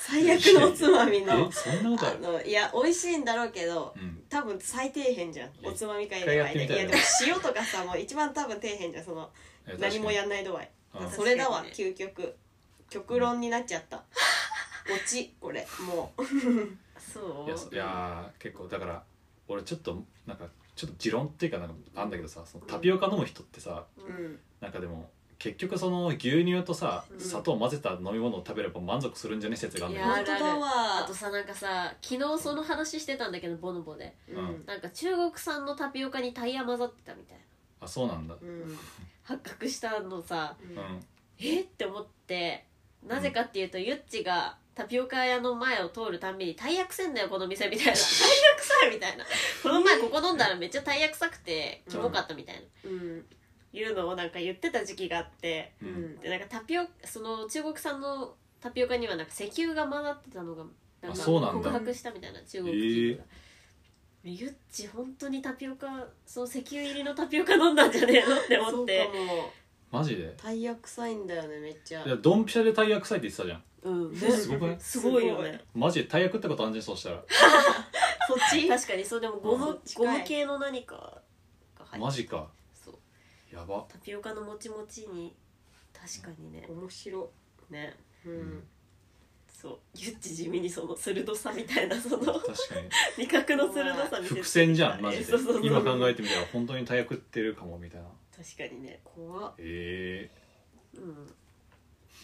[SPEAKER 2] 最悪のおつまみ
[SPEAKER 3] 多分
[SPEAKER 2] の
[SPEAKER 3] えそんなことあ
[SPEAKER 2] あ
[SPEAKER 3] る
[SPEAKER 2] のいや美味しいんだろうけど
[SPEAKER 3] うん
[SPEAKER 2] 多分最底辺じゃん
[SPEAKER 3] や
[SPEAKER 2] おつまみ会
[SPEAKER 3] 一回やってみ
[SPEAKER 2] い
[SPEAKER 3] たい
[SPEAKER 2] やでも塩とかさもう一番多分底辺じゃんその
[SPEAKER 3] いや
[SPEAKER 2] 何もや
[SPEAKER 3] 確
[SPEAKER 2] んない度合い
[SPEAKER 3] かに
[SPEAKER 2] それだわ
[SPEAKER 4] 確か
[SPEAKER 2] 究極極論になっちゃ った落ちこれもう
[SPEAKER 4] そ
[SPEAKER 3] うん
[SPEAKER 4] う
[SPEAKER 3] いやそいやー結構だから俺ちょっとなんかちょっと持論っていうかなんかなんだけどさそのタピオカ飲む人ってさ
[SPEAKER 2] うん
[SPEAKER 3] なんかでも結局その牛乳とさ
[SPEAKER 4] うん
[SPEAKER 3] 砂糖を混ぜた飲み物を食べれば満足するんじゃね説があるんだけ
[SPEAKER 4] い
[SPEAKER 3] ど
[SPEAKER 2] 本
[SPEAKER 4] や
[SPEAKER 2] 当だ
[SPEAKER 4] あ
[SPEAKER 2] わ
[SPEAKER 4] とさなんかさ昨日その話してたんだけどボノボで
[SPEAKER 2] う
[SPEAKER 3] うん
[SPEAKER 2] ん
[SPEAKER 4] なんか中国産のタピオカにタイヤ混ざってたみたいな
[SPEAKER 3] あそうなんだ
[SPEAKER 2] うん
[SPEAKER 4] 発覚したのさ
[SPEAKER 2] う
[SPEAKER 3] うんん
[SPEAKER 4] えっって思ってなぜかっていうとゆっちがタピオカ屋の前を通るたんびに「タイヤ臭いんだよこの店」みたいな「タイヤ臭い」みたいなこの前ここ飲んだらめっちゃタイヤ臭くてキモかったみたいな、
[SPEAKER 2] うん
[SPEAKER 4] いうのをなんか言ってた時期があって
[SPEAKER 3] う
[SPEAKER 2] うんん
[SPEAKER 4] でなんかタピオその中国産のタピオカにはなんか石油が混ざってたのがな
[SPEAKER 3] あ
[SPEAKER 4] んか
[SPEAKER 3] そうなん
[SPEAKER 2] だ
[SPEAKER 4] 告白したみたいな中国人が、ゆっち本当にタピオカその石油入りのタピオカ飲んだんじゃねえのって
[SPEAKER 2] そ
[SPEAKER 4] 思
[SPEAKER 2] う
[SPEAKER 4] っ
[SPEAKER 2] か
[SPEAKER 4] て
[SPEAKER 2] も
[SPEAKER 3] マジで
[SPEAKER 2] タイヤ臭いんだよねめっちゃ
[SPEAKER 3] いやドンピシャでタイヤ臭いって言ってたじゃん
[SPEAKER 4] うん
[SPEAKER 3] すごくない
[SPEAKER 4] すごいよね
[SPEAKER 3] マジでタイヤ食ったことあるじゃんそうしたら
[SPEAKER 2] そっち
[SPEAKER 4] 確かにそうでもゴム
[SPEAKER 2] あ近
[SPEAKER 4] ゴ
[SPEAKER 2] い
[SPEAKER 4] ム系の何かが入って
[SPEAKER 3] マジか
[SPEAKER 4] そう
[SPEAKER 3] やば
[SPEAKER 4] タピオカのもちもちに確かにね
[SPEAKER 2] 面白
[SPEAKER 4] ね
[SPEAKER 2] うん
[SPEAKER 4] そうゆっち地味にその鋭さみたいなそ の
[SPEAKER 3] 確かに
[SPEAKER 4] 味覚の鋭さ見せて
[SPEAKER 3] 伏線じゃんマジで
[SPEAKER 4] そうそうそう
[SPEAKER 3] 今考えてみたら本当にタイヤ食ってるかもみたいな
[SPEAKER 4] 確かにね
[SPEAKER 2] 怖っ
[SPEAKER 3] え
[SPEAKER 4] うん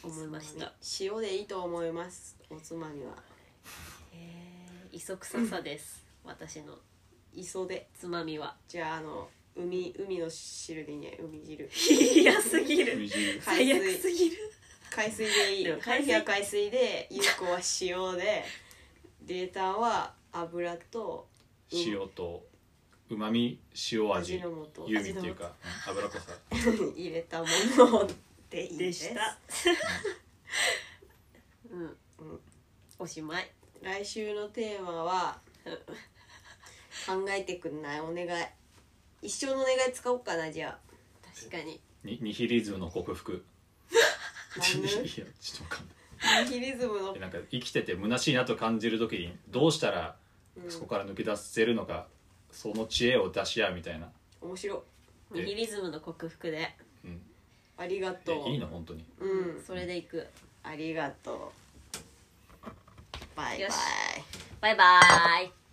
[SPEAKER 4] 思いました
[SPEAKER 2] 塩でいいと思いますおつまみは
[SPEAKER 4] えー磯臭さです、私の
[SPEAKER 2] 磯で
[SPEAKER 4] つまみ は
[SPEAKER 2] じゃああの海海の汁でいいね海汁
[SPEAKER 4] 嫌すぎ
[SPEAKER 3] え
[SPEAKER 4] る
[SPEAKER 3] みじん
[SPEAKER 2] 海
[SPEAKER 4] 最
[SPEAKER 2] 水
[SPEAKER 4] 悪すぎる
[SPEAKER 2] 海水でいい
[SPEAKER 4] でも海
[SPEAKER 2] 海
[SPEAKER 4] 水
[SPEAKER 2] 水は海水でゆうこは塩でデータは油と
[SPEAKER 3] 塩とうまみ塩
[SPEAKER 2] 味
[SPEAKER 3] 味
[SPEAKER 2] の素
[SPEAKER 3] ユーミンっていうかうん油っこさ
[SPEAKER 2] 入れたものでいい
[SPEAKER 4] で
[SPEAKER 2] です
[SPEAKER 4] したうん、
[SPEAKER 2] うん
[SPEAKER 4] おしまい
[SPEAKER 2] 来週のテーマは 「考えてくんないお願い」一生のお願い使おうかなじゃあ
[SPEAKER 4] 確かに
[SPEAKER 3] にニヒリズムの克服
[SPEAKER 2] 何
[SPEAKER 3] いや
[SPEAKER 2] の
[SPEAKER 3] ちょっ
[SPEAKER 2] ニ
[SPEAKER 3] とわかんない
[SPEAKER 2] ヒリズムの
[SPEAKER 3] えなんか生きてて虚しいなと感じる時にどうしたら
[SPEAKER 2] うん
[SPEAKER 3] そこから抜け出せるのか、その知恵を出し合うみたいな、
[SPEAKER 2] 面白
[SPEAKER 4] ニヒリズムの克服で、
[SPEAKER 3] うん、
[SPEAKER 2] ありがとう
[SPEAKER 3] えいいの本当に
[SPEAKER 2] うん
[SPEAKER 4] それでいく
[SPEAKER 2] ありがとうバイバイ
[SPEAKER 4] よしバイバーイ